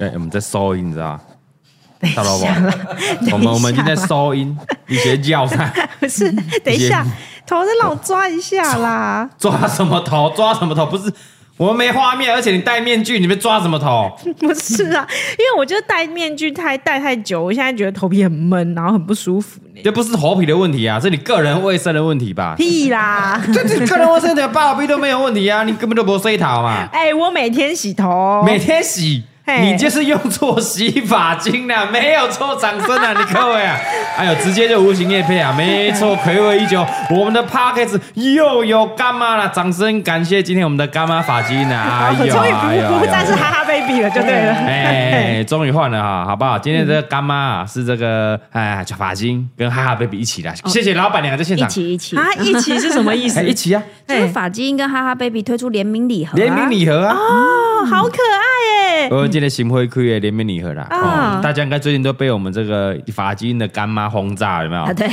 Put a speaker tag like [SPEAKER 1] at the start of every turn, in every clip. [SPEAKER 1] 哎、我们在收音，你知道吗？ 大老
[SPEAKER 2] 等一
[SPEAKER 1] 板，我们我们已经在收 音，你学叫啥？
[SPEAKER 2] 不是，等一下
[SPEAKER 1] 你，
[SPEAKER 2] 头再让我抓一下啦！
[SPEAKER 1] 抓什么头？抓什么头？不是，我们没画面，而且你戴面具，你们抓什么 头？
[SPEAKER 2] 不是啊，因为我觉得戴面具太戴太久，我现在觉得头皮很闷，然后很不舒服呢。
[SPEAKER 1] 这不是头皮的问题啊，是你个人卫生的问题 吧？
[SPEAKER 2] 屁 啦！
[SPEAKER 1] 这这个人卫生的爸爸都没有问题啊，你根本就不洗头嘛，
[SPEAKER 2] 哎、我每天洗头，
[SPEAKER 1] 每天洗。
[SPEAKER 2] 哦嘿
[SPEAKER 1] 你就是用错洗发精了， 没有错，掌声啊，你各位啊！ 哎呦，直接就无形夜配啊，没错，暌违已久，我们的 p a c k a g e 又有干妈了，掌声感谢今天我们的干妈发精 啊！哎
[SPEAKER 2] 我
[SPEAKER 1] 呦，
[SPEAKER 2] 哦终于
[SPEAKER 1] 哎呦
[SPEAKER 2] 不不
[SPEAKER 1] 哎呦
[SPEAKER 2] 再是哈哈 baby 了，就对了。
[SPEAKER 1] 哎，终于换了哈，好不好？今天这个干妈啊是这个哎法金跟哈哈 baby 一起的，谢谢老板娘在现
[SPEAKER 3] 一
[SPEAKER 1] 场，
[SPEAKER 3] 起一起，
[SPEAKER 2] 啊，哦 一起是 什么意思
[SPEAKER 1] 哎，？一起啊，
[SPEAKER 3] 就是法基因跟哈哈 baby 推出联名礼盒啊，
[SPEAKER 1] 联名礼盒啊，
[SPEAKER 2] 哦，好可爱哎！
[SPEAKER 1] 我哦今天行会亏的联名礼盒啦，
[SPEAKER 2] 啊
[SPEAKER 1] 哦，大家应该最近都被我们这个法金的干妈轰炸，有没有
[SPEAKER 3] 啊，？ 对，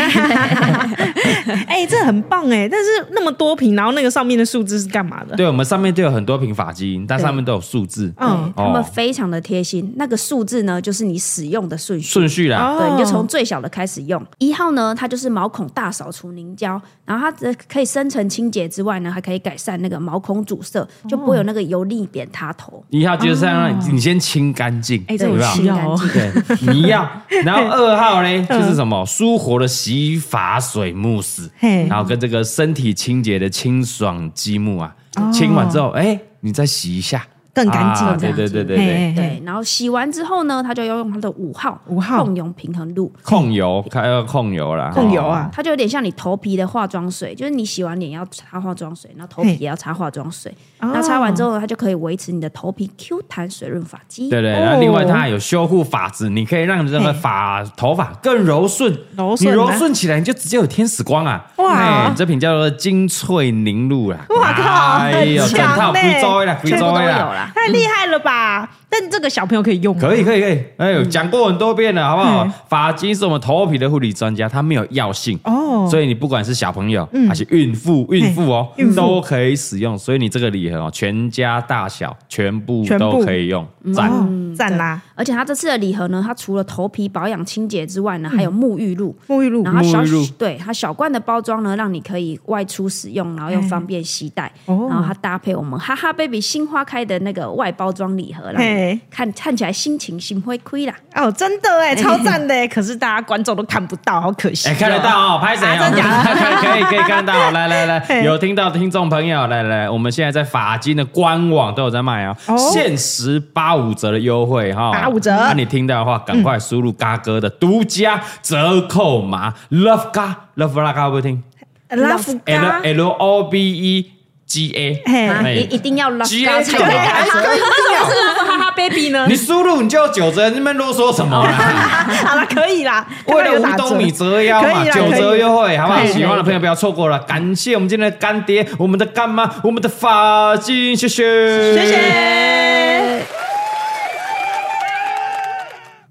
[SPEAKER 2] 哎，这很棒哎！但是那么多瓶，然后那个上面的数字是干嘛的？
[SPEAKER 1] 对，我们上面都有很多瓶法金，但上面都有数字，
[SPEAKER 2] 嗯
[SPEAKER 3] 嗯，他们
[SPEAKER 1] 哦
[SPEAKER 3] 非常的贴心。那个数字呢，就是你使用的顺序。
[SPEAKER 1] 顺序啦，
[SPEAKER 2] 哦
[SPEAKER 3] 对，你就从最小的开始用。一号呢，它就是毛孔大扫除凝胶，然后它只可以深层清洁之外呢，还可以改善那个毛孔阻塞，就不会有那个油腻扁塌头。
[SPEAKER 1] 一号就是让你你先清干净，
[SPEAKER 2] 哎，这
[SPEAKER 1] 有
[SPEAKER 2] 我
[SPEAKER 1] 没有？
[SPEAKER 2] 需要嗯哦。
[SPEAKER 1] 对，你 要。然后二号呢，就是什么舒活的洗发水慕斯，
[SPEAKER 2] 嘿
[SPEAKER 1] 然后跟这个身体清洁的清爽积木啊，清完之后，哎，你再洗一下，
[SPEAKER 2] 更哦干净
[SPEAKER 1] 啊
[SPEAKER 2] 哎这
[SPEAKER 1] 对
[SPEAKER 2] 样
[SPEAKER 1] 对
[SPEAKER 3] 子
[SPEAKER 1] 对对对，
[SPEAKER 2] 嘿
[SPEAKER 3] 对，然后洗完之后呢，它就要用它的五号
[SPEAKER 2] 五号
[SPEAKER 3] 控油平衡露，
[SPEAKER 1] 控油，开要控油啦，
[SPEAKER 2] 控油
[SPEAKER 1] 哦。
[SPEAKER 2] 啊，
[SPEAKER 3] 它就有点像你头皮的化妆水，就是你洗完脸要擦化妆水，然后头
[SPEAKER 2] 嘿哦
[SPEAKER 3] 皮也要擦化妆水，那擦完之后呢，它就可以维持你的头皮 Q 弹水润发肌。
[SPEAKER 1] 对对，然
[SPEAKER 2] 哦
[SPEAKER 1] 后另外它还有修护发质，你可以让这个发头发更柔顺，
[SPEAKER 2] 柔顺啊
[SPEAKER 1] 你柔顺起来，你就直接有天使光啊！
[SPEAKER 2] 哇
[SPEAKER 1] 哎这瓶叫做精粹凝露啦！
[SPEAKER 2] 哇靠
[SPEAKER 1] 哎呦，
[SPEAKER 2] 很
[SPEAKER 1] 整
[SPEAKER 2] 强
[SPEAKER 1] 套
[SPEAKER 2] 欸
[SPEAKER 1] 贵州的啦，贵
[SPEAKER 3] 全部
[SPEAKER 1] 州
[SPEAKER 3] 都
[SPEAKER 1] 的
[SPEAKER 3] 有
[SPEAKER 1] 啦。
[SPEAKER 3] 啦，
[SPEAKER 2] 太厉害了吧！但这个小朋友可以用吗，
[SPEAKER 1] 欸可以可以可以，哎呦，讲过很多遍了，好不好？法金是我们头皮的护理专家，它没有药性
[SPEAKER 2] 嗯哦嗯
[SPEAKER 1] 所以你不管是小朋友还是孕妇，孕妇哦都可以使用，所以你这个礼盒哦，全家大小全部
[SPEAKER 2] 全部
[SPEAKER 1] 都可以用，赞！
[SPEAKER 2] 哦，赞啦！
[SPEAKER 3] 而且它这次的礼盒呢，它除了头皮保养清洁之外呢，还有沐浴露。
[SPEAKER 2] 嗯沐浴露
[SPEAKER 3] 然后它
[SPEAKER 1] 沐浴露
[SPEAKER 3] 小对它小罐的包装呢，让你可以外出使用，然后又方便携带。
[SPEAKER 2] 哦
[SPEAKER 3] 然后它搭配我们哈哈 baby 新花开的那个外包装礼盒啦
[SPEAKER 2] 嘿，
[SPEAKER 3] 看看起来心情心会亏啦。
[SPEAKER 2] 哦，真的哎，超赞的哎！可是大家观众都看不到，好可惜哦。
[SPEAKER 1] 哎，看得到哦，拍谁哦？
[SPEAKER 2] 啊真假
[SPEAKER 1] 可以可以看到哦，来来来，
[SPEAKER 2] 嘿
[SPEAKER 1] 有听到的听众朋友，来来，我们现在在法金的官网都有在卖哦
[SPEAKER 2] 哦，
[SPEAKER 1] 限时八五折的优惠哈，
[SPEAKER 2] 八五折
[SPEAKER 1] 那你听到的话，赶快输入嘎哥的独家折扣码 love 嘎 love 拉嘎会不会听
[SPEAKER 2] Love
[SPEAKER 1] ？L
[SPEAKER 2] 嘎
[SPEAKER 1] L O B E G A，哎
[SPEAKER 2] 嘿
[SPEAKER 3] 啊，一一定要拉
[SPEAKER 1] G
[SPEAKER 3] 拉
[SPEAKER 1] A
[SPEAKER 3] 才
[SPEAKER 1] 九
[SPEAKER 3] 有
[SPEAKER 2] 对
[SPEAKER 3] 感
[SPEAKER 2] 啊
[SPEAKER 3] 受。
[SPEAKER 2] 为什么是哈哈 baby 呢
[SPEAKER 1] 你输入你就有九折，你们啰嗦什么啊啦？
[SPEAKER 2] 好了，可以啦，
[SPEAKER 1] 为
[SPEAKER 2] 看到
[SPEAKER 1] 了
[SPEAKER 2] 有打
[SPEAKER 1] 五
[SPEAKER 2] 折
[SPEAKER 1] 斗米折腰嘛，
[SPEAKER 2] 可以啦
[SPEAKER 1] 九折优惠，好不好？
[SPEAKER 2] 可以
[SPEAKER 1] 喜欢的朋友不要错过了。感谢我们今天的干爹，我们的干妈，我们的发金，谢谢，
[SPEAKER 2] 谢。谢。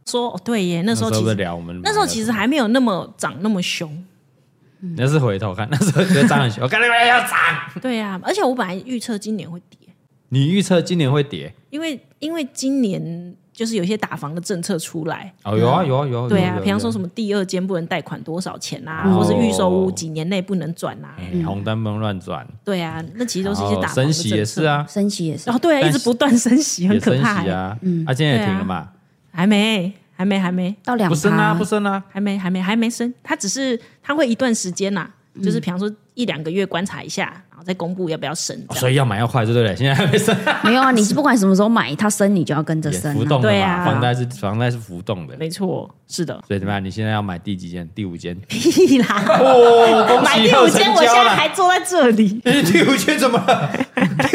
[SPEAKER 2] 说哦，对耶，那时候
[SPEAKER 1] 那时
[SPEAKER 2] 其
[SPEAKER 1] 候在
[SPEAKER 2] 实
[SPEAKER 1] 聊我们
[SPEAKER 2] 那时候其实还没有那么长那么凶，
[SPEAKER 1] 那是回头看，那时候觉得涨很 凶，我看那个要涨。
[SPEAKER 2] 对啊，而且我本来预测今年会跌，
[SPEAKER 1] 你预测今年会跌？
[SPEAKER 2] 因为因为今年就是有一些打房的政策出来，
[SPEAKER 1] 哦，有啊，有啊，有啊。
[SPEAKER 2] 对
[SPEAKER 1] 有
[SPEAKER 2] 啊，
[SPEAKER 1] 有
[SPEAKER 2] 比方说
[SPEAKER 1] 有
[SPEAKER 2] 什么第二间不能贷款多少钱啊，
[SPEAKER 1] 哦
[SPEAKER 2] 或是预售屋几年内不能转啊，
[SPEAKER 1] 哎红灯不能乱转，
[SPEAKER 2] 对啊，那其实都是一些
[SPEAKER 1] 哦
[SPEAKER 2] 打房的
[SPEAKER 1] 升
[SPEAKER 2] 政
[SPEAKER 1] 息
[SPEAKER 2] 策。
[SPEAKER 1] 也是，啊，
[SPEAKER 3] 升息也是
[SPEAKER 2] 哦，对啊，
[SPEAKER 1] 但
[SPEAKER 2] 一
[SPEAKER 1] 是
[SPEAKER 2] 直不断升息，很
[SPEAKER 1] 也
[SPEAKER 2] 可
[SPEAKER 1] 升
[SPEAKER 2] 怕
[SPEAKER 1] 息
[SPEAKER 2] 耶，
[SPEAKER 1] 啊。啊，今天也
[SPEAKER 2] 对啊
[SPEAKER 1] 停了嘛？
[SPEAKER 2] 还没，还没，还没。
[SPEAKER 3] 到两
[SPEAKER 1] 不升啊，
[SPEAKER 3] 趴
[SPEAKER 1] 不，升啊。
[SPEAKER 2] 还没还没还没生，他只是他会一段时间呐、啊
[SPEAKER 1] 嗯
[SPEAKER 2] 就是比方说一两个月观察一下，然后再公布要不要生
[SPEAKER 1] 哦
[SPEAKER 2] 这样。
[SPEAKER 1] 所以要买要快，对不对？现在还没升，
[SPEAKER 3] 没有啊，你是不管什么时候买，它升你就要跟着
[SPEAKER 1] 也
[SPEAKER 3] 升
[SPEAKER 1] 浮
[SPEAKER 3] 啊。
[SPEAKER 1] 动的
[SPEAKER 2] 对
[SPEAKER 1] 嘛，
[SPEAKER 2] 啊
[SPEAKER 1] 房贷是房贷是浮动的。
[SPEAKER 2] 没错，是的。
[SPEAKER 1] 所以怎么样？你现在要买第几间？第五间？
[SPEAKER 2] 屁啦！
[SPEAKER 1] 哦，恭
[SPEAKER 2] 买第五间，我现在还坐在这里。
[SPEAKER 1] 第五间怎么了？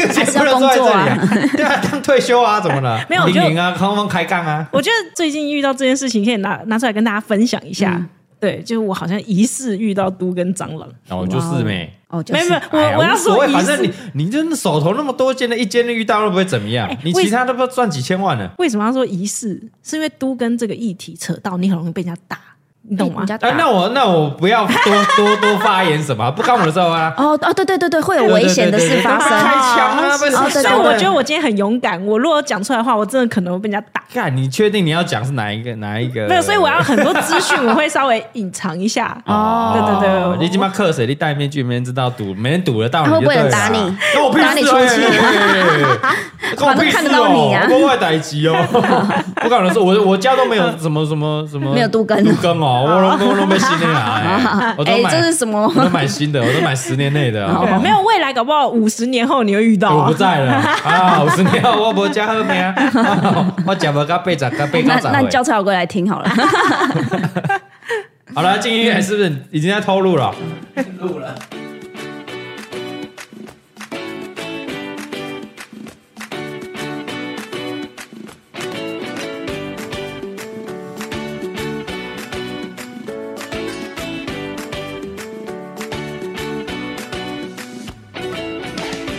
[SPEAKER 1] 坐在
[SPEAKER 3] 工作
[SPEAKER 1] 这
[SPEAKER 3] 啊
[SPEAKER 1] 里，啊，对啊，当退休啊，怎么了？
[SPEAKER 2] 没有我就
[SPEAKER 1] 零零啊，刚刚开杠啊，
[SPEAKER 2] 我觉得最近遇到这件事情，可以拿拿出来跟大家分享一下。
[SPEAKER 1] 嗯
[SPEAKER 2] 对，就是我好像疑似遇到都跟蟑螂，
[SPEAKER 1] 哦，就是没。
[SPEAKER 3] 哦，就
[SPEAKER 2] 没有
[SPEAKER 3] 是
[SPEAKER 2] 没有，我、
[SPEAKER 1] 哎呀
[SPEAKER 2] 我要
[SPEAKER 1] 无所
[SPEAKER 2] 说
[SPEAKER 1] 谓
[SPEAKER 2] 疑
[SPEAKER 1] 反正
[SPEAKER 2] 似
[SPEAKER 1] 你，你真的手头那么多，见了一间遇到又不会怎么样，
[SPEAKER 2] 哎
[SPEAKER 1] 你
[SPEAKER 2] 为
[SPEAKER 1] 其他都不知道赚几千万呢。
[SPEAKER 2] 为什么要说疑似？是因为都跟这个议题扯到，你很容易被人家打，你懂吗
[SPEAKER 3] 哎人？家
[SPEAKER 1] 啊，那
[SPEAKER 3] 打
[SPEAKER 1] 我那我不要多 多多发言什么，不干我的事啊。
[SPEAKER 3] 哦哦，对对对对，会有危险的
[SPEAKER 1] 对对对对
[SPEAKER 3] 事发
[SPEAKER 1] 对对对
[SPEAKER 3] 生。
[SPEAKER 1] 开枪啊，被
[SPEAKER 3] 哦
[SPEAKER 2] 所
[SPEAKER 3] 对
[SPEAKER 2] 以
[SPEAKER 3] 对
[SPEAKER 2] 我觉得我今天很勇敢，我如果讲出来的话，我真的可能会被人家打。
[SPEAKER 1] 看你确定你要讲是哪一个哪一个？
[SPEAKER 2] 没有，所以我要很多资讯，我会稍微隐藏一下。
[SPEAKER 1] 哦，
[SPEAKER 2] 对对对我
[SPEAKER 1] 你鸡巴克谁？你戴面具，没人知道堵，没人堵得到你就
[SPEAKER 3] 他会不
[SPEAKER 1] 对
[SPEAKER 3] 会
[SPEAKER 1] 了。
[SPEAKER 3] 打你
[SPEAKER 1] 那我屁
[SPEAKER 3] 打你
[SPEAKER 1] 事
[SPEAKER 3] 出
[SPEAKER 1] 啊！
[SPEAKER 3] 气
[SPEAKER 1] 我屁
[SPEAKER 3] 看
[SPEAKER 1] 事
[SPEAKER 3] 得到
[SPEAKER 1] 哦
[SPEAKER 3] 你啊，
[SPEAKER 1] 我外打击哦。 我可能说，我我家都没有什么什么什么，
[SPEAKER 3] 没有杜根
[SPEAKER 1] 杜根哦，我都我都没新的 啦，哎我都
[SPEAKER 3] 哎，
[SPEAKER 1] 买，
[SPEAKER 3] 这是什么
[SPEAKER 1] 我？都买新的，我都买十年内的哦。
[SPEAKER 2] 对没有未来，搞不好五十年后你会遇 到、
[SPEAKER 1] 我
[SPEAKER 2] 啊
[SPEAKER 1] 不。在了啊！五十年后我无加喝咩啊？我讲无加背长加背高
[SPEAKER 3] 那
[SPEAKER 1] 长
[SPEAKER 3] 那你
[SPEAKER 1] 回。
[SPEAKER 3] 叫蔡小哥来 听好了。
[SPEAKER 1] 好了，进音乐是不是已经在偷录了？录了。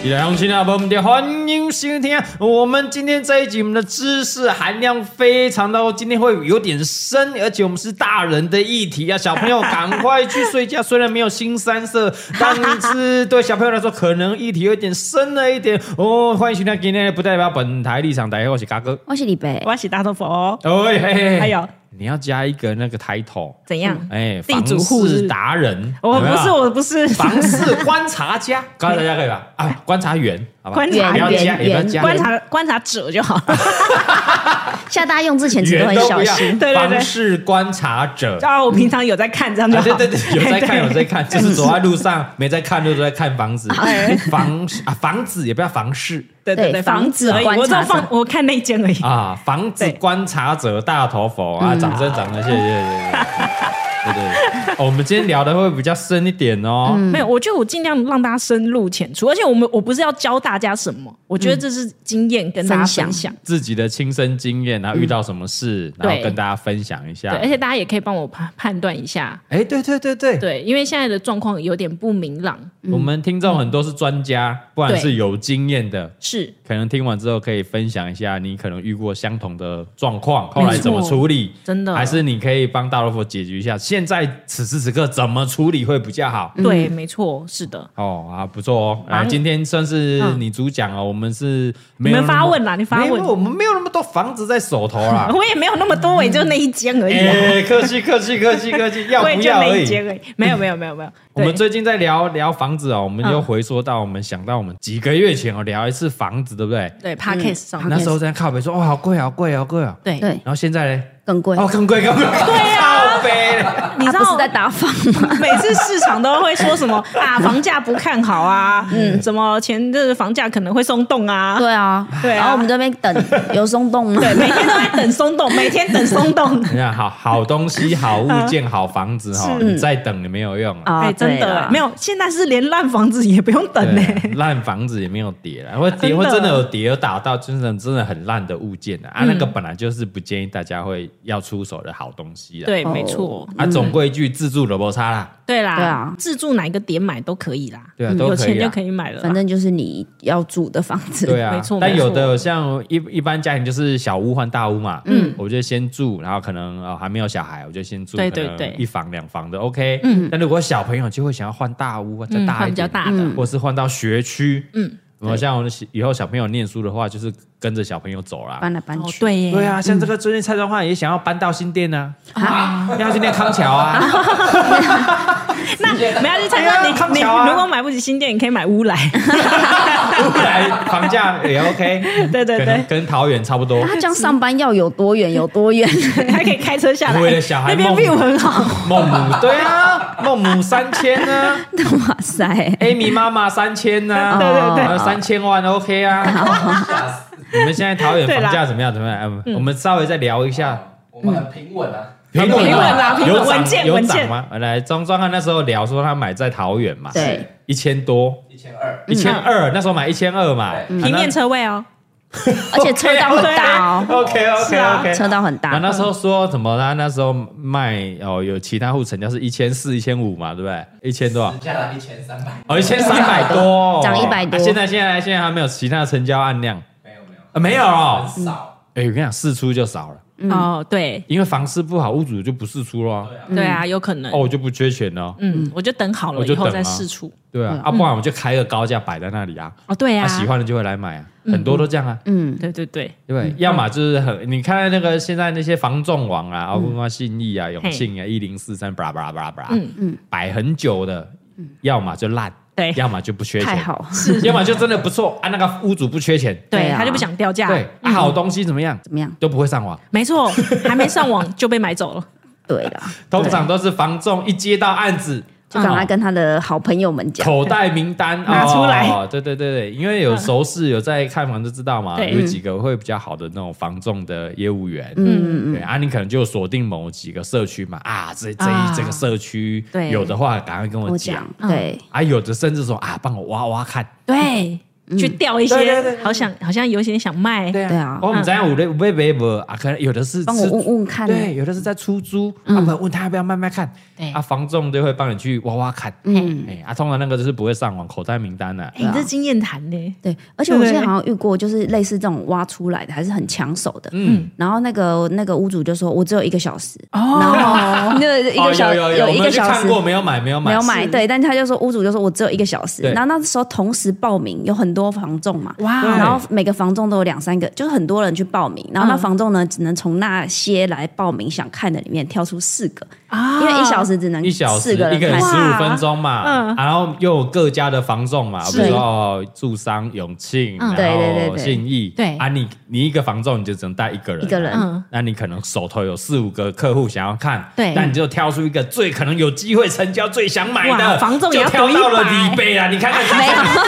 [SPEAKER 1] 良心啊，我们的欢迎收听。我们今天这一集，我们的知识含量非常的，今天会有点深，而且我们是大人的议题啊，小朋友赶快去睡觉。虽然没有新三色，但是对小朋友来说，可能议题有点深了一点哦。欢迎收听今天的不代表本台立场，大家好我是嘎 哥。
[SPEAKER 3] 我是李贝
[SPEAKER 2] 我，要洗大头佛哦，
[SPEAKER 1] 哦，嘿嘿嘿
[SPEAKER 2] 还有
[SPEAKER 1] 你要加一个那个 title，
[SPEAKER 2] 怎样？
[SPEAKER 1] 哎，
[SPEAKER 2] 地主户
[SPEAKER 1] 房
[SPEAKER 2] 是不
[SPEAKER 1] 事
[SPEAKER 2] 是
[SPEAKER 1] 达人，
[SPEAKER 2] 我
[SPEAKER 1] 有没有啊
[SPEAKER 2] 不是，我不是，
[SPEAKER 1] 房事观察家， 观察家可以吧？啊，观察员，好吧，
[SPEAKER 2] 观察
[SPEAKER 1] 不要
[SPEAKER 3] 员
[SPEAKER 1] 加，也不要加，
[SPEAKER 2] 观察观察 者就好了。
[SPEAKER 3] 下大家用之前词都
[SPEAKER 1] 员
[SPEAKER 3] 很
[SPEAKER 1] 都
[SPEAKER 3] 小
[SPEAKER 1] 不要
[SPEAKER 3] 心。，
[SPEAKER 2] 对对对
[SPEAKER 1] 房事观察 者。
[SPEAKER 2] 啊，我平常有在看，这样就
[SPEAKER 1] 啊、
[SPEAKER 2] 好。
[SPEAKER 1] 对 对对，有在看有在看，就是走在路上没在看，就都在看房 子，
[SPEAKER 2] 哎
[SPEAKER 1] 房啊房子也不要房事
[SPEAKER 2] 对对对，
[SPEAKER 3] 对
[SPEAKER 2] 房
[SPEAKER 3] 房
[SPEAKER 2] 子
[SPEAKER 3] 子
[SPEAKER 2] 而已，
[SPEAKER 3] 观察
[SPEAKER 2] 我就放
[SPEAKER 3] 者
[SPEAKER 2] 我看那间而已。
[SPEAKER 1] 啊，房子
[SPEAKER 2] 对
[SPEAKER 1] 观察者大头佛啊，
[SPEAKER 2] 嗯
[SPEAKER 1] 掌声掌声，谢谢谢谢谢谢。对对，哦，我们今天聊的会比较深一点哦。
[SPEAKER 2] 没有，我觉得我尽量让大家深入浅出，而且我们我不是要教大家什么，我觉得这是经验跟大家嗯分
[SPEAKER 3] 分
[SPEAKER 2] 享
[SPEAKER 3] 享。
[SPEAKER 1] 自己的亲身经验，然后遇到什么事，然后
[SPEAKER 2] 嗯对
[SPEAKER 1] 跟大家分享一下
[SPEAKER 2] 对，。而且大家也可以帮我判判断一下，
[SPEAKER 1] 哎，对对对对，
[SPEAKER 2] 对，因为现在的状况有点不明朗，
[SPEAKER 1] 我们听众很多是专家，不然
[SPEAKER 2] 对
[SPEAKER 1] 是有经验的，
[SPEAKER 2] 是
[SPEAKER 1] 可能听完之后可以分享一下你可能遇过相同的状况，后来怎么处理，
[SPEAKER 2] 真的
[SPEAKER 1] 还是你可以帮大萝卜解决一下，现在此时此刻怎么处理会比较好。
[SPEAKER 2] 对，没错，是的。
[SPEAKER 1] 哦啊，不错哦！
[SPEAKER 2] 嗯忙
[SPEAKER 1] 来，今天算是
[SPEAKER 2] 嗯
[SPEAKER 1] 你主讲哦，我们是
[SPEAKER 2] 你
[SPEAKER 1] 没有
[SPEAKER 2] 们
[SPEAKER 1] 那么
[SPEAKER 2] 发问啦，你发
[SPEAKER 1] 没
[SPEAKER 2] 问
[SPEAKER 1] 有，我们没有那么多房子在手头啦。
[SPEAKER 2] 我也没有那么多，我也欸就那一间而已啊。
[SPEAKER 1] 啊哎，客气客气客气客 气，要
[SPEAKER 2] 我
[SPEAKER 1] 不
[SPEAKER 2] 也就
[SPEAKER 1] 要
[SPEAKER 2] 那
[SPEAKER 1] 而
[SPEAKER 2] 一
[SPEAKER 1] 已。
[SPEAKER 2] 间而已，没有没有没有没有。
[SPEAKER 1] 我们
[SPEAKER 2] 对
[SPEAKER 1] 最近在聊聊房子哦，我们又回说到我们想到我们几个月前哦聊一次房子，对不对？
[SPEAKER 2] 对 podcast 上面
[SPEAKER 1] 那时候在靠北说哦好贵好贵好贵哦，
[SPEAKER 2] 嗯对
[SPEAKER 3] 对，
[SPEAKER 1] 然后现在呢？
[SPEAKER 3] 更贵。
[SPEAKER 1] 哦更贵更贵，对呀，靠北
[SPEAKER 2] 你知
[SPEAKER 3] 他不
[SPEAKER 2] 道
[SPEAKER 3] 是在打房 吗？
[SPEAKER 2] 每次市场都会说什么啊，房价不看好啊，嗯，什么前阵子房价可能会松动啊，
[SPEAKER 3] 对啊，
[SPEAKER 2] 对啊
[SPEAKER 3] 然后我们这边 等有松动吗？
[SPEAKER 2] 对，每天都在等松动，每天等松动。
[SPEAKER 1] 你看好好东西、好物件、好房子哈，你再等也没有用啊。
[SPEAKER 3] 啊
[SPEAKER 2] 哎，真
[SPEAKER 3] 对
[SPEAKER 2] 的
[SPEAKER 3] 啦
[SPEAKER 2] 没有，现在是连烂房子也不用等呢。
[SPEAKER 1] 对，烂房子也没有跌了，会跌
[SPEAKER 2] 真的
[SPEAKER 1] 会真的有跌，有打到真的真的很烂的物件啊啊，那个本来就是不建议大家会要出手的好东西啊。
[SPEAKER 2] 对，
[SPEAKER 3] 哦
[SPEAKER 2] 没错，
[SPEAKER 1] 啊，总归一句自助萝卜差啦，
[SPEAKER 2] 对啦，
[SPEAKER 3] 对啊
[SPEAKER 2] 自住哪一个点买都可以啦，
[SPEAKER 1] 对啊，
[SPEAKER 2] 嗯
[SPEAKER 1] 都
[SPEAKER 2] 有
[SPEAKER 1] 可
[SPEAKER 2] 钱
[SPEAKER 1] 以
[SPEAKER 2] 就
[SPEAKER 1] 啊
[SPEAKER 2] 可。以买了啦。
[SPEAKER 3] 反正就是你要住的房子。
[SPEAKER 1] 对啊
[SPEAKER 2] 没错，
[SPEAKER 1] 但
[SPEAKER 2] 没
[SPEAKER 1] 有
[SPEAKER 2] 错
[SPEAKER 1] 的像一一般家庭就是小屋换大屋嘛，嗯，我就先住，然后可能哦还没有小孩，我就先住，
[SPEAKER 2] 对对
[SPEAKER 1] 可能
[SPEAKER 2] 对
[SPEAKER 1] 一房两房的 OK，嗯，但如果小朋友就会想要换大屋，再大
[SPEAKER 2] 嗯换
[SPEAKER 1] 一
[SPEAKER 2] 比较
[SPEAKER 1] 点，
[SPEAKER 2] 大的
[SPEAKER 1] 或是换到学区，嗯，我像我的以后小朋友念书的话，就是跟着小朋友走啦。
[SPEAKER 3] 搬来搬
[SPEAKER 2] 哦，
[SPEAKER 3] 去。
[SPEAKER 2] 对耶，
[SPEAKER 1] 对啊，像这个最近蔡庄焕也想要搬到新店啊，要去念康桥啊，
[SPEAKER 2] 那没有去参
[SPEAKER 1] 哎
[SPEAKER 2] 观
[SPEAKER 1] 呀
[SPEAKER 2] 你
[SPEAKER 1] 康
[SPEAKER 2] 你
[SPEAKER 1] 桥啊
[SPEAKER 2] 如果买不起新店，你可以买乌来。
[SPEAKER 1] 不然房价也 OK，
[SPEAKER 2] 对对
[SPEAKER 1] 可能
[SPEAKER 2] 对，
[SPEAKER 1] 跟桃园差不多。
[SPEAKER 3] 他这样上班要有多远有多远？
[SPEAKER 2] 还可以开车下来。
[SPEAKER 1] 为了小孩
[SPEAKER 2] 那边
[SPEAKER 1] 梦
[SPEAKER 2] view 很好。
[SPEAKER 1] 孟母对啊，孟母三迁啊
[SPEAKER 3] 哇塞！
[SPEAKER 1] ，Amy 妈妈三千 啊，
[SPEAKER 3] 对对对
[SPEAKER 1] 呃三千万 OK 啊。你们现在桃园
[SPEAKER 2] 对啦嗯
[SPEAKER 1] 房价怎么样？怎么样？哎我们稍微再聊一下。
[SPEAKER 4] 我们很平稳啊，
[SPEAKER 1] 平稳
[SPEAKER 2] 平稳
[SPEAKER 1] 啊
[SPEAKER 2] 啊平稳
[SPEAKER 1] 有涨
[SPEAKER 2] 稳健
[SPEAKER 1] 有
[SPEAKER 2] 稳
[SPEAKER 1] 涨
[SPEAKER 2] 健
[SPEAKER 1] 吗？来，庄庄汉那时候聊说他买在桃园嘛，
[SPEAKER 3] 对，
[SPEAKER 1] 一千多，
[SPEAKER 4] 一千二，
[SPEAKER 1] 一千二，那时候买一千二嘛，
[SPEAKER 4] 对
[SPEAKER 2] 嗯平面车位哦，
[SPEAKER 3] 而且车道很大哦，
[SPEAKER 1] OK OK
[SPEAKER 2] 是啊
[SPEAKER 1] OK。
[SPEAKER 3] 车道很
[SPEAKER 1] 那
[SPEAKER 3] 大，
[SPEAKER 1] 那时候说什么？他那时候卖哦，有其他户成交是一千四、一千五嘛，对不对？一千多少啊
[SPEAKER 4] 实？价了一千三百，
[SPEAKER 1] 哦，一千三百多，
[SPEAKER 3] 涨100多
[SPEAKER 1] 啊现在现在现在还没有其他成交案量，
[SPEAKER 4] 没有没有，
[SPEAKER 1] 啊没有哦。
[SPEAKER 4] 很少，
[SPEAKER 1] 哎，我跟你讲，试出就少了，
[SPEAKER 2] 哦，对
[SPEAKER 1] 因为房市不好，屋主就不试出了啊。
[SPEAKER 4] 对啊，
[SPEAKER 2] 对啊，有可能
[SPEAKER 1] 哦，。我就不缺钱了。
[SPEAKER 2] 嗯，我就等好
[SPEAKER 1] 我
[SPEAKER 2] 了
[SPEAKER 1] 就
[SPEAKER 2] 以
[SPEAKER 1] 等
[SPEAKER 2] 后再
[SPEAKER 1] 啊
[SPEAKER 2] 试出。
[SPEAKER 1] 对啊，啊，不然我们就开个高价摆在那里啊，
[SPEAKER 2] 哦，对
[SPEAKER 1] 他
[SPEAKER 2] 啊，
[SPEAKER 1] 喜欢的就会来买啊，很多都这样啊。
[SPEAKER 3] 嗯，
[SPEAKER 2] 对对对，
[SPEAKER 1] 对不对，要么就是很，你看那个现在那些房仲网啊，啊，包括信义啊、永庆啊、一零四三，巴拉巴拉巴拉巴拉
[SPEAKER 2] 嗯，
[SPEAKER 3] 嗯
[SPEAKER 1] 摆很久的，要么就烂，
[SPEAKER 2] 对
[SPEAKER 1] 要么就不缺
[SPEAKER 3] 太
[SPEAKER 1] 钱，
[SPEAKER 3] 好，
[SPEAKER 1] 要么就真的不错啊，那个屋主不缺钱，
[SPEAKER 3] 对
[SPEAKER 2] 对嗯
[SPEAKER 3] 啊
[SPEAKER 2] 他就不想掉价。
[SPEAKER 1] 对，啊好东西怎么样
[SPEAKER 3] 怎么样？
[SPEAKER 1] 都不会上网，
[SPEAKER 2] 没错，还没上网就被买走了。
[SPEAKER 3] 对啦，
[SPEAKER 1] 通常都是房仲一接到案子
[SPEAKER 3] 就赶快
[SPEAKER 1] 哦
[SPEAKER 3] 跟他的好朋友们讲，
[SPEAKER 1] 口袋名单
[SPEAKER 2] 拿出来
[SPEAKER 1] 哦，对对对对，因为有熟识，有在看房就知道嘛，
[SPEAKER 2] 对
[SPEAKER 1] 有几个会比较好的那种房仲的业务员，
[SPEAKER 3] 嗯，
[SPEAKER 1] 对啊，你可能就锁定某几个社区嘛，啊，这这一
[SPEAKER 2] 啊
[SPEAKER 1] 这个社区
[SPEAKER 2] 对
[SPEAKER 1] 有的话，赶快跟
[SPEAKER 3] 我
[SPEAKER 1] 我讲
[SPEAKER 3] 讲，，对，
[SPEAKER 1] 啊，有的甚至说啊，帮我挖挖看，
[SPEAKER 2] 对，去调一
[SPEAKER 1] 对对对
[SPEAKER 2] 些
[SPEAKER 1] 对，
[SPEAKER 2] 好想好像有一些想卖。
[SPEAKER 1] 对
[SPEAKER 3] 对啊
[SPEAKER 1] 哦我们怎样五六喂喂喂啊，可能有的是
[SPEAKER 3] 帮我
[SPEAKER 1] 吃
[SPEAKER 3] 问问看，
[SPEAKER 1] 对，有的是在出租，
[SPEAKER 3] 嗯
[SPEAKER 1] 啊，不然问他要不要卖卖看，
[SPEAKER 2] 对
[SPEAKER 1] 啊，房仲就会帮你去挖挖看，
[SPEAKER 3] 嗯，
[SPEAKER 1] 哎，啊，通常那个就是不会上网口袋名单啊的，
[SPEAKER 2] 哎，你这经验谈呢？
[SPEAKER 3] 对，而且我记得
[SPEAKER 2] 对
[SPEAKER 3] 好像遇过，就是类似这种挖出来的，还是很抢手的。
[SPEAKER 1] 嗯。
[SPEAKER 3] 然后那个那个屋主就说：“我只有一个小时。”
[SPEAKER 2] 哦，
[SPEAKER 3] 那个一个小
[SPEAKER 1] 哦、有有有
[SPEAKER 3] 一
[SPEAKER 1] 我
[SPEAKER 3] 个
[SPEAKER 1] 们去
[SPEAKER 3] 小
[SPEAKER 1] 看
[SPEAKER 3] 时
[SPEAKER 1] 过没有买，没有买，
[SPEAKER 3] 没有买，对，但是他就说屋主就说我只有一个小时
[SPEAKER 1] 对，
[SPEAKER 3] 然后那时候同时报名有很多房仲嘛，
[SPEAKER 2] 哇嗯
[SPEAKER 1] 对
[SPEAKER 3] 然后每个房仲都有两三个，就是很多人去报名，然后那房仲呢只能从那些来报名想看的里面挑出四个，
[SPEAKER 2] 啊
[SPEAKER 3] 因为一小时只能
[SPEAKER 1] 一小时
[SPEAKER 3] 四
[SPEAKER 1] 一
[SPEAKER 3] 个人
[SPEAKER 1] 个人
[SPEAKER 3] 看
[SPEAKER 1] 十
[SPEAKER 2] 哇，
[SPEAKER 1] 五分钟嘛，
[SPEAKER 2] 嗯
[SPEAKER 1] 然后又有各家的房仲嘛，比
[SPEAKER 2] 是
[SPEAKER 1] 如说哦住商、永庆，
[SPEAKER 2] 嗯
[SPEAKER 3] 对对
[SPEAKER 1] 然
[SPEAKER 3] 对
[SPEAKER 1] 后
[SPEAKER 3] 对
[SPEAKER 1] 信义，
[SPEAKER 2] 对
[SPEAKER 1] 啊你你一个房仲你就只能带一个人，
[SPEAKER 3] 一个人
[SPEAKER 2] 嗯
[SPEAKER 1] 那你可能手头有四五个客户想要看，
[SPEAKER 2] 对
[SPEAKER 1] 那你就挑出一个最可能有机会成交、最想买的，
[SPEAKER 2] 哇房仲也
[SPEAKER 1] 就
[SPEAKER 2] 要
[SPEAKER 1] 挑
[SPEAKER 2] 抖
[SPEAKER 1] 到了
[SPEAKER 2] 100
[SPEAKER 1] 李贝 啦，你看看
[SPEAKER 3] 欸没有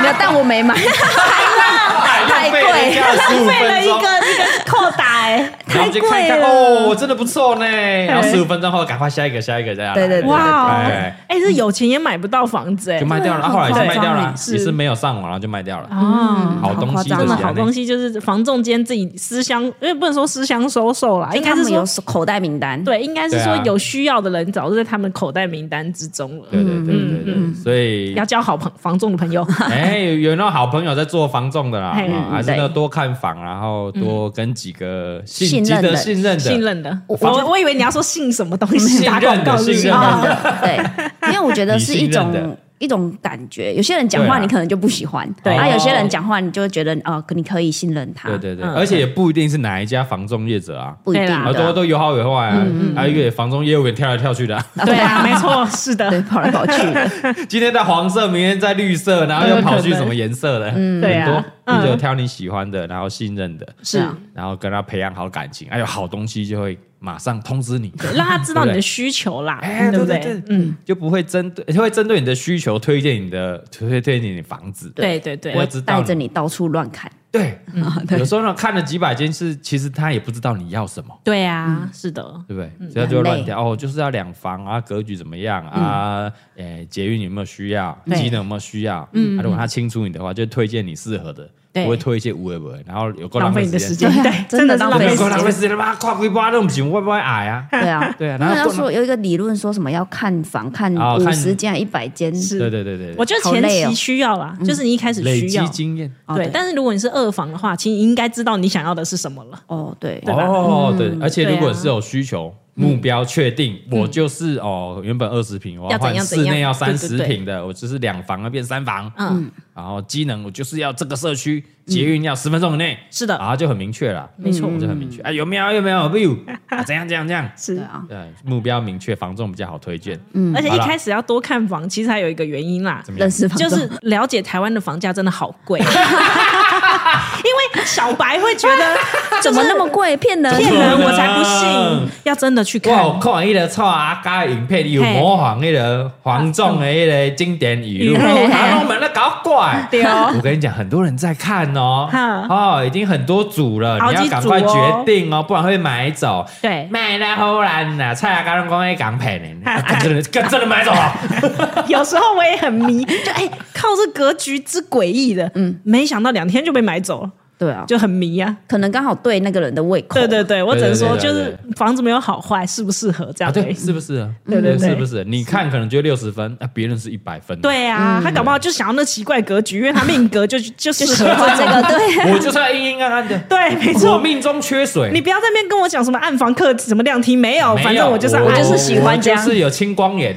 [SPEAKER 3] 没有，但我没买，
[SPEAKER 1] 太
[SPEAKER 3] 太贵
[SPEAKER 1] 十五
[SPEAKER 2] 费
[SPEAKER 1] 分
[SPEAKER 2] 了一
[SPEAKER 1] 钟，
[SPEAKER 2] 个一个扣打哎，
[SPEAKER 1] 然后我们就
[SPEAKER 3] 太
[SPEAKER 1] 看一看
[SPEAKER 3] 贵了
[SPEAKER 1] 哦，真的不错呢，然后十五分钟后赶快下一个、下一个这样，
[SPEAKER 3] 对对对
[SPEAKER 2] 哇，
[SPEAKER 1] 哎
[SPEAKER 2] 哦，哎，这有钱也买不到房子哎
[SPEAKER 1] 就，卖掉了，啊后来就卖掉了，
[SPEAKER 2] 对
[SPEAKER 1] 也是没有上网，然后就卖掉了。
[SPEAKER 2] 哦。
[SPEAKER 1] 好东西
[SPEAKER 3] 好夸张
[SPEAKER 1] 的
[SPEAKER 3] 哦
[SPEAKER 2] 真的
[SPEAKER 1] 钱
[SPEAKER 2] 好东西就是房仲间自己私相，因为不能说私相收受啦，应该是
[SPEAKER 3] 他们有
[SPEAKER 2] 说
[SPEAKER 3] 口袋名单，
[SPEAKER 2] 对，应该是
[SPEAKER 1] 对啊
[SPEAKER 2] 说有需要的人早就在他们口袋名单之中了。
[SPEAKER 1] 对对对对对对，所以
[SPEAKER 2] 要交好朋房仲的朋 友，
[SPEAKER 1] 哎，有有那种好朋友在做房仲的啦，
[SPEAKER 2] 嘿
[SPEAKER 1] 啊还是
[SPEAKER 3] 对
[SPEAKER 1] 要多看房，然后多跟几个信
[SPEAKER 3] 信
[SPEAKER 1] 值
[SPEAKER 3] 任
[SPEAKER 1] 得
[SPEAKER 3] 的
[SPEAKER 1] 信任的
[SPEAKER 2] 信任的，我
[SPEAKER 3] 我
[SPEAKER 2] 我我以为你要说信什么东西，
[SPEAKER 1] 信
[SPEAKER 2] 打
[SPEAKER 1] 任
[SPEAKER 2] 广告
[SPEAKER 1] 的
[SPEAKER 2] 是哦不
[SPEAKER 1] 信
[SPEAKER 2] 是
[SPEAKER 1] 任？
[SPEAKER 3] 啊
[SPEAKER 1] 的，
[SPEAKER 3] 对，因为我觉得是一
[SPEAKER 1] 你信任
[SPEAKER 3] 种。一种感觉，有些人讲
[SPEAKER 1] 对啊
[SPEAKER 3] 话你可能就不喜欢，啊
[SPEAKER 2] 对
[SPEAKER 3] 然后有些
[SPEAKER 1] 哦
[SPEAKER 3] 人讲话你就会觉得哦，你可以信任他，
[SPEAKER 1] 对对对，
[SPEAKER 2] 嗯
[SPEAKER 1] 而且也不一定是哪一家房仲业者啊。
[SPEAKER 3] 不一定
[SPEAKER 2] 对啦
[SPEAKER 1] 啊，
[SPEAKER 3] 的
[SPEAKER 1] 多都有好有坏啊，还有一个也房仲业务员跳来跳去的啊，
[SPEAKER 2] 对啊，没错，是的，
[SPEAKER 3] 对，跑来跑去的，
[SPEAKER 1] 今天在黄色，明天在绿色，然后又跑去什么颜色的，很
[SPEAKER 2] 对啊
[SPEAKER 1] 多，
[SPEAKER 2] 嗯
[SPEAKER 1] 你就挑你喜欢的，然后信任的，
[SPEAKER 3] 是啊
[SPEAKER 1] 然后跟他培养好感情，哎有好东西就会马上通知你，
[SPEAKER 2] 让他知道你的需求啦，
[SPEAKER 1] 哎，对
[SPEAKER 2] 不
[SPEAKER 1] 对对，嗯，就不会针对，会针对你的需求推荐你的推推荐你的房子，
[SPEAKER 2] 对对对
[SPEAKER 1] 不会知道
[SPEAKER 3] 带
[SPEAKER 1] 你
[SPEAKER 3] 着你到处乱 看，
[SPEAKER 1] 对，
[SPEAKER 3] 对
[SPEAKER 1] 有时候呢看了几百间是，其实他也不知道你要什么。
[SPEAKER 2] 对啊，
[SPEAKER 1] 嗯
[SPEAKER 2] 是的，
[SPEAKER 1] 对不对？所以他就会乱挑哦，就是要两房啊，格局怎么样啊？诶，捷运有没有需要？
[SPEAKER 2] 对
[SPEAKER 1] 机能有没有需要？嗯，如果他清楚你的话，就推荐你适合的，
[SPEAKER 2] 对
[SPEAKER 1] 不会推一些无为不为，然后有够
[SPEAKER 2] 浪
[SPEAKER 1] 浪
[SPEAKER 2] 费
[SPEAKER 1] 费
[SPEAKER 2] 你的时
[SPEAKER 1] 间，
[SPEAKER 2] 间，
[SPEAKER 3] 对啊
[SPEAKER 2] 对，
[SPEAKER 3] 真的
[SPEAKER 2] 是
[SPEAKER 3] 是
[SPEAKER 2] 浪
[SPEAKER 3] 浪
[SPEAKER 1] 没有
[SPEAKER 3] 费
[SPEAKER 2] 费
[SPEAKER 3] 时
[SPEAKER 1] 够
[SPEAKER 3] 间
[SPEAKER 1] 浪费时间了吧？跨规划都不行，会不会矮啊？。
[SPEAKER 3] 对啊
[SPEAKER 1] 对啊，
[SPEAKER 3] 他们
[SPEAKER 1] 然
[SPEAKER 3] 要
[SPEAKER 1] 后够
[SPEAKER 3] 说有一个理论，说什么要看房，看
[SPEAKER 1] 哦
[SPEAKER 3] 五
[SPEAKER 1] 看
[SPEAKER 3] 十间、一百间，
[SPEAKER 2] 是
[SPEAKER 1] 对对对对，
[SPEAKER 2] 我觉得
[SPEAKER 3] 好
[SPEAKER 2] 前
[SPEAKER 3] 累哦
[SPEAKER 2] 期需要啦，就是你一开始
[SPEAKER 1] 累
[SPEAKER 2] 需
[SPEAKER 1] 积
[SPEAKER 2] 要，
[SPEAKER 1] 经验
[SPEAKER 3] 哦
[SPEAKER 2] 对
[SPEAKER 3] 对，
[SPEAKER 2] 但是如果你是二房的话，其实你应该知道你想要的是什么了，
[SPEAKER 3] 哦，对，
[SPEAKER 2] 吧
[SPEAKER 1] 哦，对，而且
[SPEAKER 2] 对啊嗯
[SPEAKER 1] 如果是有需求。目标确定，我就是哦，原本二十平，我
[SPEAKER 2] 要怎
[SPEAKER 1] 换
[SPEAKER 2] 样怎
[SPEAKER 1] 室
[SPEAKER 2] 样
[SPEAKER 1] 内要三
[SPEAKER 2] 对
[SPEAKER 1] 十
[SPEAKER 2] 对对
[SPEAKER 1] 平的，我就是两房要变三房，
[SPEAKER 2] 嗯，
[SPEAKER 1] 然后机能我就是要这个社区捷运要十分钟以内，
[SPEAKER 2] 是的，嗯
[SPEAKER 1] 啊就很明确了，
[SPEAKER 2] 没错
[SPEAKER 1] 就很明确，哎有没有有没有有没有，啊怎样怎样怎样，
[SPEAKER 2] 是
[SPEAKER 3] 对。啊，
[SPEAKER 1] 对，目标明确，房仲比较好推荐，
[SPEAKER 2] 而且
[SPEAKER 1] 好
[SPEAKER 2] 一
[SPEAKER 1] 啦
[SPEAKER 2] 开始要多看房，其实还有一个原因啦，
[SPEAKER 1] 怎么样
[SPEAKER 3] 认？识房
[SPEAKER 2] 就
[SPEAKER 3] 东
[SPEAKER 2] 是了解台湾的房价真的好贵，因为小白会觉 得
[SPEAKER 3] 怎么那么贵？骗人！
[SPEAKER 2] 骗
[SPEAKER 1] 怎么
[SPEAKER 2] 人，
[SPEAKER 1] 可能
[SPEAKER 2] 我才不信，要真的去
[SPEAKER 1] 我有看
[SPEAKER 2] 看。
[SPEAKER 1] 迄个臭阿家影片，有
[SPEAKER 3] 嘿
[SPEAKER 1] 模仿迄个黄仲的迄个经典语录，
[SPEAKER 3] 嘿嘿嘿
[SPEAKER 1] 然后我们在搞怪。
[SPEAKER 2] 对哦，
[SPEAKER 1] 我跟你讲，很多人在看哦，
[SPEAKER 2] 哈
[SPEAKER 1] 哦，已经很多组了，
[SPEAKER 2] 好
[SPEAKER 1] 你要
[SPEAKER 2] 几
[SPEAKER 1] 赶
[SPEAKER 2] 组
[SPEAKER 1] 快决
[SPEAKER 2] 哦
[SPEAKER 1] 定哦，不然会买走。
[SPEAKER 2] 对，
[SPEAKER 1] 卖啦，好难呐！蔡阿刚拢讲迄港片的，啊真的，真的买走哦 了。
[SPEAKER 2] 有时候我也很迷，就哎、靠这格局之诡异的，嗯，没想到两天就被买走了，
[SPEAKER 3] 对啊，
[SPEAKER 2] 就很迷啊。
[SPEAKER 3] 可能刚好对那个人的胃口。
[SPEAKER 2] 对对对，我只能说
[SPEAKER 1] 对
[SPEAKER 2] 就
[SPEAKER 1] 对对
[SPEAKER 2] 是房子没有好坏，适不适合这
[SPEAKER 1] 啊，
[SPEAKER 2] 样而
[SPEAKER 1] 对，
[SPEAKER 2] 已。
[SPEAKER 1] 是不是啊？
[SPEAKER 2] 对对对
[SPEAKER 1] 是不是？你看可能就六十分，啊，别人是一百分。，
[SPEAKER 2] 对啊，他搞不好就想要那奇怪格局，因为他命 格就就适合
[SPEAKER 3] 然后
[SPEAKER 2] 这
[SPEAKER 3] 这
[SPEAKER 2] 种。
[SPEAKER 3] 个对 啊，
[SPEAKER 1] 我就是要阴阴暗暗的。
[SPEAKER 2] 对，没
[SPEAKER 1] 我
[SPEAKER 2] 错。
[SPEAKER 1] 命中缺水，
[SPEAKER 2] 你不要在那边跟我讲什么暗房客什么量体，没有，
[SPEAKER 1] 没有
[SPEAKER 2] 反正我就是暗，
[SPEAKER 3] 我就是喜欢这样
[SPEAKER 1] 我就是有青光 眼，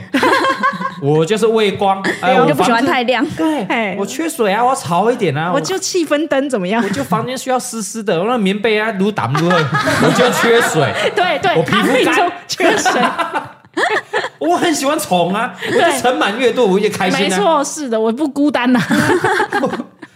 [SPEAKER 1] 我就是畏光， 哎，
[SPEAKER 3] 我就不喜欢
[SPEAKER 1] 房子。
[SPEAKER 3] 太亮。
[SPEAKER 2] 哎
[SPEAKER 1] 对，我缺水啊，我要潮一点啊，
[SPEAKER 2] 我就气氛灯怎么样
[SPEAKER 1] 我？就房间需要湿湿的，我那棉被啊，如打如喝， 我就缺水。
[SPEAKER 2] 对对
[SPEAKER 1] 我皮
[SPEAKER 2] 他
[SPEAKER 1] 肤
[SPEAKER 2] 命
[SPEAKER 1] 干
[SPEAKER 2] 中 缺水，
[SPEAKER 1] 我很喜欢虫啊，我就尘螨越多，我越开
[SPEAKER 2] 没
[SPEAKER 1] 心啊。
[SPEAKER 2] 错，是的，我不孤单 呐。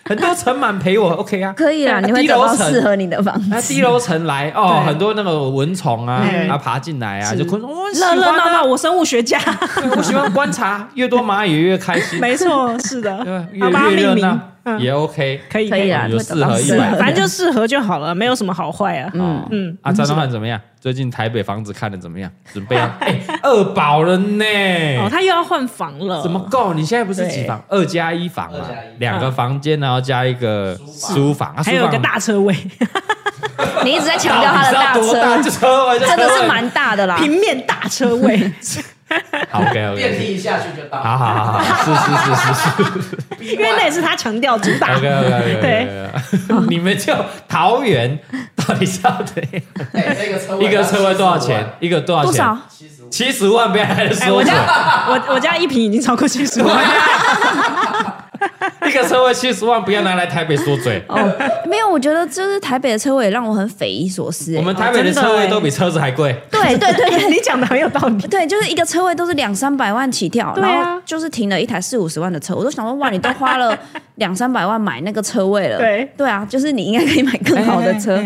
[SPEAKER 1] 很多尘螨陪我，OK 啊。
[SPEAKER 3] 可以啦，你会找到适合你的房
[SPEAKER 1] 那
[SPEAKER 3] 子。
[SPEAKER 1] 低楼层来哦，
[SPEAKER 2] 对
[SPEAKER 1] 很多那个蚊虫啊
[SPEAKER 2] 嗯，
[SPEAKER 1] 啊爬进来啊，就昆虫。我喜
[SPEAKER 2] 热
[SPEAKER 1] 欢
[SPEAKER 2] 热闹
[SPEAKER 1] 啊
[SPEAKER 2] 闹，，我生物学 家，
[SPEAKER 1] 对我喜欢观察，越多蚂蚁越开心，
[SPEAKER 2] 没错，是的，
[SPEAKER 1] 对，
[SPEAKER 2] 好吧，
[SPEAKER 1] 越越热
[SPEAKER 2] 命
[SPEAKER 1] 闹
[SPEAKER 2] 名，嗯
[SPEAKER 1] 也 OK。
[SPEAKER 2] 可以
[SPEAKER 3] 可以
[SPEAKER 2] 啊，
[SPEAKER 3] 啦，
[SPEAKER 1] 有
[SPEAKER 3] 会找到
[SPEAKER 1] 适合
[SPEAKER 3] 适
[SPEAKER 1] 一
[SPEAKER 3] 合
[SPEAKER 1] 百
[SPEAKER 3] 的。
[SPEAKER 2] 反正就适合就好了，没有什么好坏啊。
[SPEAKER 1] 嗯
[SPEAKER 2] 嗯
[SPEAKER 1] 嗯，啊，张东汉怎么样？最近台北房子看的怎么样？准备啊，哎，二保了呢。
[SPEAKER 2] 哦，他又要换房了，
[SPEAKER 1] 哎怎么够？你现在不是几房？二加一房嘛
[SPEAKER 4] 二加，一
[SPEAKER 1] 两个房间，然后加一个书房，啊
[SPEAKER 2] 还有一个，
[SPEAKER 1] 书房
[SPEAKER 2] 大车位，
[SPEAKER 3] 你一直在强调他的大
[SPEAKER 1] 到底是要多大就
[SPEAKER 3] 车，
[SPEAKER 1] 车位，就车
[SPEAKER 3] 真
[SPEAKER 1] 位
[SPEAKER 3] 的是蛮 大的啦。
[SPEAKER 2] 平面大 车位，
[SPEAKER 1] 好 OK
[SPEAKER 4] 电
[SPEAKER 1] OK，
[SPEAKER 4] 梯一下去就到。
[SPEAKER 1] 嗯好好好好，是是是是是。
[SPEAKER 2] 因为那也是他强调主打
[SPEAKER 1] OK。OK OK，你们就桃园到底是要怎样？
[SPEAKER 4] 哎，这个车位
[SPEAKER 1] 一个车位多少钱？？一个多少
[SPEAKER 3] 多
[SPEAKER 1] 钱
[SPEAKER 3] 少？？
[SPEAKER 4] 七十五。
[SPEAKER 1] 七十万，不要来
[SPEAKER 2] 哎，
[SPEAKER 1] 说
[SPEAKER 2] 我
[SPEAKER 1] 嘴
[SPEAKER 2] 家。我我家一平已经超过七十万，
[SPEAKER 1] 一个车位七十万，不要拿来台北说嘴。
[SPEAKER 3] 哦，没有，我觉得就是台北的车位让我很匪夷所思。
[SPEAKER 1] 我
[SPEAKER 3] 哎
[SPEAKER 1] 们台北的车位都比车子还贵，
[SPEAKER 3] 对 对对 对，
[SPEAKER 2] 你讲的很有道理。
[SPEAKER 3] 对，就是一个车位都是两三百万起跳，
[SPEAKER 2] 对啊
[SPEAKER 3] 然后就是停了一台四五十万的车，我都想说，哇，你都 花了两三百万买那个车位了，
[SPEAKER 2] 对
[SPEAKER 3] 对啊，就是你应该可以买更好
[SPEAKER 1] 哎
[SPEAKER 3] 的车。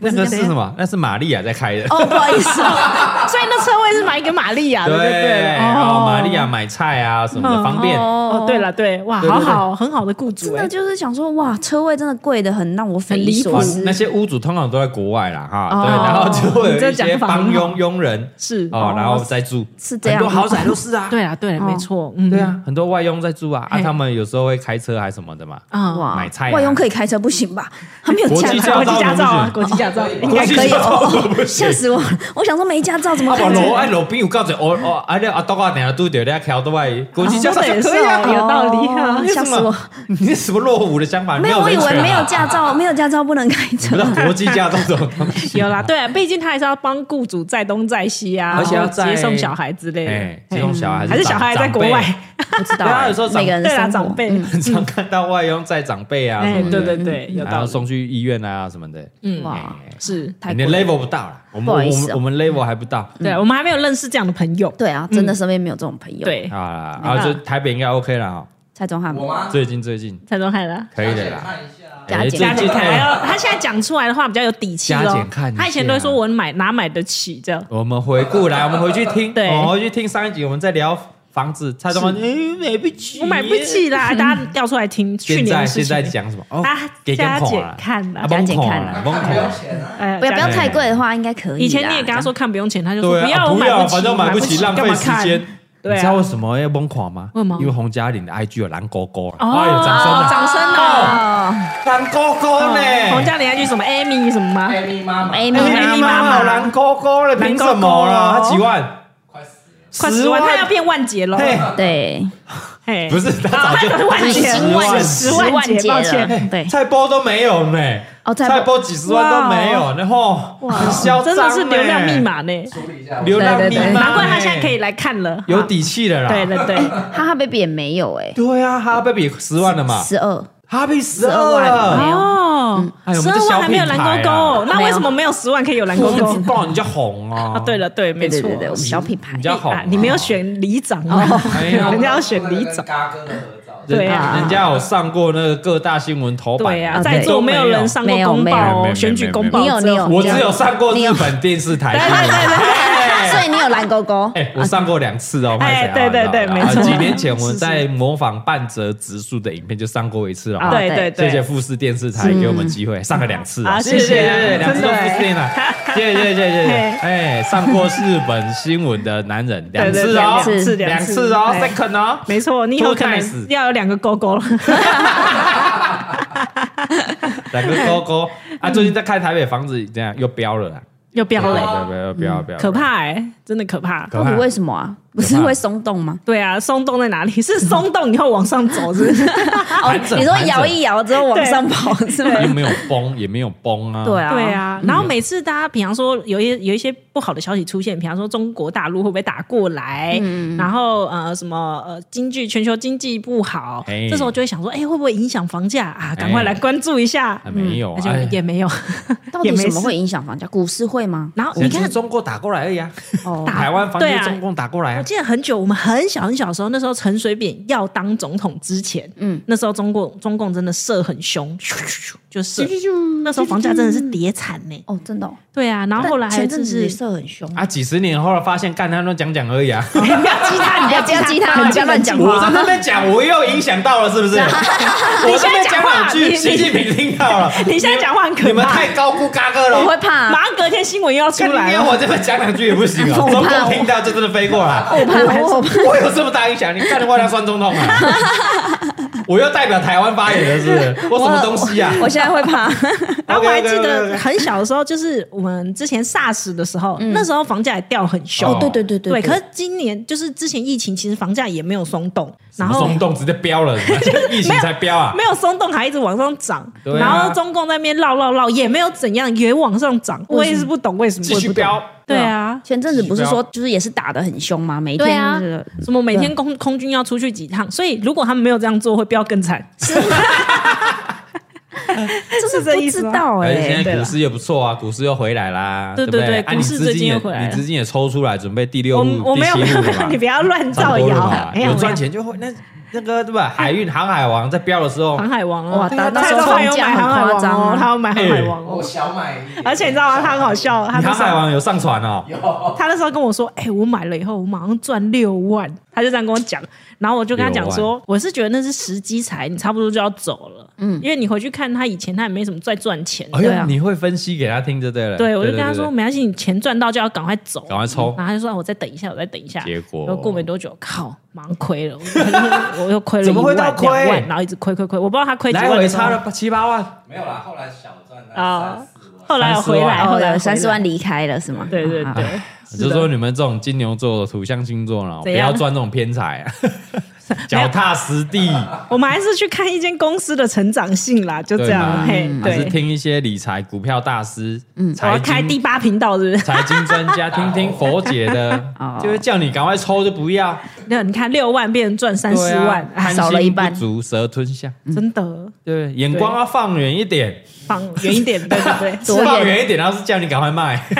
[SPEAKER 1] 那个是什么？那是玛利亚在开的。
[SPEAKER 3] 哦，不好 意思哦，
[SPEAKER 2] 所以那车位是买给玛利亚的，对不
[SPEAKER 1] 对，
[SPEAKER 2] 对？
[SPEAKER 1] 哦，玛利亚买菜啊什么
[SPEAKER 2] 嗯
[SPEAKER 1] 的方便。
[SPEAKER 3] 哦
[SPEAKER 2] 哦，对，了，对，哇，
[SPEAKER 1] 对
[SPEAKER 2] 好
[SPEAKER 1] 对对
[SPEAKER 2] 好，很好的雇主
[SPEAKER 3] 真的
[SPEAKER 2] 哎，
[SPEAKER 3] 就是想说，哇，车位真的贵的很，让我匪夷所
[SPEAKER 1] 哇
[SPEAKER 3] 思
[SPEAKER 1] 那。些屋主通常都在国外啦，哈，对，
[SPEAKER 3] 哦
[SPEAKER 1] 然后就会
[SPEAKER 2] 你
[SPEAKER 1] 有
[SPEAKER 2] 这
[SPEAKER 1] 一些
[SPEAKER 2] 讲法
[SPEAKER 1] 帮
[SPEAKER 2] 很好
[SPEAKER 1] 佣佣人
[SPEAKER 2] 是
[SPEAKER 1] 哦，然后再住，
[SPEAKER 3] 是这样
[SPEAKER 1] 很多豪宅都是啊，
[SPEAKER 2] 对啊，对，
[SPEAKER 3] 哦
[SPEAKER 2] 没错，嗯，
[SPEAKER 1] 对啊，很多外佣在住啊，啊，
[SPEAKER 2] 嘿
[SPEAKER 1] 他们有时候会开车还什么的嘛。
[SPEAKER 2] 啊，哇，
[SPEAKER 1] 买菜啊
[SPEAKER 3] 外佣可以开车不行吧？他没有
[SPEAKER 1] 国
[SPEAKER 3] 驾
[SPEAKER 1] 际驾
[SPEAKER 2] 国
[SPEAKER 3] 照，
[SPEAKER 1] 照
[SPEAKER 2] 际驾照啊，
[SPEAKER 1] 能
[SPEAKER 2] 国际驾照应
[SPEAKER 3] 应该
[SPEAKER 2] 该
[SPEAKER 3] 可以
[SPEAKER 1] 哦国际驾照
[SPEAKER 3] 哦
[SPEAKER 1] 不，行
[SPEAKER 3] 吓死我！了！我想说没驾照怎么
[SPEAKER 2] 哦
[SPEAKER 1] 啊，
[SPEAKER 3] 开
[SPEAKER 1] 我
[SPEAKER 3] 车？
[SPEAKER 1] 路哎，路边有够多，我我啊，你阿东啊，等下拄着你桥都外国际驾照
[SPEAKER 2] 也是
[SPEAKER 1] 可以啊。
[SPEAKER 2] 哦有道理啊
[SPEAKER 3] 哦。吓死我！
[SPEAKER 1] 你是什么落伍的想法？
[SPEAKER 3] 没有，我以
[SPEAKER 1] 人权
[SPEAKER 3] 为
[SPEAKER 1] 啊
[SPEAKER 3] 没 有，驾照，没有驾照不能开
[SPEAKER 1] 不知。
[SPEAKER 3] 车
[SPEAKER 1] 道国际驾照这种东 西。
[SPEAKER 2] 有啦，对啊，毕竟他还是要帮雇主在东在西啊，
[SPEAKER 1] 而且要
[SPEAKER 2] 然后
[SPEAKER 1] 在
[SPEAKER 2] 接送小孩之类
[SPEAKER 1] 哎，
[SPEAKER 2] 的，
[SPEAKER 1] 这种小孩
[SPEAKER 2] 还是
[SPEAKER 1] 长
[SPEAKER 2] 小孩在国
[SPEAKER 1] 长辈
[SPEAKER 2] 外，
[SPEAKER 3] 不知
[SPEAKER 1] 对
[SPEAKER 3] 道
[SPEAKER 1] 啊
[SPEAKER 3] 欸
[SPEAKER 1] 有时候长
[SPEAKER 3] 每个人的
[SPEAKER 2] 对啦，
[SPEAKER 3] 生活
[SPEAKER 2] 长辈，
[SPEAKER 1] 很常看到外佣载长辈啊
[SPEAKER 2] 哎
[SPEAKER 1] 什，么
[SPEAKER 2] 对
[SPEAKER 1] 的，
[SPEAKER 2] 对对，有
[SPEAKER 1] 然
[SPEAKER 2] 道
[SPEAKER 1] 后
[SPEAKER 2] 理，
[SPEAKER 1] 送去医院啊什么的。
[SPEAKER 2] 嗯，
[SPEAKER 3] 哇，
[SPEAKER 2] 是，
[SPEAKER 3] 太
[SPEAKER 1] 你
[SPEAKER 3] 贵
[SPEAKER 1] 的
[SPEAKER 3] 了
[SPEAKER 1] level 不到啦，我们
[SPEAKER 3] 不好
[SPEAKER 1] 我
[SPEAKER 3] 意思
[SPEAKER 1] 们
[SPEAKER 3] 哦
[SPEAKER 1] 我们 level 还不到
[SPEAKER 2] 啊对我们还没有认识这样的朋友，
[SPEAKER 3] 对啊，真的身边没有这种朋友。，
[SPEAKER 2] 对，
[SPEAKER 1] 啊，
[SPEAKER 2] 没办
[SPEAKER 1] 啊，
[SPEAKER 2] 法啊
[SPEAKER 1] 就台北应该 OK 了哈，
[SPEAKER 3] 蔡宗翰
[SPEAKER 4] 我吗？
[SPEAKER 1] 最近最近
[SPEAKER 2] 蔡宗翰啦。
[SPEAKER 1] 可以的
[SPEAKER 4] 加减
[SPEAKER 1] 啦。
[SPEAKER 4] 看一下啊。
[SPEAKER 3] 加
[SPEAKER 1] 啊哎最
[SPEAKER 3] 减
[SPEAKER 2] 加减
[SPEAKER 1] 近
[SPEAKER 2] 看，
[SPEAKER 1] 哎
[SPEAKER 2] 还有他现在讲出来的话比较有底气
[SPEAKER 1] 加
[SPEAKER 2] 咯
[SPEAKER 1] 减看一下啊
[SPEAKER 2] 他以前都会说我买哪买得起这样，
[SPEAKER 1] 我们回顾 来，我们回去听，
[SPEAKER 2] 对
[SPEAKER 1] 我们回去听上一集，我们在聊房子，蔡宗汉，哎，买不起，
[SPEAKER 2] 我买不。起 啦，大家调出来听去
[SPEAKER 1] 现
[SPEAKER 2] 年
[SPEAKER 1] 在
[SPEAKER 2] 的事
[SPEAKER 1] 现在
[SPEAKER 2] 情。
[SPEAKER 1] 讲什么？哦
[SPEAKER 2] 啊，
[SPEAKER 1] 给给
[SPEAKER 2] 加减
[SPEAKER 1] 啊，
[SPEAKER 2] 看啦
[SPEAKER 1] 啊
[SPEAKER 3] 加
[SPEAKER 1] 崩
[SPEAKER 3] 减
[SPEAKER 1] 口
[SPEAKER 3] 看
[SPEAKER 1] 啊
[SPEAKER 3] 啦
[SPEAKER 1] 崩
[SPEAKER 4] 不用
[SPEAKER 1] 口。
[SPEAKER 4] 钱啊。
[SPEAKER 2] 哎
[SPEAKER 3] 不要不要
[SPEAKER 2] 加减
[SPEAKER 3] 太贵的话，应该可以啦。
[SPEAKER 2] 以前你也跟他说看不用钱，他就说
[SPEAKER 1] 对啊，
[SPEAKER 2] 要，我
[SPEAKER 1] 不
[SPEAKER 2] 买
[SPEAKER 1] 要，
[SPEAKER 2] 起，
[SPEAKER 1] 反正买
[SPEAKER 2] 不
[SPEAKER 1] 不起，浪
[SPEAKER 2] 干
[SPEAKER 1] 费
[SPEAKER 2] 嘛
[SPEAKER 1] 时
[SPEAKER 2] 看
[SPEAKER 1] 间。
[SPEAKER 2] 对啊
[SPEAKER 1] 你知道为什么要崩垮吗？
[SPEAKER 2] 为什么
[SPEAKER 1] 因为洪嘉玲的 IG 有蓝勾勾了。
[SPEAKER 2] 哦
[SPEAKER 1] 哎呦，掌声啊！
[SPEAKER 2] 掌声啊！
[SPEAKER 3] 哦，
[SPEAKER 1] 蓝勾勾呢？
[SPEAKER 2] 洪嘉玲还去什么 Amy 什么吗？
[SPEAKER 4] 艾米妈妈，
[SPEAKER 3] 哎，
[SPEAKER 1] 哎
[SPEAKER 3] 没
[SPEAKER 2] 哎
[SPEAKER 3] 啦
[SPEAKER 1] 你妈妈有蓝勾勾了，凭什么啦？
[SPEAKER 2] 蓝勾勾哦
[SPEAKER 1] 他几万？
[SPEAKER 4] 快死了！
[SPEAKER 2] 快十万，他要变万劫喽！
[SPEAKER 1] 嘿，
[SPEAKER 3] 对，
[SPEAKER 2] 嘿
[SPEAKER 1] 不是他早就
[SPEAKER 2] 啊万劫，
[SPEAKER 1] 十万
[SPEAKER 2] 十万
[SPEAKER 3] 十万
[SPEAKER 2] 劫，
[SPEAKER 3] 劫
[SPEAKER 2] 抱
[SPEAKER 3] 了
[SPEAKER 2] 歉，
[SPEAKER 3] 对
[SPEAKER 1] 菜包都没有呢。
[SPEAKER 3] 哦蔡波
[SPEAKER 1] 菜包几十万都没有，然后很嚣张，
[SPEAKER 2] 哦真的是流量密，码呢，
[SPEAKER 4] 处理一下。
[SPEAKER 1] 流量密
[SPEAKER 3] 对对
[SPEAKER 1] 码，
[SPEAKER 3] 对
[SPEAKER 2] 难怪他现在可以来看了，
[SPEAKER 1] 欸有
[SPEAKER 2] 哈。
[SPEAKER 1] 底啊气了啦。
[SPEAKER 2] 对对对，
[SPEAKER 3] 哈哈 baby 也没有哎，
[SPEAKER 1] 对啊，哈贝比十万了嘛，
[SPEAKER 3] 十二
[SPEAKER 1] 哈贝十二
[SPEAKER 3] 12万
[SPEAKER 1] 了
[SPEAKER 3] 没。有嗯
[SPEAKER 2] 哦
[SPEAKER 1] 哎，我
[SPEAKER 2] 十
[SPEAKER 1] 们
[SPEAKER 2] 二
[SPEAKER 1] 这
[SPEAKER 2] 万
[SPEAKER 1] 小
[SPEAKER 2] 还没有
[SPEAKER 1] 品
[SPEAKER 2] 蓝
[SPEAKER 1] 牌
[SPEAKER 2] 勾勾
[SPEAKER 1] 啊
[SPEAKER 2] 哦，那为什么没有十万可以有蓝勾
[SPEAKER 1] 我
[SPEAKER 2] 勾
[SPEAKER 1] 们？不然你就红啊！
[SPEAKER 2] 啊，对了，对，没
[SPEAKER 3] 对对
[SPEAKER 2] 错，
[SPEAKER 3] 对对，我们小品牌
[SPEAKER 1] 比较好
[SPEAKER 3] 哦
[SPEAKER 2] 啊，你没有选里长啊，
[SPEAKER 1] 哎呀
[SPEAKER 2] 人家要选里
[SPEAKER 1] 哎
[SPEAKER 2] 长，
[SPEAKER 4] 嘎哥的合照，
[SPEAKER 1] 人
[SPEAKER 2] 对啊
[SPEAKER 1] 人家有上过那个各大新闻头版，
[SPEAKER 2] 对呀、
[SPEAKER 3] 啊
[SPEAKER 2] 在座
[SPEAKER 1] 都没
[SPEAKER 2] 没
[SPEAKER 1] 有
[SPEAKER 2] 有人上过
[SPEAKER 3] 没有
[SPEAKER 2] 公
[SPEAKER 3] 没有
[SPEAKER 1] 没有
[SPEAKER 2] 报
[SPEAKER 1] 没有
[SPEAKER 2] 哦，选举公
[SPEAKER 1] 没
[SPEAKER 2] 报
[SPEAKER 3] 有
[SPEAKER 2] 之
[SPEAKER 3] 没有
[SPEAKER 2] 后，
[SPEAKER 1] 我只有上过日本电视
[SPEAKER 2] 啊
[SPEAKER 1] 台新闻。
[SPEAKER 3] 所以你有蓝勾勾，
[SPEAKER 1] 哎、我上过两次哦，拍谁、啊？
[SPEAKER 2] 哎对对
[SPEAKER 1] 你知道吗
[SPEAKER 2] 对没错
[SPEAKER 1] 啊几年前我们在模仿半泽直树的影片就上过一次了。
[SPEAKER 3] 啊
[SPEAKER 2] 对
[SPEAKER 1] 谢
[SPEAKER 2] 对
[SPEAKER 3] 对
[SPEAKER 2] 对，
[SPEAKER 1] 谢富士电视台给我们机会，上了两次
[SPEAKER 2] 啊
[SPEAKER 1] 谢
[SPEAKER 2] 谢
[SPEAKER 1] 谢
[SPEAKER 2] 谢
[SPEAKER 1] 谢谢，两次都
[SPEAKER 2] 真的哎
[SPEAKER 1] 富士电台，谢谢谢谢谢谢谢谢
[SPEAKER 2] 嘿。
[SPEAKER 1] 哎，上过日本新闻的男人两
[SPEAKER 2] 对对
[SPEAKER 1] 次
[SPEAKER 2] 对
[SPEAKER 1] 哦
[SPEAKER 2] 两，次
[SPEAKER 1] 两
[SPEAKER 2] 两
[SPEAKER 1] 次
[SPEAKER 2] 次
[SPEAKER 1] 哦
[SPEAKER 2] 哎
[SPEAKER 1] ，second 哦，
[SPEAKER 2] 没错，你以后可
[SPEAKER 1] 多 nice
[SPEAKER 2] 能要有两个勾勾了。
[SPEAKER 1] 两个勾 勾啊。最近在看台北房子，这样又飙了啦，
[SPEAKER 2] 又飙
[SPEAKER 1] 对
[SPEAKER 2] 了，
[SPEAKER 1] 对对，又飙了飙了，
[SPEAKER 2] 可怕哎、真的可怕。
[SPEAKER 1] 可
[SPEAKER 3] 到
[SPEAKER 1] 怕
[SPEAKER 3] 底。为什么啊？不是会松动吗？
[SPEAKER 2] 对啊，松动在哪里？ 是松动以后往上走，是不 是？
[SPEAKER 3] 哦，你说摇一摇之后往上跑是吗？
[SPEAKER 1] 又没有崩，也没有崩啊。
[SPEAKER 3] 对啊，
[SPEAKER 2] 对，啊。然后每次大家，比方说有一些有一些不好的消息出现，比方说中国大陆会不会打过来，
[SPEAKER 3] 嗯
[SPEAKER 2] 然后呃什么呃经济全球经济不好
[SPEAKER 1] 哎，
[SPEAKER 2] 这时候就会想说，哎、会不会影响房价啊？赶快
[SPEAKER 1] 哎
[SPEAKER 2] 来关注一下。
[SPEAKER 1] 啊，没有
[SPEAKER 2] 嗯而
[SPEAKER 1] 啊，
[SPEAKER 2] 且
[SPEAKER 1] 哎
[SPEAKER 2] 也没有，
[SPEAKER 3] 到底
[SPEAKER 2] 也没
[SPEAKER 3] 什么
[SPEAKER 2] 事
[SPEAKER 3] 会影响房价？股市会吗？
[SPEAKER 2] 然后
[SPEAKER 1] 你
[SPEAKER 2] 你
[SPEAKER 1] 看
[SPEAKER 2] 看，
[SPEAKER 1] 中国打过来而已啊，
[SPEAKER 3] 哦，
[SPEAKER 1] 台湾防
[SPEAKER 2] 对
[SPEAKER 1] 御
[SPEAKER 2] 啊
[SPEAKER 1] 中共打过来
[SPEAKER 2] 我
[SPEAKER 1] 啊，
[SPEAKER 2] 记得很久，我们很小很小的时候，那时候陈水扁要当总统之前，
[SPEAKER 3] 嗯
[SPEAKER 2] 嗯，那时候中共中共真的射很凶，咻咻咻就射，那时候房价真的是跌惨呢。
[SPEAKER 3] 哦，真的哦。
[SPEAKER 2] 对啊，然后后来还
[SPEAKER 3] 前
[SPEAKER 2] 有
[SPEAKER 3] 阵
[SPEAKER 2] 就是
[SPEAKER 3] 子射很凶，
[SPEAKER 1] 啊，几十年后了发现，干他都讲讲而已 啊，
[SPEAKER 2] 你不要激他，你
[SPEAKER 3] 不要
[SPEAKER 2] 激
[SPEAKER 3] 激他
[SPEAKER 2] 很
[SPEAKER 3] 不要乱讲
[SPEAKER 1] 我在那边讲，我又影响到了， 是不是？我这边讲两
[SPEAKER 2] 你
[SPEAKER 1] 句，
[SPEAKER 2] 你
[SPEAKER 1] 习近平听到了，
[SPEAKER 2] 你现在讲话很
[SPEAKER 1] 你
[SPEAKER 2] 可
[SPEAKER 1] 们
[SPEAKER 2] 怕，
[SPEAKER 1] 太高估嘎哥
[SPEAKER 3] 我
[SPEAKER 1] 了。
[SPEAKER 3] 会怕
[SPEAKER 2] 马
[SPEAKER 3] 啊，
[SPEAKER 2] 上隔天新闻又要出
[SPEAKER 1] 干
[SPEAKER 2] 来
[SPEAKER 1] 你
[SPEAKER 2] 了
[SPEAKER 1] 娘，。我这边讲两句也不行啊，
[SPEAKER 3] 我
[SPEAKER 1] 中
[SPEAKER 3] 怕
[SPEAKER 1] 共
[SPEAKER 3] 我
[SPEAKER 1] 听到就真的飞过来，
[SPEAKER 3] 我怕我怕。
[SPEAKER 1] 我有这么大影响力，干我要算总统 啊！我又代表台湾发言了，是不 是？我什么东西啊？
[SPEAKER 3] 我现在会怕，
[SPEAKER 2] 然后我还记
[SPEAKER 1] OK，OK，OK，OK
[SPEAKER 2] 得很小的时候，就是我们之前 SARS 的时候，那时候房价也掉很凶。
[SPEAKER 1] 哦对
[SPEAKER 3] 嗯对对对对
[SPEAKER 2] 可是今年就是之前疫情，其实房价也没有松动，然后
[SPEAKER 1] 松动直接飙 了，疫情才飙啊！
[SPEAKER 2] 没有松动，还一直往上涨。
[SPEAKER 1] 对啊
[SPEAKER 2] 然后中共在那边绕绕绕，也没有怎样，也往上涨。我也是不懂为什么
[SPEAKER 1] 继续。飙，
[SPEAKER 2] 对啊，
[SPEAKER 3] 前阵子不是
[SPEAKER 1] 不
[SPEAKER 3] 说
[SPEAKER 1] 要
[SPEAKER 3] 就是也是打得很凶吗？每
[SPEAKER 2] 对
[SPEAKER 3] 天
[SPEAKER 2] 啊
[SPEAKER 3] 就是
[SPEAKER 2] 什么每天空空军要出去几趟，所以如果他们没有这样做，会飙更惨。
[SPEAKER 3] 就是
[SPEAKER 2] 是这
[SPEAKER 3] 不
[SPEAKER 2] 意
[SPEAKER 3] 知
[SPEAKER 2] 思吗
[SPEAKER 3] 道
[SPEAKER 1] 而且
[SPEAKER 3] 哎
[SPEAKER 1] 现，在
[SPEAKER 2] 对
[SPEAKER 1] 股
[SPEAKER 2] 了
[SPEAKER 1] 市也不错啊，股市又回来啦，
[SPEAKER 2] 对
[SPEAKER 1] 不
[SPEAKER 2] 对对
[SPEAKER 1] 啊，你
[SPEAKER 2] 股市
[SPEAKER 1] 资
[SPEAKER 2] 最近
[SPEAKER 1] 金也
[SPEAKER 2] 又回来
[SPEAKER 1] 你
[SPEAKER 2] 了
[SPEAKER 1] 资金也抽出来，准备第六
[SPEAKER 2] 我
[SPEAKER 1] 路、
[SPEAKER 2] 我
[SPEAKER 1] 第
[SPEAKER 2] 没有
[SPEAKER 1] 七
[SPEAKER 2] 没
[SPEAKER 1] 路
[SPEAKER 2] 有
[SPEAKER 1] 了吧？，
[SPEAKER 2] 你不要乱
[SPEAKER 1] 差
[SPEAKER 2] 造
[SPEAKER 1] 不多了
[SPEAKER 2] 谣哎
[SPEAKER 1] 吧。
[SPEAKER 2] 没
[SPEAKER 1] 有
[SPEAKER 2] 没
[SPEAKER 1] 赚钱就会那那个对 吧？海运航海王在飙的时候，
[SPEAKER 2] 航海王
[SPEAKER 3] 哇
[SPEAKER 2] 啊，
[SPEAKER 3] 哦那
[SPEAKER 2] 蔡
[SPEAKER 3] 时候
[SPEAKER 2] 宗汉有
[SPEAKER 3] 房价
[SPEAKER 2] 买
[SPEAKER 3] 很
[SPEAKER 2] 航海
[SPEAKER 3] 夸
[SPEAKER 2] 王
[SPEAKER 3] 张啊
[SPEAKER 2] 哦，他有买航海王
[SPEAKER 4] 我
[SPEAKER 2] 哦。
[SPEAKER 4] 小买一点，
[SPEAKER 2] 而且你知道吗？他很好笑，他
[SPEAKER 1] 你
[SPEAKER 2] 那
[SPEAKER 1] 航
[SPEAKER 2] 时
[SPEAKER 1] 海
[SPEAKER 2] 候
[SPEAKER 1] 王有上船哦，
[SPEAKER 2] 他那时候跟我说：“哎、我买了以后，我马上赚六万。”他就这样跟我讲，然后我就跟他讲
[SPEAKER 1] 六
[SPEAKER 2] 说：“我是觉得那是时机财，你差不多就要走了。嗯，因为你回去看他以前，他也没什么在赚钱。
[SPEAKER 1] 哎
[SPEAKER 3] 对
[SPEAKER 1] 呦，
[SPEAKER 3] 啊
[SPEAKER 1] 你会分析给他听就对了。
[SPEAKER 2] 对，我就跟他
[SPEAKER 1] 对
[SPEAKER 2] 说，
[SPEAKER 1] 对
[SPEAKER 2] 没关系，你钱赚到就要赶快走，
[SPEAKER 1] 赶快抽
[SPEAKER 2] 然后他就说：“啊我再等一下，我再等一下。”
[SPEAKER 1] 结果
[SPEAKER 2] 然后过没多久，靠，马上亏了，我我又 亏了
[SPEAKER 1] 怎么会
[SPEAKER 2] 一万
[SPEAKER 1] 到亏
[SPEAKER 2] 两万，然后一直亏亏亏，我不知道他亏
[SPEAKER 1] 对
[SPEAKER 2] 哎几
[SPEAKER 1] 来
[SPEAKER 2] 万的
[SPEAKER 1] 回
[SPEAKER 2] 时
[SPEAKER 1] 差
[SPEAKER 2] 候。
[SPEAKER 1] 了七八万，
[SPEAKER 4] 没有啦，后来小赚了
[SPEAKER 2] 啊
[SPEAKER 4] 三四万。
[SPEAKER 2] 后来有回来，
[SPEAKER 1] 30万
[SPEAKER 2] 后来有回来
[SPEAKER 3] 哦三十万，离开了是吗？
[SPEAKER 2] 对对
[SPEAKER 3] 啊
[SPEAKER 2] 对，，
[SPEAKER 1] 我
[SPEAKER 2] 是
[SPEAKER 1] 就
[SPEAKER 2] 的
[SPEAKER 1] 说你们这种金牛座、土象星座呢，不
[SPEAKER 2] 怎样
[SPEAKER 1] 要赚这种偏 财啊，脚踏实地，
[SPEAKER 2] 我们还是去看一间公司的成长性啦，就这
[SPEAKER 1] 对嘛
[SPEAKER 2] 样，嘿，
[SPEAKER 1] 嗯还是
[SPEAKER 2] 对。
[SPEAKER 1] 听一些理财、股票大师，嗯，
[SPEAKER 2] 我要开第八频道，是不 是？
[SPEAKER 1] 财经专家，听听佛姐的
[SPEAKER 3] 哦，
[SPEAKER 1] 就是叫你赶快抽就不要，
[SPEAKER 2] 那你看六万变成赚三
[SPEAKER 1] 对
[SPEAKER 2] 十
[SPEAKER 1] 啊
[SPEAKER 2] 万，哎
[SPEAKER 1] 贪
[SPEAKER 3] 少了一
[SPEAKER 1] 心不
[SPEAKER 3] 半
[SPEAKER 1] 足蛇吞象，
[SPEAKER 2] 真的
[SPEAKER 1] 对不对？眼光要放远一点，
[SPEAKER 2] 放远一 点，对对对，
[SPEAKER 3] 多远
[SPEAKER 1] 放远一点，然后是叫你赶快卖，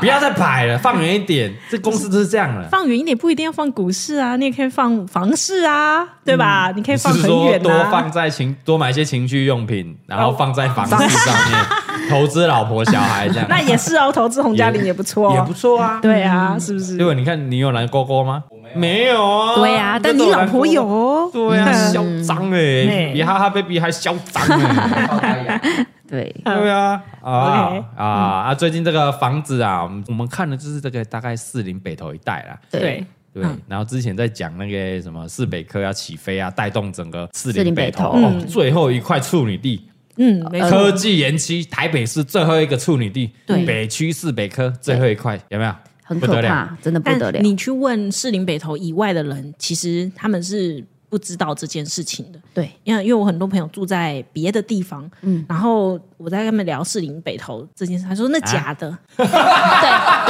[SPEAKER 1] 不要再摆了，放远一点，这公司就是这样了。
[SPEAKER 2] 放远一点不一定要放股市啊，你也可以放房市啊，对吧？你可以
[SPEAKER 1] 嗯你是
[SPEAKER 2] 放
[SPEAKER 1] 不是
[SPEAKER 2] 很
[SPEAKER 1] 说
[SPEAKER 2] 远
[SPEAKER 1] 多放
[SPEAKER 2] 啊。
[SPEAKER 1] 在情多买一些情趣用品，然后放在房子上面，投资老婆小孩这样，
[SPEAKER 2] 那也是哦，投资洪嘉玲也不错
[SPEAKER 1] 也
[SPEAKER 2] 哦
[SPEAKER 1] 不，错啊。
[SPEAKER 2] 对啊，是不是
[SPEAKER 1] 对？吧？你看你有蓝勾勾吗？没有啊。
[SPEAKER 2] 对啊，
[SPEAKER 1] 这
[SPEAKER 2] 但你
[SPEAKER 1] 种
[SPEAKER 2] 老
[SPEAKER 1] 蓝勾勾
[SPEAKER 2] 婆有哦，
[SPEAKER 1] 对啊，
[SPEAKER 2] 嗯
[SPEAKER 1] 嚣张哎，
[SPEAKER 2] 嘿
[SPEAKER 1] 比哈哈 baby 还嚣张 哎。
[SPEAKER 4] 靠他养
[SPEAKER 3] 对，
[SPEAKER 1] 对啊，啊
[SPEAKER 2] 嗯 OK 嗯
[SPEAKER 1] 啊啊！最近这个房子啊，我们我们看的就是这个大概四零北投一带啦。
[SPEAKER 2] 对，
[SPEAKER 1] 对，然后之前在讲那个什么四北科要起飞啊，带动整个四零
[SPEAKER 3] 林
[SPEAKER 1] 北
[SPEAKER 3] 北
[SPEAKER 1] 投
[SPEAKER 3] 投
[SPEAKER 1] 哦最后一块处女地，
[SPEAKER 2] 嗯，没
[SPEAKER 1] 呃科
[SPEAKER 2] 错，
[SPEAKER 1] 技园区台北市最后一个处女地，
[SPEAKER 3] 对
[SPEAKER 1] 北区四北科最后一块有没有？
[SPEAKER 3] 很
[SPEAKER 1] 不
[SPEAKER 3] 可
[SPEAKER 1] 得了，
[SPEAKER 3] 怕，真的不得了
[SPEAKER 2] 但。你去问士林北投以外的人，其实他们是不知道这件事情的。
[SPEAKER 3] 对，
[SPEAKER 2] 因为因为我很多朋友住在别的地方，
[SPEAKER 3] 嗯
[SPEAKER 2] 然后我在跟他们聊士林北投这件事，他说那
[SPEAKER 1] 啊
[SPEAKER 2] 假的，
[SPEAKER 3] 对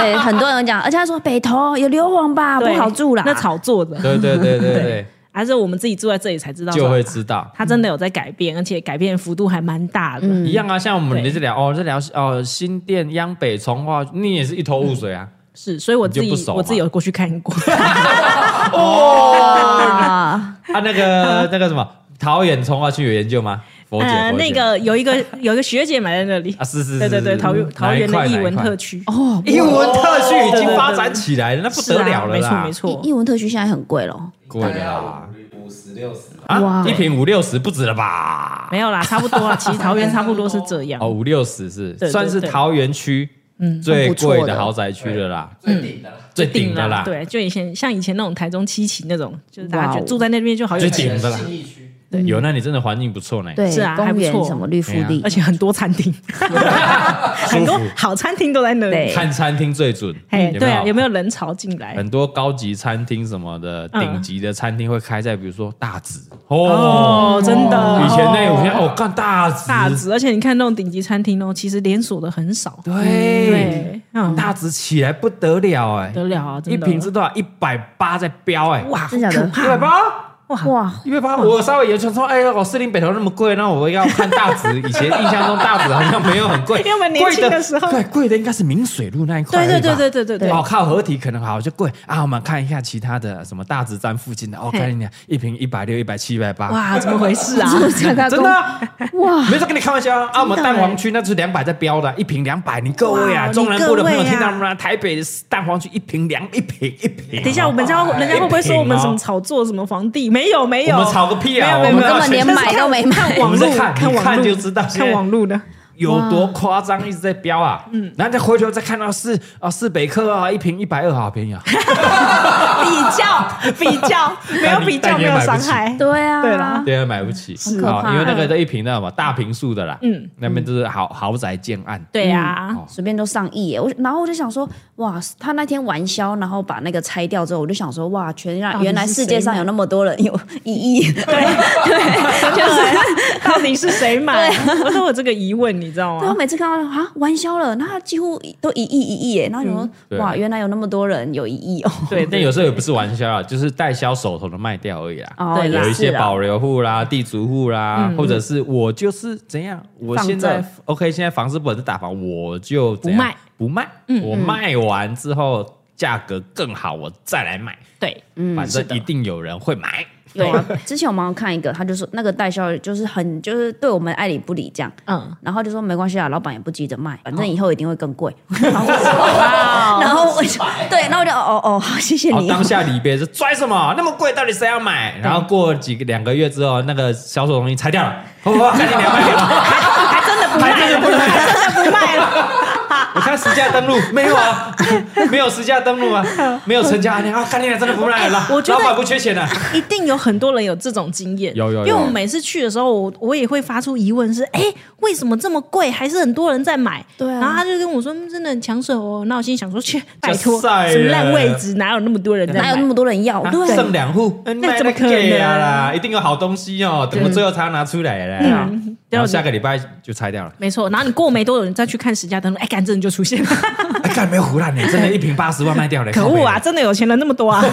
[SPEAKER 3] 对，很多人有讲，而且他说北投有硫磺吧，不
[SPEAKER 2] 对
[SPEAKER 3] 好住啦。
[SPEAKER 2] 那炒作的，
[SPEAKER 1] 对对对对 对，
[SPEAKER 2] 还是我们自己住在这里才知道说，
[SPEAKER 1] 就会知道。
[SPEAKER 2] 它真的有在改变，而且改变幅度还蛮大的。
[SPEAKER 1] 一样啊，像我们
[SPEAKER 2] 嗯对
[SPEAKER 1] 这聊哦，在聊哦新店、央北、从化，你也是一头雾水啊。
[SPEAKER 2] 是，所以我自
[SPEAKER 1] 你就不
[SPEAKER 2] 己
[SPEAKER 1] 熟嘛
[SPEAKER 2] 我自己有过去看 过，
[SPEAKER 3] 啊，
[SPEAKER 1] 啊，那 个那个什么桃园从化区有研究吗？佛姐，
[SPEAKER 2] 呃，
[SPEAKER 1] 佛姐
[SPEAKER 2] 那个有一个有一个学姐买在那里
[SPEAKER 1] 啊，，是是是，
[SPEAKER 2] 对对对，
[SPEAKER 1] 是
[SPEAKER 2] 桃园桃园的艺文特，区哦，
[SPEAKER 1] 哪一块哪一块艺文特区已经发展起来了，那不得了了
[SPEAKER 2] 啊没错
[SPEAKER 1] 啦
[SPEAKER 2] 没，错，
[SPEAKER 3] 英文特区现在很贵咯。
[SPEAKER 1] 贵的啦，
[SPEAKER 4] 五十六十，
[SPEAKER 1] 啊，
[SPEAKER 3] 哇
[SPEAKER 1] 一瓶五六十不止了吧？
[SPEAKER 2] 没有啦，差 不多啊，其实桃园差不多是这样
[SPEAKER 1] 哦，，五六十是
[SPEAKER 2] 对对
[SPEAKER 1] 算是
[SPEAKER 2] 对嗯
[SPEAKER 1] 桃园区最贵的豪宅区了啦，
[SPEAKER 4] 最顶的啦，
[SPEAKER 1] 最顶的啦，
[SPEAKER 2] 对，就以前像以前那种台中七期那种，就是大家觉
[SPEAKER 3] 哇
[SPEAKER 2] 得
[SPEAKER 3] 哦
[SPEAKER 2] 住在那边就好有
[SPEAKER 1] 最 顶的啦
[SPEAKER 4] 信义区，
[SPEAKER 1] 有，那你真的环境不错呢，
[SPEAKER 3] 对
[SPEAKER 2] 是啊还
[SPEAKER 3] 公
[SPEAKER 2] 不
[SPEAKER 3] 园
[SPEAKER 2] 错啊
[SPEAKER 3] 什么绿福 利
[SPEAKER 2] 而，且很多餐厅，很多好餐厅都在那里
[SPEAKER 3] 对。
[SPEAKER 1] 看餐厅最准，
[SPEAKER 2] 哎，对啊，有没
[SPEAKER 1] 嗯有？
[SPEAKER 2] 有人潮进来？
[SPEAKER 1] 很多高级餐厅什么的，
[SPEAKER 2] 嗯
[SPEAKER 1] 顶级的餐厅会开在比如说大直哦，
[SPEAKER 2] 哦，真的，
[SPEAKER 1] 以前那我现在哦，干大直
[SPEAKER 2] 大直，而且你看那种顶级餐厅哦，其实连锁的很少。
[SPEAKER 1] 对，
[SPEAKER 2] 对，嗯，
[SPEAKER 1] 大直起来不得了哎，
[SPEAKER 2] 得了啊，真
[SPEAKER 1] 一
[SPEAKER 2] 的
[SPEAKER 1] 瓶是多少？一百八在飙哎，
[SPEAKER 2] 哇，
[SPEAKER 3] 真假的
[SPEAKER 2] 好可怕
[SPEAKER 1] 一百八。
[SPEAKER 3] 哇，
[SPEAKER 1] 一百八，我稍微有想说，哎呀，我士林北投那么贵，那我要看大直。以前印象中大直好像没有很贵，
[SPEAKER 2] 因为我们年轻的时候
[SPEAKER 1] 贵对贵的应该是明水路那一块
[SPEAKER 2] 对
[SPEAKER 1] 而已吧，
[SPEAKER 2] 对对对对对对，
[SPEAKER 1] 哦，靠合体可能好就贵啊。我们看一下其他的什么大直站附近的，哦，
[SPEAKER 2] 嘿
[SPEAKER 1] 看一下一瓶一百六、一百七、一百八，
[SPEAKER 2] 哇，怎么回事啊？
[SPEAKER 3] 真
[SPEAKER 1] 真的啊
[SPEAKER 3] 哇，
[SPEAKER 1] 没在跟你开玩笑啊。啊，我们
[SPEAKER 3] 真的
[SPEAKER 1] 蛋
[SPEAKER 3] 欸
[SPEAKER 1] 黄区那是两百在标的，一瓶两百，你各位啊，
[SPEAKER 2] 欸哇
[SPEAKER 1] 中南部的朋友
[SPEAKER 2] 你各位啊
[SPEAKER 1] 听到了吗？台北的蛋黄区一瓶两一瓶一瓶，哦
[SPEAKER 2] 等一下，我们家人家会不会说我们什么炒作什么房地？没有没有，
[SPEAKER 1] 我们炒个屁啊
[SPEAKER 2] 没有
[SPEAKER 1] 我
[SPEAKER 2] 没
[SPEAKER 1] 们
[SPEAKER 2] 有，
[SPEAKER 1] 根本连
[SPEAKER 3] 买都没 买
[SPEAKER 2] 看网
[SPEAKER 1] 我们
[SPEAKER 2] 路，
[SPEAKER 1] 在看
[SPEAKER 2] 看
[SPEAKER 1] 你
[SPEAKER 2] 网
[SPEAKER 1] 看
[SPEAKER 2] 路
[SPEAKER 1] 就知道现在
[SPEAKER 2] 看网 路的，
[SPEAKER 1] 有多夸张，一直在标啊。嗯，然后再回头再看到四啊四北科啊，一瓶一百二，好便宜啊。
[SPEAKER 2] 比较比较，没有 比较没有伤害，
[SPEAKER 3] 对啊，
[SPEAKER 2] 对啦
[SPEAKER 1] 对啊，买不起，
[SPEAKER 3] 是
[SPEAKER 1] 啊
[SPEAKER 3] 很可怕
[SPEAKER 1] 因为那个都一瓶那什么大平数的啦，
[SPEAKER 2] 嗯，
[SPEAKER 1] 那边都是豪豪宅建案，
[SPEAKER 2] 对呀，
[SPEAKER 1] 哦
[SPEAKER 3] 随便都上亿耶。我然后我就想说，哇，他那天玩消，然后把那个拆掉之后，我就想说，哇，全
[SPEAKER 2] 到
[SPEAKER 3] 让
[SPEAKER 2] 底是
[SPEAKER 3] 原来世界上
[SPEAKER 2] 谁买
[SPEAKER 3] 有那么多人有一亿，
[SPEAKER 2] 就是到底是谁买？我都有这个疑问，你知道
[SPEAKER 3] 对，我
[SPEAKER 2] 吗？
[SPEAKER 3] 每次看到啊玩消了，那他几乎都一亿一亿耶。然后我
[SPEAKER 1] 嗯对
[SPEAKER 3] 说，哇，原来有那么多人有一亿 哦。
[SPEAKER 2] 对，
[SPEAKER 1] 但
[SPEAKER 2] 对
[SPEAKER 1] 有时候也不是玩笑啊，就是代销手头的卖掉而已啦。
[SPEAKER 3] 哦，
[SPEAKER 2] 对啦
[SPEAKER 1] 有一
[SPEAKER 3] 也
[SPEAKER 1] 些
[SPEAKER 3] 是啊
[SPEAKER 1] 保留户啦、地主户啦，或者是我就是怎样，我
[SPEAKER 3] 放着
[SPEAKER 1] 现在 OK，现在房市不管是打房，我就怎样
[SPEAKER 2] 不卖，
[SPEAKER 1] 不卖，我卖完之后价格更好，我再来买，
[SPEAKER 2] 对，
[SPEAKER 1] 反正一定有人会 买。
[SPEAKER 3] 嗯有啊。之前我们有看一个，他就说那个代销就是很就是对我们爱理不理这样，
[SPEAKER 2] 嗯，
[SPEAKER 3] 然后就说没关系啊，老板也不急着
[SPEAKER 1] 哦
[SPEAKER 3] 卖，反正以后一定会 更贵。然后
[SPEAKER 2] 哦
[SPEAKER 3] 我然后我就对，然后我就哦哦，好，谢谢
[SPEAKER 1] 哦，
[SPEAKER 3] 你。
[SPEAKER 1] 当下离别是拽什么？那么贵，到底谁要买？然后过几个两个月之后，那个销售东西拆掉 了，哦，赶紧两百了，
[SPEAKER 2] 还真的不卖了，还真的不卖了，
[SPEAKER 1] 我看实价登录没有 啊？没有实价登录啊？没有成交案例啊？赶紧真的不卖了，
[SPEAKER 2] 哎我觉
[SPEAKER 1] 老
[SPEAKER 2] 得
[SPEAKER 1] 板不缺钱啊的。
[SPEAKER 2] 一定有很多人有这种经验。
[SPEAKER 1] 有有有
[SPEAKER 2] 因为我每次去的时候，我我也会发出疑问是：哎，为什么这么贵？还是很多人在买？
[SPEAKER 3] 对啊
[SPEAKER 2] 然后他就跟我说：嗯真的很抢手哦。那我心想说：去，拜托，
[SPEAKER 1] 晒了哎嗯
[SPEAKER 2] 什么烂位置，哪有那么多人在
[SPEAKER 3] 哪有那
[SPEAKER 2] 买？
[SPEAKER 3] 么多人要？对，
[SPEAKER 1] 剩两户，嗯
[SPEAKER 2] 那怎么可能
[SPEAKER 1] 卖得贵啊啦？一定有好东西哦，等我最后才拿出来啦。
[SPEAKER 2] 嗯
[SPEAKER 1] 然后下个礼拜就拆掉了。
[SPEAKER 2] 没错，然后你过没多久，你再去看实价登录，哎，干真的就 出现了，
[SPEAKER 1] 哎，干没有胡乱呢，真的，一瓶八十万卖掉了，
[SPEAKER 2] 可
[SPEAKER 1] 靠北
[SPEAKER 2] 恶啊！！真的有钱人那么多 啊，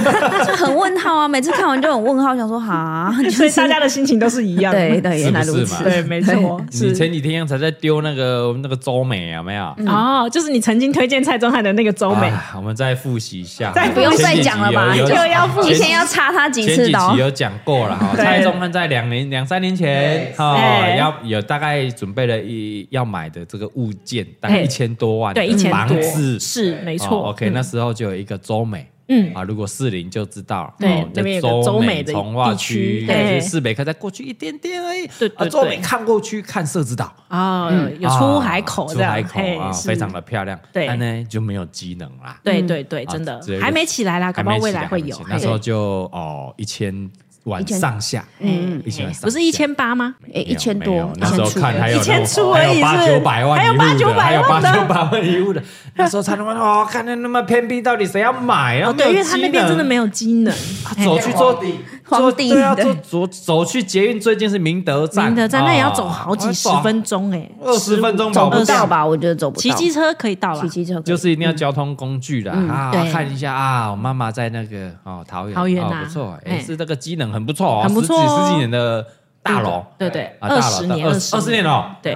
[SPEAKER 3] 就很问号啊！每次看完就很问号，想说哈，就是
[SPEAKER 2] 所以大家的心情都是一样的。
[SPEAKER 3] 对对，
[SPEAKER 1] 是
[SPEAKER 3] 原
[SPEAKER 1] 不
[SPEAKER 3] 来如
[SPEAKER 1] 是
[SPEAKER 3] 此
[SPEAKER 1] 嘛？
[SPEAKER 2] 对，没错，
[SPEAKER 1] 你
[SPEAKER 2] 是。
[SPEAKER 1] 前几天才在丢那个那个周美有没有？
[SPEAKER 2] 哦，就是你曾经推荐蔡宗翰的那个周美，
[SPEAKER 1] 啊我们再复习一下，
[SPEAKER 2] 再
[SPEAKER 3] 不用
[SPEAKER 1] 前
[SPEAKER 3] 再
[SPEAKER 1] 几集
[SPEAKER 3] 讲了吧？
[SPEAKER 1] 有
[SPEAKER 3] 就
[SPEAKER 1] 有
[SPEAKER 3] 要
[SPEAKER 1] 前
[SPEAKER 3] 一天要插他几
[SPEAKER 1] 前
[SPEAKER 3] 次
[SPEAKER 1] 几
[SPEAKER 3] 的哦
[SPEAKER 1] 集。有讲过了哈，
[SPEAKER 2] 对
[SPEAKER 1] 蔡宗翰在两年两三年前
[SPEAKER 4] 对
[SPEAKER 1] 哈，
[SPEAKER 2] 对
[SPEAKER 1] 要有大概准备了一要买的这个物件，大概
[SPEAKER 2] 嘿
[SPEAKER 1] 一千多万的
[SPEAKER 2] 对，一千
[SPEAKER 1] 房
[SPEAKER 2] 多，
[SPEAKER 1] 子
[SPEAKER 2] 是没错。
[SPEAKER 1] 哦 OK，那时候就有一个周美。
[SPEAKER 2] 嗯
[SPEAKER 1] 啊，如果士林就知道，
[SPEAKER 2] 对
[SPEAKER 1] 哦
[SPEAKER 2] 那边有个
[SPEAKER 1] 就
[SPEAKER 2] 周
[SPEAKER 1] 美
[SPEAKER 2] 美的
[SPEAKER 1] 从化
[SPEAKER 2] 地区
[SPEAKER 1] 区，
[SPEAKER 2] 对
[SPEAKER 1] 就是市北科再过去一点点而已。
[SPEAKER 2] 对对
[SPEAKER 1] 啊，周美
[SPEAKER 2] 对
[SPEAKER 1] 看过去看社子岛，
[SPEAKER 2] 哦，有出海口
[SPEAKER 1] 啊
[SPEAKER 2] 这
[SPEAKER 1] 出
[SPEAKER 2] 样，
[SPEAKER 1] 海口
[SPEAKER 2] 嘿
[SPEAKER 1] 啊，
[SPEAKER 2] 是
[SPEAKER 1] 非常的漂亮。
[SPEAKER 2] 对
[SPEAKER 1] 但呢就没有机能啦，
[SPEAKER 2] 对对对，
[SPEAKER 1] 啊
[SPEAKER 2] 真的
[SPEAKER 1] 只有一个
[SPEAKER 2] 还没起来啦，搞
[SPEAKER 1] 还
[SPEAKER 2] 不好
[SPEAKER 1] 没
[SPEAKER 2] 未
[SPEAKER 1] 起
[SPEAKER 2] 来
[SPEAKER 1] 来
[SPEAKER 2] 会
[SPEAKER 1] 还没
[SPEAKER 2] 有
[SPEAKER 1] 起。来那时候就哦一千晚上下，
[SPEAKER 2] 嗯
[SPEAKER 1] 一千晚上
[SPEAKER 2] 不是一千八吗？
[SPEAKER 3] 哎，
[SPEAKER 1] 没有
[SPEAKER 3] 一千
[SPEAKER 1] 没
[SPEAKER 3] 多
[SPEAKER 1] 有，那时候
[SPEAKER 3] 出
[SPEAKER 1] 看还有
[SPEAKER 2] 一千
[SPEAKER 1] 那种哦
[SPEAKER 2] 出而
[SPEAKER 1] 还有
[SPEAKER 2] 已
[SPEAKER 1] 八
[SPEAKER 2] 是
[SPEAKER 1] 九百万，
[SPEAKER 2] 还有八九
[SPEAKER 1] 还
[SPEAKER 2] 百
[SPEAKER 1] 有八
[SPEAKER 2] 万的
[SPEAKER 1] 九百万一物的。那时候才能问 哦，看那那么偏僻，到底谁要买啊？
[SPEAKER 2] 哦，对，因为他那边真的没
[SPEAKER 1] 有
[SPEAKER 2] 有机能，
[SPEAKER 1] 机能，走去坐
[SPEAKER 4] 皇帝
[SPEAKER 1] 坐
[SPEAKER 3] 皇帝
[SPEAKER 1] 对啊，
[SPEAKER 3] 对
[SPEAKER 1] 坐走走去捷运最近是明德站，
[SPEAKER 2] 明德站那也要走
[SPEAKER 1] 哦
[SPEAKER 2] 好几十分，钟哎，
[SPEAKER 1] 二十分钟
[SPEAKER 3] 走
[SPEAKER 1] 跑
[SPEAKER 3] 不
[SPEAKER 1] 不
[SPEAKER 3] 到
[SPEAKER 1] 到。
[SPEAKER 3] 吧？我觉得走不到。
[SPEAKER 2] 骑机车可以到了
[SPEAKER 3] 骑。机车可以
[SPEAKER 1] 就是一定要交通工具啦啊！
[SPEAKER 3] 对
[SPEAKER 1] 看一下啊，我妈妈在那个哦桃园，
[SPEAKER 2] 桃园
[SPEAKER 1] 哦
[SPEAKER 2] 啊
[SPEAKER 1] 不错，哎，
[SPEAKER 2] 哎
[SPEAKER 1] 是这个机能很不错哦，
[SPEAKER 2] 很不错
[SPEAKER 1] 十几
[SPEAKER 2] 哦
[SPEAKER 1] 十几年的大楼
[SPEAKER 2] 对对，
[SPEAKER 1] 啊，
[SPEAKER 2] 二
[SPEAKER 1] 大楼
[SPEAKER 2] 十年，
[SPEAKER 1] 二十二十年了哦，
[SPEAKER 2] 对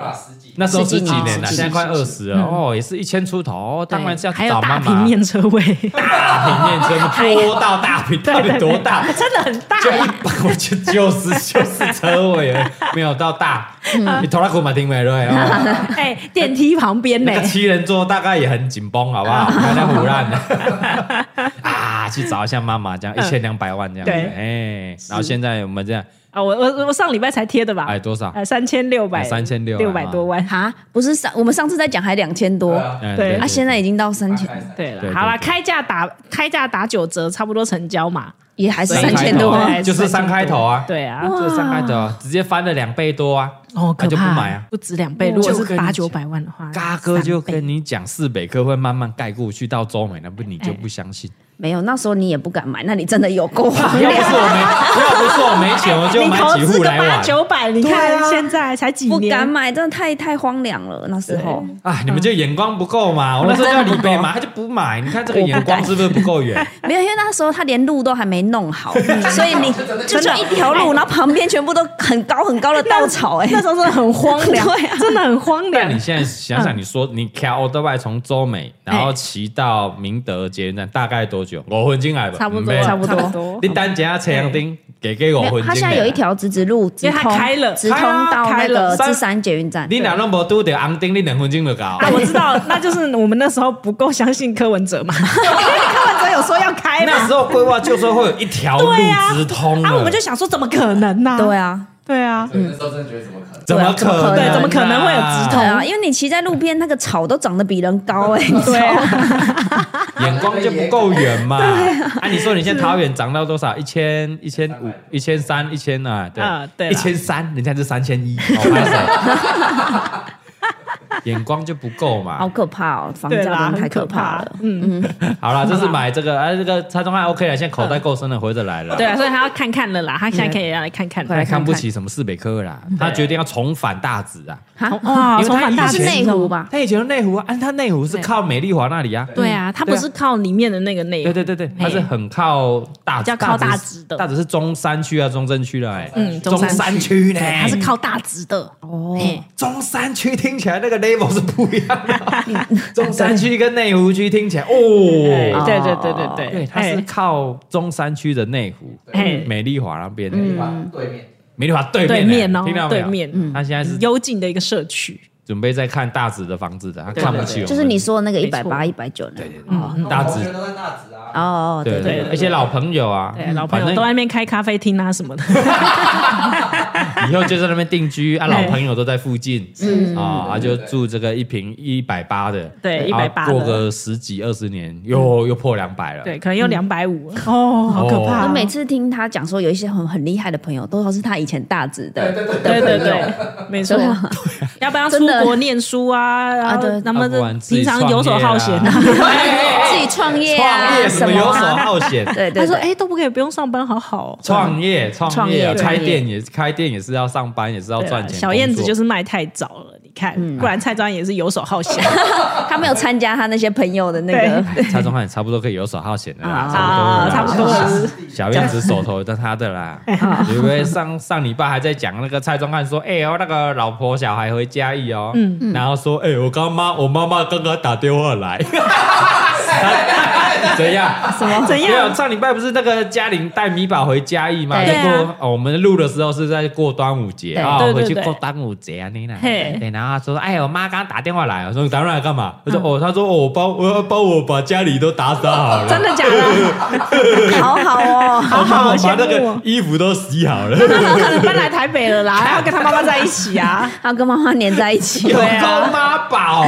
[SPEAKER 1] 那时候
[SPEAKER 3] 啊十
[SPEAKER 1] 十
[SPEAKER 3] 几
[SPEAKER 1] 几
[SPEAKER 3] 年
[SPEAKER 1] 年了，啊
[SPEAKER 3] 十几
[SPEAKER 1] 现在快
[SPEAKER 3] 年
[SPEAKER 1] 二十了哦，也是一千出头，当然是要
[SPEAKER 2] 还
[SPEAKER 1] 去
[SPEAKER 2] 有
[SPEAKER 1] 找妈
[SPEAKER 2] 大
[SPEAKER 1] 妈。
[SPEAKER 2] 平面车位，
[SPEAKER 1] 大平面车嘛，多到大平，到底多大？
[SPEAKER 2] 真的啊很大
[SPEAKER 1] 就一般，我就就是就是车位而已，没有到大。你头拉骨马丁没对哦，
[SPEAKER 2] 哎，电梯旁边哎呢
[SPEAKER 1] 那个，七人座大概也很紧绷，好不
[SPEAKER 2] 啊
[SPEAKER 1] 好？不要太胡 乱了啊！去找一下妈妈，这样一千两百万这样子，
[SPEAKER 2] 嗯对
[SPEAKER 1] 哎，然后现在我们这样，
[SPEAKER 2] 啊，我我我上礼拜才贴的吧？
[SPEAKER 1] 哎，多少？
[SPEAKER 2] 呃，三千六百，
[SPEAKER 1] 3600
[SPEAKER 2] 六百多万。
[SPEAKER 3] 哈，不是上我们上次在讲还两千多，啊，
[SPEAKER 1] 哎
[SPEAKER 2] 对啊
[SPEAKER 3] 现在已经到三千，
[SPEAKER 2] 对了，
[SPEAKER 1] 对
[SPEAKER 2] 好啦，
[SPEAKER 1] 对对
[SPEAKER 2] 开价打开价打九折，差不多成交嘛。
[SPEAKER 3] 也还是
[SPEAKER 1] 三
[SPEAKER 3] 三
[SPEAKER 1] 开
[SPEAKER 3] 千
[SPEAKER 1] 头
[SPEAKER 3] 多啊，
[SPEAKER 1] 啊就是三开头啊
[SPEAKER 2] 对啊，
[SPEAKER 1] 就是上开的，直接翻了两倍多啊！
[SPEAKER 2] 哦，
[SPEAKER 1] 那
[SPEAKER 2] 可
[SPEAKER 1] 就不
[SPEAKER 2] 怕，
[SPEAKER 1] 买啊
[SPEAKER 2] 不止两倍，
[SPEAKER 1] 我
[SPEAKER 2] 如果
[SPEAKER 1] 就跟
[SPEAKER 2] 是
[SPEAKER 1] 你
[SPEAKER 2] 八
[SPEAKER 1] 讲
[SPEAKER 2] 九百万的话，
[SPEAKER 1] 嘎哥就
[SPEAKER 2] 三倍
[SPEAKER 1] 跟你讲，四北科会慢慢盖过去，到周美那不你就不相信。
[SPEAKER 3] 没有，那时候你也不敢买，那你真的有够
[SPEAKER 1] 要不
[SPEAKER 2] 啊
[SPEAKER 3] 荒
[SPEAKER 1] 是我没，
[SPEAKER 3] 凉，
[SPEAKER 1] 要不是我没钱，我就
[SPEAKER 2] 你
[SPEAKER 1] 买
[SPEAKER 2] 投
[SPEAKER 1] 几
[SPEAKER 2] 资
[SPEAKER 1] 户
[SPEAKER 2] 个
[SPEAKER 1] 来
[SPEAKER 2] 八
[SPEAKER 1] 玩。
[SPEAKER 2] 九百，你看现在才几
[SPEAKER 3] 不敢
[SPEAKER 2] 年，
[SPEAKER 3] 买，真的太太荒凉了那时候。
[SPEAKER 1] 啊，你们就眼光不够嘛！我那时候叫李贝嘛，他就不买。你看这个眼光是不是不够远？
[SPEAKER 3] 没有，因为那时候他连路都还没 弄好，所以你就就一条路，然后旁边全部都很高很高的稻草、哎，
[SPEAKER 2] 哎那时候真的很荒凉
[SPEAKER 3] 对啊，
[SPEAKER 2] 真的很荒
[SPEAKER 1] 但你
[SPEAKER 2] 凉。
[SPEAKER 1] 现在想想，你说你开欧德拜从周美，然后骑到明德捷运站，大概多久？五分钟来吧，
[SPEAKER 2] 差不
[SPEAKER 1] 嗯
[SPEAKER 2] 多，
[SPEAKER 1] 没
[SPEAKER 2] 差不
[SPEAKER 3] 差不
[SPEAKER 2] 多
[SPEAKER 1] 你。单加车辆丁，给给五
[SPEAKER 3] 没
[SPEAKER 1] 分
[SPEAKER 3] 有
[SPEAKER 1] 钟。
[SPEAKER 3] 他现在有一，条直直路直
[SPEAKER 2] 因为
[SPEAKER 3] 通，
[SPEAKER 2] 他开了
[SPEAKER 3] 直通到那
[SPEAKER 2] 开了
[SPEAKER 3] 个
[SPEAKER 1] 三
[SPEAKER 3] 芝山捷运站。
[SPEAKER 1] 你哪那么多的昂丁，你两分钟就搞。
[SPEAKER 2] 啊，我知道， 那就是我们那时候不够相信柯文 哲嘛，因为柯文哲有说要开
[SPEAKER 1] 那
[SPEAKER 2] 嘛
[SPEAKER 1] 时，候规划就说会有一条路
[SPEAKER 2] 对啊
[SPEAKER 1] 直通
[SPEAKER 2] 啊，
[SPEAKER 1] 了
[SPEAKER 2] 我们就想说怎么可能呢？
[SPEAKER 3] 对啊，
[SPEAKER 2] 对
[SPEAKER 1] 嗯
[SPEAKER 2] 啊，
[SPEAKER 4] 对，那时候真的觉得怎么可能？
[SPEAKER 1] 怎么可能啊？
[SPEAKER 3] 对怎
[SPEAKER 2] 么可能会有直
[SPEAKER 3] 对啊，因为你骑在路边，那个草都长得比人高哎、
[SPEAKER 2] 对啊，
[SPEAKER 1] 眼光就不够远嘛。 啊，你说你现在桃园涨到多少？一千、一千五、一千三、一千啊？对
[SPEAKER 2] 啊对啦
[SPEAKER 1] 一千三，人家是三 千一，好拍手眼光就不够嘛
[SPEAKER 3] 好。可怕哦，房价
[SPEAKER 2] 对
[SPEAKER 3] 真
[SPEAKER 2] 啦，
[SPEAKER 3] 的太
[SPEAKER 2] 很
[SPEAKER 3] 可
[SPEAKER 2] 可
[SPEAKER 3] 怕
[SPEAKER 2] 怕
[SPEAKER 3] 了。。
[SPEAKER 2] 嗯，
[SPEAKER 1] 好啦，这是买这个，哎，这个蔡宗汉 OK 了，现在口袋够深了，回得来了。
[SPEAKER 2] 对啊，所以他要看看了啦，他现在可以来看看了，
[SPEAKER 3] 快来
[SPEAKER 1] 他看不
[SPEAKER 3] 看
[SPEAKER 1] 起什么四北科了啦，他决定要重返大直啊。
[SPEAKER 3] 哈
[SPEAKER 2] 从哇，
[SPEAKER 1] 因为
[SPEAKER 2] 重
[SPEAKER 1] 他
[SPEAKER 2] 返
[SPEAKER 1] 以
[SPEAKER 2] 大
[SPEAKER 3] 是
[SPEAKER 1] 前
[SPEAKER 2] 直
[SPEAKER 3] 内湖吧？
[SPEAKER 1] 他以前的内湖啊，啊他内湖是靠美丽华那里啊。
[SPEAKER 2] 对啊，它不是靠里面的那个内
[SPEAKER 1] 对
[SPEAKER 2] 容，
[SPEAKER 1] 对对对，它是很靠大，
[SPEAKER 2] 比较靠大
[SPEAKER 1] 直
[SPEAKER 2] 直的
[SPEAKER 1] 大直是中山区啊，中正区了，哎，
[SPEAKER 2] 嗯
[SPEAKER 1] 中
[SPEAKER 2] 中山
[SPEAKER 1] 山区
[SPEAKER 2] 区
[SPEAKER 1] 呢，
[SPEAKER 2] 它是靠大直的。
[SPEAKER 3] 哦，
[SPEAKER 2] 嘿
[SPEAKER 1] 中山区听起来那个 level 是不一样的， 中山区跟内湖区听起来
[SPEAKER 2] 哎
[SPEAKER 1] 哦，
[SPEAKER 2] 对对对对对，
[SPEAKER 1] 对，它是
[SPEAKER 2] 哎
[SPEAKER 1] 靠中山区的内湖
[SPEAKER 2] 哎，
[SPEAKER 1] 美丽华那边的，
[SPEAKER 2] 嗯
[SPEAKER 4] 往对面，
[SPEAKER 1] 美丽华对
[SPEAKER 2] 对面
[SPEAKER 1] 呢
[SPEAKER 2] 哦
[SPEAKER 1] 听到，没
[SPEAKER 2] 对
[SPEAKER 1] 有？
[SPEAKER 2] 面，
[SPEAKER 1] 他现在是
[SPEAKER 2] 幽静的一个社区，
[SPEAKER 1] 准备在看大直的房子的，他看不起我们，
[SPEAKER 3] 就是你说的那个一
[SPEAKER 2] 没
[SPEAKER 3] 百
[SPEAKER 2] 错
[SPEAKER 3] 八、一百九那个。哦
[SPEAKER 1] 嗯大
[SPEAKER 4] 同
[SPEAKER 1] 直
[SPEAKER 4] 学，都在大直啊，
[SPEAKER 3] 哦，
[SPEAKER 1] 对
[SPEAKER 3] 对
[SPEAKER 1] 对，
[SPEAKER 2] 对
[SPEAKER 1] 而且老朋友啊，
[SPEAKER 2] 对，老朋
[SPEAKER 1] 反
[SPEAKER 2] 友
[SPEAKER 1] 正
[SPEAKER 2] 都在那边开咖啡厅啊 什么的，
[SPEAKER 1] 以后就在那边定居啊，老朋友都在附近，
[SPEAKER 3] 嗯
[SPEAKER 1] 啊，啊就
[SPEAKER 4] 对对
[SPEAKER 1] 住这个一平一百八的，
[SPEAKER 2] 对
[SPEAKER 1] 然后
[SPEAKER 2] 180的
[SPEAKER 1] 过个十几二十年又又破两百了，
[SPEAKER 2] 对，可能有两百五，哦，好可怕
[SPEAKER 3] 我
[SPEAKER 2] 哦，
[SPEAKER 3] 每次听他讲说有一些很很厉害的朋友，都是他以前大直的，
[SPEAKER 2] 对对对，没错
[SPEAKER 3] 对啊，
[SPEAKER 2] 要不然
[SPEAKER 3] 真
[SPEAKER 2] 出
[SPEAKER 3] 的
[SPEAKER 2] 国念书啊，然后
[SPEAKER 3] 对
[SPEAKER 2] 他们
[SPEAKER 1] 要不然自己
[SPEAKER 2] 平常游手好闲
[SPEAKER 1] 创业啊
[SPEAKER 2] 啊，
[SPEAKER 3] 自己创业啊
[SPEAKER 1] 创业什么游手
[SPEAKER 3] 啊，
[SPEAKER 1] 好闲，
[SPEAKER 3] 对对
[SPEAKER 2] 他说
[SPEAKER 3] 对，
[SPEAKER 2] 哎都不可以不用上班，好好哦。
[SPEAKER 1] 创业创
[SPEAKER 3] 创
[SPEAKER 1] 业
[SPEAKER 3] 业
[SPEAKER 1] 开
[SPEAKER 3] 对
[SPEAKER 1] 店也开店也是要上班，也是要
[SPEAKER 2] 对
[SPEAKER 1] 赚
[SPEAKER 2] 啊，
[SPEAKER 1] 钱，
[SPEAKER 2] 小燕子就是是卖太早了，你看，不然蔡庄也是游手好闲。
[SPEAKER 1] 哎
[SPEAKER 3] 他没有参加他那些朋友的那个，
[SPEAKER 1] 蔡宗汉也差不多可以游手好闲的啦，
[SPEAKER 2] 啊
[SPEAKER 1] 差不多了啦
[SPEAKER 2] 差不多了
[SPEAKER 1] 小燕子手头的他的啦，因为上上礼拜还在讲那个蔡宗汉说，哎、呦、那个老婆小孩回家义哦，然后说，哎、我刚妈我妈妈刚刚打电话来，怎样？
[SPEAKER 2] 什么？ 怎
[SPEAKER 1] 没有，
[SPEAKER 2] 样？啊
[SPEAKER 1] 上礼拜不是那个嘉玲带米宝回嘉义嘛？就
[SPEAKER 3] 对
[SPEAKER 1] 过哦，我们录的时候是在过端午节
[SPEAKER 3] 对
[SPEAKER 1] 啊，
[SPEAKER 2] 对
[SPEAKER 1] 回
[SPEAKER 2] 对
[SPEAKER 1] 去
[SPEAKER 2] 对
[SPEAKER 1] 过端午节啊，你呢？
[SPEAKER 2] 嘿
[SPEAKER 1] 对，然后他说，哎，我妈刚刚打电话来，我说你打电话来干嘛？
[SPEAKER 2] 嗯
[SPEAKER 1] 他说哦，他说哦，我帮我要帮我把家里都打扫好了，
[SPEAKER 2] 真的假 的？
[SPEAKER 3] 好好哦，
[SPEAKER 1] 我帮我把那
[SPEAKER 2] 羡慕
[SPEAKER 1] 个
[SPEAKER 2] 哦
[SPEAKER 1] 衣服都洗好了。
[SPEAKER 2] 那他可能 搬来台北 了啦，还要跟他妈妈在一起啊。
[SPEAKER 3] 他跟妈妈黏在一起哦
[SPEAKER 1] 有，
[SPEAKER 2] 对啊
[SPEAKER 1] 够妈 宝，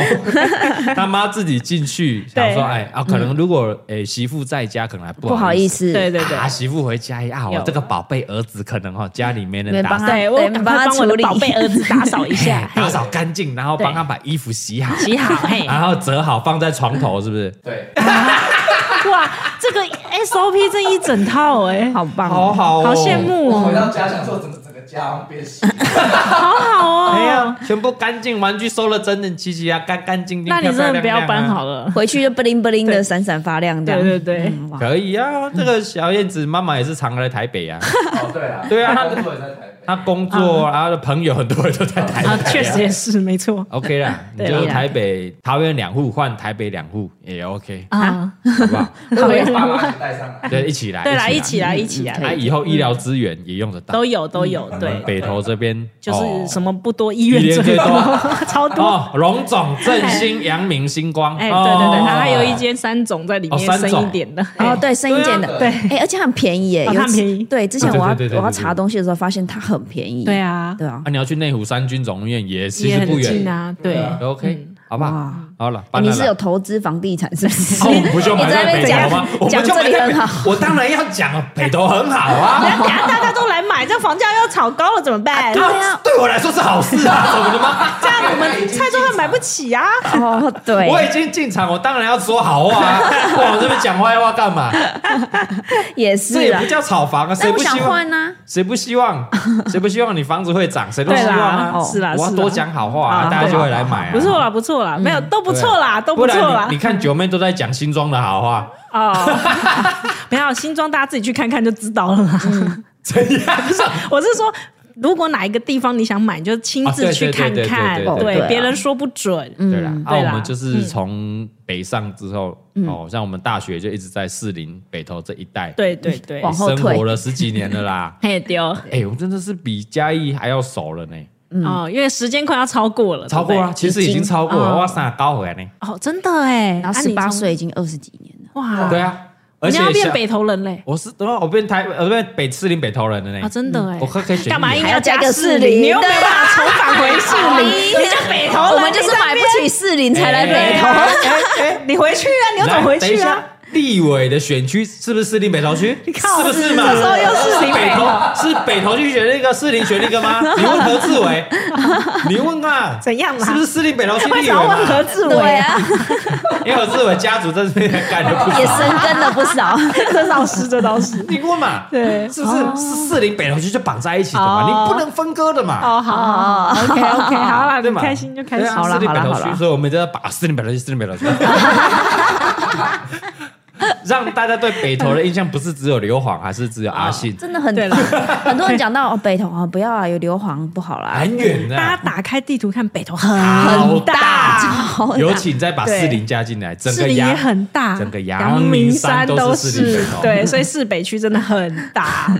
[SPEAKER 1] 他妈自己进去想说，
[SPEAKER 2] 对嗯
[SPEAKER 1] 哎啊，可能如果哎媳妇在家，可能还
[SPEAKER 3] 不
[SPEAKER 1] 不
[SPEAKER 3] 好
[SPEAKER 1] 好
[SPEAKER 3] 意
[SPEAKER 1] 意思。
[SPEAKER 3] 思，
[SPEAKER 2] 对对对
[SPEAKER 1] 啊，。媳妇回家啊，我
[SPEAKER 2] 有
[SPEAKER 1] 这个宝贝儿子可能哈哦家里没
[SPEAKER 3] 没
[SPEAKER 1] 人
[SPEAKER 3] 人
[SPEAKER 1] 打
[SPEAKER 3] 帮
[SPEAKER 1] 扫
[SPEAKER 3] 他，
[SPEAKER 2] 对，我
[SPEAKER 3] 对
[SPEAKER 2] 赶
[SPEAKER 3] 帮
[SPEAKER 2] 快
[SPEAKER 3] 他
[SPEAKER 2] 哎帮我的
[SPEAKER 3] 处理
[SPEAKER 2] 宝贝儿子打扫一下
[SPEAKER 1] 哎，打扫干净，然后帮他把衣服洗好，
[SPEAKER 2] 洗好，哎 嘿，
[SPEAKER 1] 然后折好放在床头，是不是？
[SPEAKER 4] 对，
[SPEAKER 2] 嗯 哇，这个 SOP 这一整套哎，
[SPEAKER 3] 好棒
[SPEAKER 1] 好
[SPEAKER 3] 哦，
[SPEAKER 1] 好哦，
[SPEAKER 2] 好羡。慕
[SPEAKER 4] 我回
[SPEAKER 2] 哦，
[SPEAKER 4] 到家想说怎么整个家好像变形，
[SPEAKER 2] 好好
[SPEAKER 1] 哎
[SPEAKER 2] 哦
[SPEAKER 1] 呀。，全部干净，玩具收了整整齐齐啊，干干净净。
[SPEAKER 2] 那你真
[SPEAKER 1] 漂
[SPEAKER 2] 的不
[SPEAKER 1] 漂亮亮啊
[SPEAKER 2] 要搬好了，
[SPEAKER 3] 回去就不灵不灵的，闪闪发亮这样，
[SPEAKER 2] 对对对
[SPEAKER 3] 嗯，哇
[SPEAKER 1] 可以啊，这个小燕子妈妈也是常来台北啊，
[SPEAKER 4] 哦对啊，
[SPEAKER 1] 对啊
[SPEAKER 4] 他工作也在台北，
[SPEAKER 1] 他工作啊，然后朋友很多人都在台
[SPEAKER 2] 啊，
[SPEAKER 1] 北，
[SPEAKER 2] 确实也是没 错
[SPEAKER 1] OK 啦，你
[SPEAKER 2] 对啊
[SPEAKER 1] 就
[SPEAKER 3] 啦
[SPEAKER 1] 台北、桃园两户换台北两户也 OK，
[SPEAKER 2] 啊。
[SPEAKER 1] 好不 好？
[SPEAKER 3] 对
[SPEAKER 2] 好
[SPEAKER 4] 爸妈就带上来，
[SPEAKER 1] 对，一起来，
[SPEAKER 2] 对啦，一起来，一起
[SPEAKER 1] 那
[SPEAKER 2] 来，
[SPEAKER 1] 以后医疗资源也用得到
[SPEAKER 2] 都。有都有，
[SPEAKER 1] 我们
[SPEAKER 2] 对，
[SPEAKER 1] 北投这边哦
[SPEAKER 2] 就是什
[SPEAKER 1] 么
[SPEAKER 2] 么不多，医院
[SPEAKER 1] 医院最
[SPEAKER 2] 多
[SPEAKER 1] 多，
[SPEAKER 2] 超多。
[SPEAKER 1] 哦，龙总、振兴、阳明、星光，
[SPEAKER 2] 哎，
[SPEAKER 1] 哦
[SPEAKER 2] 对对对，然后还有一间三种在里面
[SPEAKER 1] 哦三种
[SPEAKER 2] 深一点的，
[SPEAKER 3] 哦，
[SPEAKER 2] 哎
[SPEAKER 3] 对，生意间的，
[SPEAKER 4] 对
[SPEAKER 3] 哎，而且很便宜耶，
[SPEAKER 2] 哦
[SPEAKER 3] 有
[SPEAKER 2] 它很便宜
[SPEAKER 3] 对，之前我要
[SPEAKER 1] 啊对对对对对对
[SPEAKER 3] 我要查东西的时候，发现它很便宜。
[SPEAKER 2] 对
[SPEAKER 3] 啊，
[SPEAKER 2] 啊，
[SPEAKER 3] 对啊
[SPEAKER 1] 啊，，你要去内湖三军总医院也其
[SPEAKER 2] 也
[SPEAKER 1] 实
[SPEAKER 2] 很
[SPEAKER 1] 不
[SPEAKER 2] 近
[SPEAKER 1] 远
[SPEAKER 2] 啊，对。
[SPEAKER 1] ，OK，好不好？
[SPEAKER 3] 哇，
[SPEAKER 1] 好了，
[SPEAKER 3] 哎
[SPEAKER 1] 搬
[SPEAKER 3] 你
[SPEAKER 1] 了
[SPEAKER 3] 是
[SPEAKER 1] 啦
[SPEAKER 3] 有投资房地产是不是？
[SPEAKER 1] 哦，不就
[SPEAKER 3] 你
[SPEAKER 1] 买
[SPEAKER 3] 在那
[SPEAKER 1] 在
[SPEAKER 3] 边
[SPEAKER 1] 北投吗？我
[SPEAKER 3] 讲
[SPEAKER 1] 们
[SPEAKER 3] 讲
[SPEAKER 1] 就
[SPEAKER 3] 这
[SPEAKER 1] 买
[SPEAKER 3] 里
[SPEAKER 1] 在
[SPEAKER 3] 很
[SPEAKER 1] 北
[SPEAKER 3] 好，
[SPEAKER 1] 我当然要讲啊，北投很好 啊。
[SPEAKER 2] 等下大家都来买，这房价又炒高了，怎么办？
[SPEAKER 3] 对啊，
[SPEAKER 1] 对我来说是好事啊，怎么的吗？
[SPEAKER 2] 这样我们菜庄还买不起啊！
[SPEAKER 3] 哦，对，
[SPEAKER 1] 我已经进场，我当然要说好话啊，往这边讲坏话干嘛？
[SPEAKER 3] 也
[SPEAKER 1] 这
[SPEAKER 3] 是
[SPEAKER 1] 也
[SPEAKER 3] 啊
[SPEAKER 1] 不。叫炒房啊，谁
[SPEAKER 3] 但我
[SPEAKER 1] 不
[SPEAKER 3] 想
[SPEAKER 1] 希望？
[SPEAKER 3] 换呢，
[SPEAKER 1] 谁不希望？谁不希望你房子会涨？谁都
[SPEAKER 2] 对
[SPEAKER 1] 希望
[SPEAKER 2] 啦，哦
[SPEAKER 1] 啊！
[SPEAKER 2] 是啦，
[SPEAKER 1] 我要
[SPEAKER 2] 是啦
[SPEAKER 1] 多讲好话啊，
[SPEAKER 2] 啊
[SPEAKER 1] 大家就会来买啊。
[SPEAKER 2] 不错啦，不错啦，没有都不错啦， 都
[SPEAKER 1] 不
[SPEAKER 2] 不错
[SPEAKER 1] 然
[SPEAKER 2] 啊啦
[SPEAKER 1] 你你。看九妹都在讲新庄的好话，
[SPEAKER 2] 哦， 没有新庄，大家自己去看看就知道了啦。
[SPEAKER 1] 怎样？
[SPEAKER 2] 我是说，如果哪一个地方你想买，你就亲
[SPEAKER 1] 啊
[SPEAKER 2] 自
[SPEAKER 1] 对
[SPEAKER 2] 去
[SPEAKER 1] 对
[SPEAKER 2] 看
[SPEAKER 1] 对对
[SPEAKER 2] 看，
[SPEAKER 1] 对对
[SPEAKER 3] 对对
[SPEAKER 2] 别人说不准。
[SPEAKER 1] 对啦，啊，
[SPEAKER 2] 嗯对啦嗯
[SPEAKER 1] 我们就是从北上之后，哦，像我们大学就一直在士林北投这一带，
[SPEAKER 2] 对对对，
[SPEAKER 3] 往后
[SPEAKER 1] 生
[SPEAKER 3] 退
[SPEAKER 1] 活了十几年了
[SPEAKER 2] 。
[SPEAKER 1] 啦
[SPEAKER 2] 嘿丢
[SPEAKER 1] 哎，我真的是比嘉义还要熟了呢。
[SPEAKER 2] 哦，因为时间快要超过了，
[SPEAKER 1] 嗯超过啊，其实已经超过了，
[SPEAKER 2] 嗯
[SPEAKER 1] 哇塞，高回来呢。
[SPEAKER 2] 对不对哦，真的哎，
[SPEAKER 3] 然后
[SPEAKER 2] 啊
[SPEAKER 3] 十
[SPEAKER 2] 你
[SPEAKER 3] 八
[SPEAKER 2] 从
[SPEAKER 3] 岁已经二十几年了，
[SPEAKER 2] 哇，
[SPEAKER 1] 对啊，而
[SPEAKER 2] 你
[SPEAKER 1] 且
[SPEAKER 2] 要变
[SPEAKER 1] 像
[SPEAKER 2] 北投人嘞
[SPEAKER 1] 我是等下我变台，我变北士林北投人了
[SPEAKER 2] 啊，
[SPEAKER 1] 呢。
[SPEAKER 2] 真的哎
[SPEAKER 1] 我，可可以选
[SPEAKER 2] 干嘛
[SPEAKER 1] 你
[SPEAKER 2] 硬
[SPEAKER 3] 还
[SPEAKER 2] 要
[SPEAKER 3] 要加
[SPEAKER 2] 加
[SPEAKER 3] 个
[SPEAKER 2] 士
[SPEAKER 3] 士
[SPEAKER 2] 林？
[SPEAKER 3] 林
[SPEAKER 2] 你又没办 法重返回士林，
[SPEAKER 3] 对
[SPEAKER 2] 哎 你就北投人，
[SPEAKER 3] 我们就是买不起士林才来北投。
[SPEAKER 2] 哎哎哎你回去 啊，你又走
[SPEAKER 1] 来
[SPEAKER 2] 回
[SPEAKER 1] 等一
[SPEAKER 2] 去
[SPEAKER 1] 下
[SPEAKER 2] 啊。
[SPEAKER 1] 立委的选区是不是士林北投区？
[SPEAKER 2] 靠
[SPEAKER 1] 是不是嘛？
[SPEAKER 2] 这时候又士林
[SPEAKER 1] 北
[SPEAKER 2] 北投
[SPEAKER 1] 投，是北投区选那个，士林选那个吗？你问何志 伟，你问啊，
[SPEAKER 2] 怎样啦
[SPEAKER 1] 是不是士林北投 区
[SPEAKER 2] 为
[SPEAKER 1] 立委
[SPEAKER 2] 什
[SPEAKER 1] 哎
[SPEAKER 2] 么要问何
[SPEAKER 1] 嘛？
[SPEAKER 2] 志
[SPEAKER 3] 对
[SPEAKER 2] 伟？
[SPEAKER 3] 啊，
[SPEAKER 1] 因为何志伟家族在这边感觉不
[SPEAKER 3] 也
[SPEAKER 1] 好。
[SPEAKER 3] 生根了不少。
[SPEAKER 2] 这倒是，这 倒是。
[SPEAKER 1] 你问嘛，
[SPEAKER 2] 对
[SPEAKER 1] 是不是是士林北投区就绑在一起的嘛？
[SPEAKER 2] 哦
[SPEAKER 1] 你不能分割的嘛。
[SPEAKER 2] 哦，好好好 ，OK OK，好啦，
[SPEAKER 1] 对
[SPEAKER 2] 你
[SPEAKER 1] 嘛？
[SPEAKER 2] 开心就开心。
[SPEAKER 1] 对啊四零
[SPEAKER 3] 好
[SPEAKER 1] 北
[SPEAKER 3] 啦
[SPEAKER 1] 头
[SPEAKER 3] 好啦
[SPEAKER 1] 区所以我们就要把四零北头区、四零北头区， 让大家对北投的印象不是只有刘晃，还是只有阿
[SPEAKER 2] 哦
[SPEAKER 1] 信，
[SPEAKER 3] 真的很
[SPEAKER 2] 对啦
[SPEAKER 3] 很多人讲到哦，北投啊，不要啊，有硫磺不好啦。
[SPEAKER 1] 很远的
[SPEAKER 2] 大家
[SPEAKER 1] 啊，
[SPEAKER 2] 打开地图看北投很
[SPEAKER 1] 好
[SPEAKER 2] 大，
[SPEAKER 1] 有请再把
[SPEAKER 2] 对
[SPEAKER 1] 四零加进来，整
[SPEAKER 2] 士
[SPEAKER 1] 个
[SPEAKER 2] 林也
[SPEAKER 1] 阳
[SPEAKER 2] 很大，
[SPEAKER 1] 整个阳
[SPEAKER 2] 阳
[SPEAKER 1] 明山
[SPEAKER 2] 山
[SPEAKER 1] 都是士林
[SPEAKER 2] 是
[SPEAKER 1] 北投，
[SPEAKER 2] 对，所以市北区真的很 大，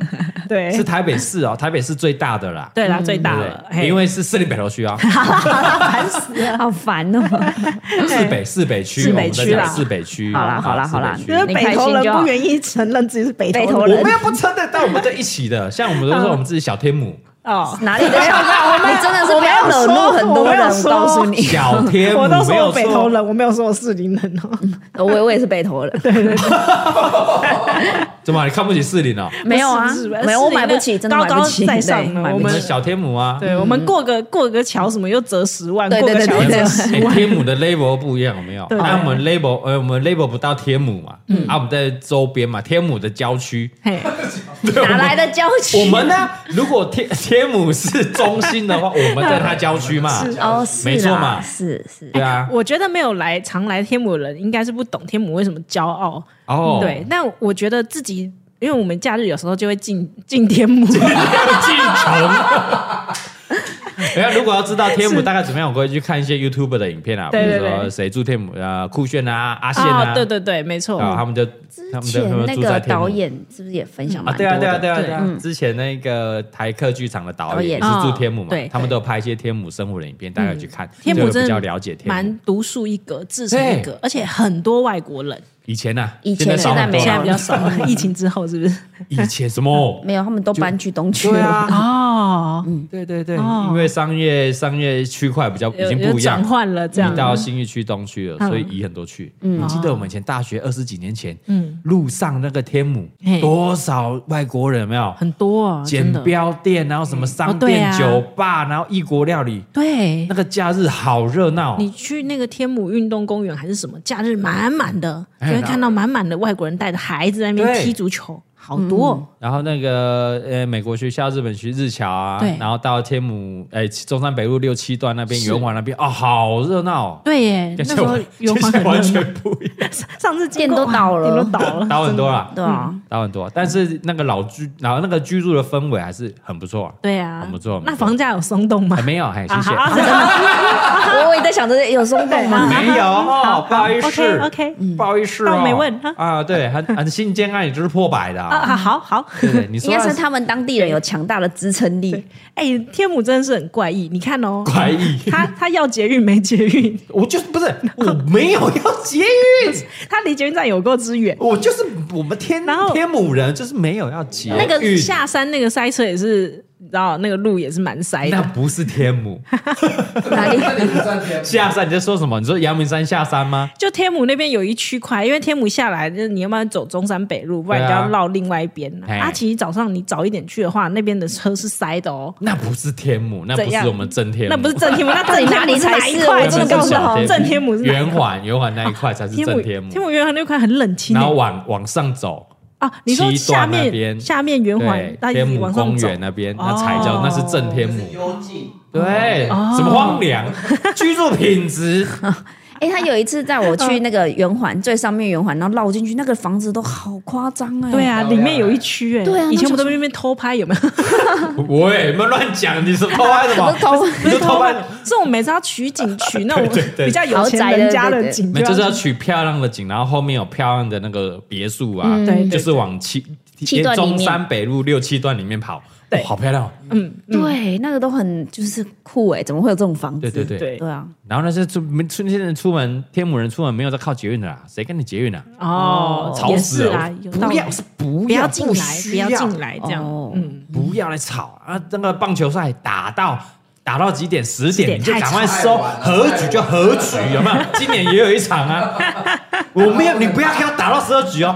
[SPEAKER 2] 对，
[SPEAKER 1] 是台北市哦，台北市最大的啦，
[SPEAKER 2] 对啦，最大
[SPEAKER 1] 对
[SPEAKER 2] 了
[SPEAKER 1] 不，
[SPEAKER 2] 嘿
[SPEAKER 1] 对？因为是四零北头区 啊，
[SPEAKER 3] 好烦哦。
[SPEAKER 1] 市北市北区，
[SPEAKER 2] 市
[SPEAKER 1] 我
[SPEAKER 2] 北
[SPEAKER 1] 们在
[SPEAKER 2] 区啦
[SPEAKER 1] 讲市北区，
[SPEAKER 3] 好啦嗯好啦
[SPEAKER 1] 啊
[SPEAKER 3] 好啦
[SPEAKER 1] 市北区
[SPEAKER 2] 就是北投人
[SPEAKER 3] 你开心就
[SPEAKER 2] 不
[SPEAKER 3] 好
[SPEAKER 2] 愿意承认自己是北
[SPEAKER 3] 北
[SPEAKER 2] 投
[SPEAKER 3] 投
[SPEAKER 2] 人
[SPEAKER 3] 人
[SPEAKER 1] 我们又不承认，但我们在一起的，像我们都说我们自己小天 母，
[SPEAKER 2] 哦。
[SPEAKER 3] 哪里的小
[SPEAKER 2] 我没有
[SPEAKER 3] 你真的是不要惹怒很多人，我告诉你，
[SPEAKER 1] 小天母，
[SPEAKER 2] 我都
[SPEAKER 1] 没
[SPEAKER 2] 说
[SPEAKER 1] 有
[SPEAKER 2] 我北投人，我没有说我士林人哦。
[SPEAKER 3] 我我也是北投人，
[SPEAKER 1] 怎么你看不起四零哦？
[SPEAKER 3] 没有啊
[SPEAKER 2] 不是不是，
[SPEAKER 3] 没有，
[SPEAKER 2] 士
[SPEAKER 3] 我
[SPEAKER 2] 林
[SPEAKER 3] 买不起，
[SPEAKER 2] 那
[SPEAKER 3] 真的买不起，
[SPEAKER 2] 高高在上
[SPEAKER 3] 对
[SPEAKER 2] 的
[SPEAKER 3] 买
[SPEAKER 2] 我
[SPEAKER 3] 不
[SPEAKER 1] 我
[SPEAKER 2] 们
[SPEAKER 1] 们
[SPEAKER 3] 起。
[SPEAKER 1] 小天母啊，
[SPEAKER 2] 对我们过个过个桥什么又折十万，
[SPEAKER 3] 对
[SPEAKER 2] 过个
[SPEAKER 3] 对对
[SPEAKER 2] 桥
[SPEAKER 3] 对
[SPEAKER 2] 折
[SPEAKER 3] 对
[SPEAKER 2] 十
[SPEAKER 1] 哎
[SPEAKER 2] 万。
[SPEAKER 1] 天母的 label 不一样，有没有？
[SPEAKER 2] 对嗯
[SPEAKER 1] 啊，我们 label 呃，我们 label 不到天母嘛，啊，我们在周边嘛，天母的郊区。
[SPEAKER 2] 嘿，
[SPEAKER 3] 哪来的郊区？
[SPEAKER 1] 我们呢，如果天天母是中心 的话，我们在它郊区嘛，
[SPEAKER 3] 哦，是啦
[SPEAKER 1] 没错嘛
[SPEAKER 3] 是是
[SPEAKER 1] 对啊。
[SPEAKER 2] 我觉得没有来常来天母的人，应该是不懂天母为什么骄傲。
[SPEAKER 1] 哦，
[SPEAKER 2] 嗯对，，但我觉得自己，因为我们假日有时候就会进 进天母，
[SPEAKER 1] 啊进城。 然后，如果要知道天母大概怎么样，我会去看一些 YouTube 的影片啊，比
[SPEAKER 2] 对
[SPEAKER 1] 如
[SPEAKER 2] 对对
[SPEAKER 1] 说谁住天母啊，酷炫啊，阿宪
[SPEAKER 2] 啊，
[SPEAKER 1] 啊，
[SPEAKER 2] 对对对，没错。
[SPEAKER 1] 啊，他们就
[SPEAKER 3] 之
[SPEAKER 1] 他们就他
[SPEAKER 3] 前
[SPEAKER 1] 们
[SPEAKER 3] 那
[SPEAKER 1] 住在
[SPEAKER 3] 个
[SPEAKER 1] 天母
[SPEAKER 3] 导演是不是也分享
[SPEAKER 1] 啊，
[SPEAKER 3] 蛮多
[SPEAKER 1] 对啊，对啊，
[SPEAKER 3] 的？
[SPEAKER 1] 对啊，对啊！
[SPEAKER 3] 嗯
[SPEAKER 1] 之前那个台客剧场的导演也
[SPEAKER 3] 导
[SPEAKER 1] 是
[SPEAKER 2] 演
[SPEAKER 1] 住天母嘛
[SPEAKER 2] 哦对，
[SPEAKER 1] 他们都有拍一些天母生活的影片，大家有去看，
[SPEAKER 2] 嗯天母
[SPEAKER 1] 就
[SPEAKER 2] 真
[SPEAKER 1] 比较
[SPEAKER 2] 的
[SPEAKER 1] 了解天母。
[SPEAKER 2] 蛮独树一格，自成一格，而且很多外国人，
[SPEAKER 1] 以前呐，
[SPEAKER 3] 以前
[SPEAKER 1] 现在少
[SPEAKER 3] 现在
[SPEAKER 1] 很多
[SPEAKER 3] 没
[SPEAKER 2] 现在
[SPEAKER 3] 有
[SPEAKER 1] 了
[SPEAKER 2] 比较少 了，疫情之后是不是？
[SPEAKER 1] 以前什 么？
[SPEAKER 3] 没有，他们都搬去东区
[SPEAKER 1] 啊对
[SPEAKER 3] 了。
[SPEAKER 1] 啊，
[SPEAKER 2] 哦，
[SPEAKER 1] 对对对，
[SPEAKER 2] 哦
[SPEAKER 1] 因为商业商业区块比较已
[SPEAKER 2] 有
[SPEAKER 1] 经
[SPEAKER 2] 有
[SPEAKER 1] 不一样
[SPEAKER 2] 转，换了这样
[SPEAKER 1] 移。到新义区东区了，
[SPEAKER 2] 嗯
[SPEAKER 1] 所以移很多区。你记得我们以前大学二十几年前，
[SPEAKER 2] 嗯
[SPEAKER 1] 路上那个天母
[SPEAKER 2] 嘿
[SPEAKER 1] 多少外国人有没有？
[SPEAKER 2] 很多啊，
[SPEAKER 1] 剪
[SPEAKER 2] 真的
[SPEAKER 1] 标店，然后什么商
[SPEAKER 2] 哦对
[SPEAKER 1] 店、
[SPEAKER 2] 啊
[SPEAKER 1] 酒吧，然后异国料理，
[SPEAKER 2] 对
[SPEAKER 1] 那。个假日好热闹。
[SPEAKER 2] 你去那个天母运动公园还是什么，假日满满的，就
[SPEAKER 1] 哎
[SPEAKER 2] 会看到满满的外国人带着孩子在那
[SPEAKER 1] 对嗯
[SPEAKER 2] 边踢足球，
[SPEAKER 5] 好多哦、
[SPEAKER 1] 然后那个呃，美国学校、日本学日侨啊
[SPEAKER 5] 对，
[SPEAKER 1] 然后到天母哎、中山北路六七段那边
[SPEAKER 5] 是
[SPEAKER 1] 圆环那边啊、好热闹哦。
[SPEAKER 5] 对耶，那时
[SPEAKER 1] 现在
[SPEAKER 5] 候
[SPEAKER 1] 完
[SPEAKER 5] 有
[SPEAKER 1] 现
[SPEAKER 5] 很
[SPEAKER 1] 在
[SPEAKER 5] 多
[SPEAKER 1] 完
[SPEAKER 5] 人
[SPEAKER 1] 全不一样，
[SPEAKER 2] 上次
[SPEAKER 3] 店都倒了
[SPEAKER 2] 店啊都倒了，
[SPEAKER 1] 倒很多啦，
[SPEAKER 3] 对啊，
[SPEAKER 1] 倒很多。但是那个老居，然后那个居住的氛围还是很不错、啊。
[SPEAKER 2] 对啊，
[SPEAKER 1] 很不错很不错
[SPEAKER 2] 那房价有松动吗
[SPEAKER 1] 哎？没有，哎，谢谢。
[SPEAKER 2] 啊
[SPEAKER 1] 嗯
[SPEAKER 3] 我我也在想着有松 动吗？
[SPEAKER 1] 没有，哦，不好意思
[SPEAKER 2] OK，OK
[SPEAKER 1] 不好意思
[SPEAKER 2] 当
[SPEAKER 1] 哦，
[SPEAKER 2] 我没问哈
[SPEAKER 1] 啊，对，很很信件案也就是破百的啊，
[SPEAKER 2] 啊，好好，
[SPEAKER 1] 对对，你
[SPEAKER 3] 应
[SPEAKER 1] 说
[SPEAKER 3] 该
[SPEAKER 1] 他
[SPEAKER 3] 是他们当地人有强大的支撑力。
[SPEAKER 2] 哎，天母真的是很怪异，你看 哦，
[SPEAKER 1] 怀疑，
[SPEAKER 2] 他他要捷运没捷运，
[SPEAKER 1] 我就不是我没有要节约，
[SPEAKER 2] 他离捷运站有够之远。
[SPEAKER 1] 我哦就是我们天
[SPEAKER 2] 然后
[SPEAKER 1] 天母人就是没有要节
[SPEAKER 2] 那个
[SPEAKER 1] 育
[SPEAKER 2] 下山那个塞车也是，你知道那个路也是蛮塞
[SPEAKER 1] 那
[SPEAKER 2] 的。
[SPEAKER 1] 不是天母
[SPEAKER 3] 哪
[SPEAKER 2] 哎
[SPEAKER 3] 里
[SPEAKER 4] 这里不算 天
[SPEAKER 1] 下山，你在说什么？你说阳明山下山吗？
[SPEAKER 2] 就天母那边有一区块，因为天母下来，就是你要不要走中山北路，不然你就
[SPEAKER 1] 对啊
[SPEAKER 2] 要绕另外一边啊
[SPEAKER 1] 嘿
[SPEAKER 2] 啊，其实早上你早一点去的话，那边的车是塞的哦。
[SPEAKER 1] 那不是天母，那不
[SPEAKER 2] 怎
[SPEAKER 1] 是
[SPEAKER 2] 样
[SPEAKER 1] 我们正天母，
[SPEAKER 2] 那不是正天母， 那正天
[SPEAKER 3] 到底哪
[SPEAKER 2] 母
[SPEAKER 3] 里是
[SPEAKER 2] 才
[SPEAKER 3] 哪一
[SPEAKER 2] 是
[SPEAKER 3] 块
[SPEAKER 2] 我
[SPEAKER 1] 那
[SPEAKER 2] 真
[SPEAKER 1] 不
[SPEAKER 2] 的
[SPEAKER 1] 是
[SPEAKER 2] 告诉
[SPEAKER 1] 小
[SPEAKER 2] 你，正天母是哪一
[SPEAKER 1] 圆
[SPEAKER 2] 块
[SPEAKER 1] 环，圆环那一块才是
[SPEAKER 2] 天母
[SPEAKER 1] 正天母
[SPEAKER 2] 天，母圆环那块很冷清
[SPEAKER 1] 然
[SPEAKER 2] 欸
[SPEAKER 1] 后往往上走。
[SPEAKER 2] 啊！你说
[SPEAKER 1] 七
[SPEAKER 2] 下
[SPEAKER 1] 段那边
[SPEAKER 2] 面下面圆环
[SPEAKER 1] 对，
[SPEAKER 2] 那一
[SPEAKER 1] 天
[SPEAKER 2] 直
[SPEAKER 1] 母
[SPEAKER 2] 往上
[SPEAKER 1] 公
[SPEAKER 2] 走
[SPEAKER 1] 园那边，那才叫、
[SPEAKER 2] 哦
[SPEAKER 1] 那是正天
[SPEAKER 4] 就
[SPEAKER 1] 母
[SPEAKER 4] 是。幽静，
[SPEAKER 1] 对，哦什么荒 凉，居住品质，
[SPEAKER 3] 哎、他有一次带我去那个圆环
[SPEAKER 2] 嗯
[SPEAKER 3] 最上面圆环，然后绕进去，那个房子都好夸张哎。
[SPEAKER 2] 对啊，里面有一区哎，
[SPEAKER 3] 对啊那
[SPEAKER 2] 以前我们
[SPEAKER 3] 就
[SPEAKER 2] 都在那边偷拍，有没有？
[SPEAKER 1] 喂，你们乱讲，你是偷拍什么
[SPEAKER 3] 我？ 都
[SPEAKER 1] 你是偷拍，
[SPEAKER 2] 是我们每次要取景取那种
[SPEAKER 1] 对对对
[SPEAKER 2] 比较有钱人家的景，
[SPEAKER 1] 没，就是要取
[SPEAKER 2] 去
[SPEAKER 1] 漂亮的景，然后后面有漂亮的那个别墅啊，
[SPEAKER 3] 嗯
[SPEAKER 2] 对，
[SPEAKER 1] 就是往七
[SPEAKER 3] 七段里面
[SPEAKER 1] 中山北路六七段里面跑，
[SPEAKER 2] 对
[SPEAKER 1] 哦好漂亮哦。
[SPEAKER 2] 嗯
[SPEAKER 3] 嗯对，那个都很就是酷哎，怎么会有这种房子？
[SPEAKER 1] 对对对
[SPEAKER 2] 对
[SPEAKER 3] 对啊，
[SPEAKER 1] 然后那些出没春天人出门，天母人出门没有在靠捷运的啦，谁跟你捷运啊？
[SPEAKER 2] 哦，
[SPEAKER 1] 吵
[SPEAKER 2] 也
[SPEAKER 1] 死
[SPEAKER 2] 是啦
[SPEAKER 1] 了，！
[SPEAKER 2] 有道
[SPEAKER 1] 不
[SPEAKER 2] 理
[SPEAKER 1] 要是不
[SPEAKER 2] 不要
[SPEAKER 1] 要
[SPEAKER 2] 进来，
[SPEAKER 1] 需
[SPEAKER 2] 不要进来，这样
[SPEAKER 3] 哦，
[SPEAKER 2] 嗯，
[SPEAKER 1] 不要来吵啊！那个棒球赛打到打到几点？十
[SPEAKER 2] 10
[SPEAKER 1] 点
[SPEAKER 2] 点
[SPEAKER 1] 你就赶快
[SPEAKER 4] 太
[SPEAKER 1] 收，
[SPEAKER 4] 晚了
[SPEAKER 1] 和局就和局，有没有？今年也有一场啊！我没有，你不要给我打到十二局哦，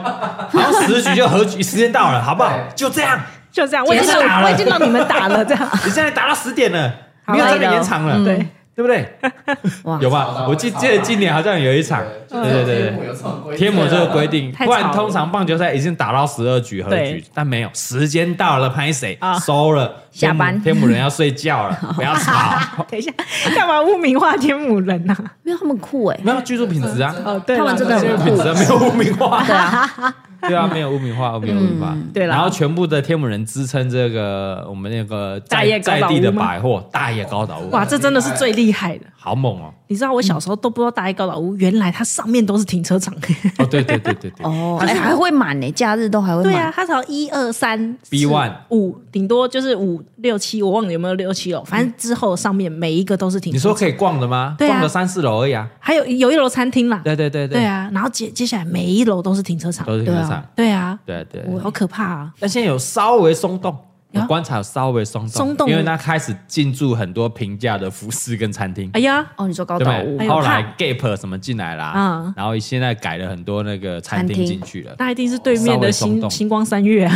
[SPEAKER 1] 然后十局就和局，时间到了，好不好？
[SPEAKER 4] 对
[SPEAKER 1] 就这样，
[SPEAKER 2] 就这样，我已经
[SPEAKER 1] 结束
[SPEAKER 2] 让
[SPEAKER 1] 了
[SPEAKER 2] 我已经让你们打了，这样
[SPEAKER 1] 你现在打到十点了，
[SPEAKER 3] 好
[SPEAKER 1] 没有再
[SPEAKER 3] 累了
[SPEAKER 1] 能延长了，
[SPEAKER 2] 对。
[SPEAKER 1] 对不对？
[SPEAKER 3] 哇
[SPEAKER 1] 有吧？我记记得今年好像有一场，对对对对
[SPEAKER 4] 天。母有这
[SPEAKER 1] 贴膜这
[SPEAKER 4] 种规定，
[SPEAKER 1] 个规定，
[SPEAKER 2] 太
[SPEAKER 1] 不然
[SPEAKER 2] 吵了
[SPEAKER 1] 通常棒球赛已经打到十二局和
[SPEAKER 2] 对
[SPEAKER 1] 局，但没有时间到了，拍谁
[SPEAKER 2] 啊
[SPEAKER 1] 收了，
[SPEAKER 3] 下班
[SPEAKER 1] 天母天母人要睡觉 了，不要吵，
[SPEAKER 2] 等一下，干嘛污名化天母人啊呐？
[SPEAKER 3] 没有他们酷哎，
[SPEAKER 1] 没有居住品质啊，
[SPEAKER 2] 哦，对啦，
[SPEAKER 3] 他们真的
[SPEAKER 1] 居
[SPEAKER 3] 很
[SPEAKER 1] 住
[SPEAKER 3] 酷
[SPEAKER 1] 品质啊没有污名化，
[SPEAKER 3] 对啊，
[SPEAKER 1] 对啊，没有污名化，没有污名化，
[SPEAKER 2] 嗯对啦
[SPEAKER 1] 然后全部的天母人支撑这个我们那个在
[SPEAKER 2] 大叶高
[SPEAKER 1] 在
[SPEAKER 2] 岛屋吗
[SPEAKER 1] 地的百货大叶高岛屋，
[SPEAKER 2] 哇，这真的是最厉害的。
[SPEAKER 1] 好猛哦！
[SPEAKER 2] 你知道我小时候都不知道大一高岛屋，原来它上面都是停车场。
[SPEAKER 1] 哦，对对对对对，
[SPEAKER 3] 哦，哎还会满呢，假日都还 会
[SPEAKER 2] 对
[SPEAKER 3] 满
[SPEAKER 2] 啊，，它只要一二三
[SPEAKER 1] B1
[SPEAKER 2] 五，顶多就是五六七，我忘了有没有六七楼，反正之后上面每一个都是停
[SPEAKER 1] 你
[SPEAKER 2] 车
[SPEAKER 1] 说
[SPEAKER 2] 场。
[SPEAKER 1] 可以逛的吗？
[SPEAKER 2] 对啊
[SPEAKER 1] 逛个三四楼而已啊，
[SPEAKER 2] 还有有一楼餐厅啦，
[SPEAKER 1] 对对对
[SPEAKER 2] 对，啊，然后接接下来每一楼都是停车场，
[SPEAKER 1] 都是停车
[SPEAKER 3] 对
[SPEAKER 1] 场
[SPEAKER 3] 啊，
[SPEAKER 2] 对啊，
[SPEAKER 1] 对对。
[SPEAKER 2] 我好可怕啊！
[SPEAKER 1] 但现在有稍微松动，
[SPEAKER 2] 有
[SPEAKER 1] 我观察有稍微松动，
[SPEAKER 2] 松动
[SPEAKER 1] 因为它开始进驻很多平价的服饰跟餐厅。
[SPEAKER 2] 哎呀，
[SPEAKER 3] 哦，你说高
[SPEAKER 1] 对不
[SPEAKER 3] 岛屋
[SPEAKER 2] 哎
[SPEAKER 1] 对？
[SPEAKER 2] 呦
[SPEAKER 1] 后来
[SPEAKER 2] 怕
[SPEAKER 1] Gap 什么进来啦，
[SPEAKER 2] 嗯
[SPEAKER 1] 然后现在改了很多那个餐
[SPEAKER 3] 餐
[SPEAKER 1] 厅
[SPEAKER 3] 厅
[SPEAKER 1] 进去了，
[SPEAKER 2] 那一定是对面
[SPEAKER 1] 稍微
[SPEAKER 2] 的
[SPEAKER 1] 松
[SPEAKER 2] 星
[SPEAKER 1] 动
[SPEAKER 2] 星光三月 啊，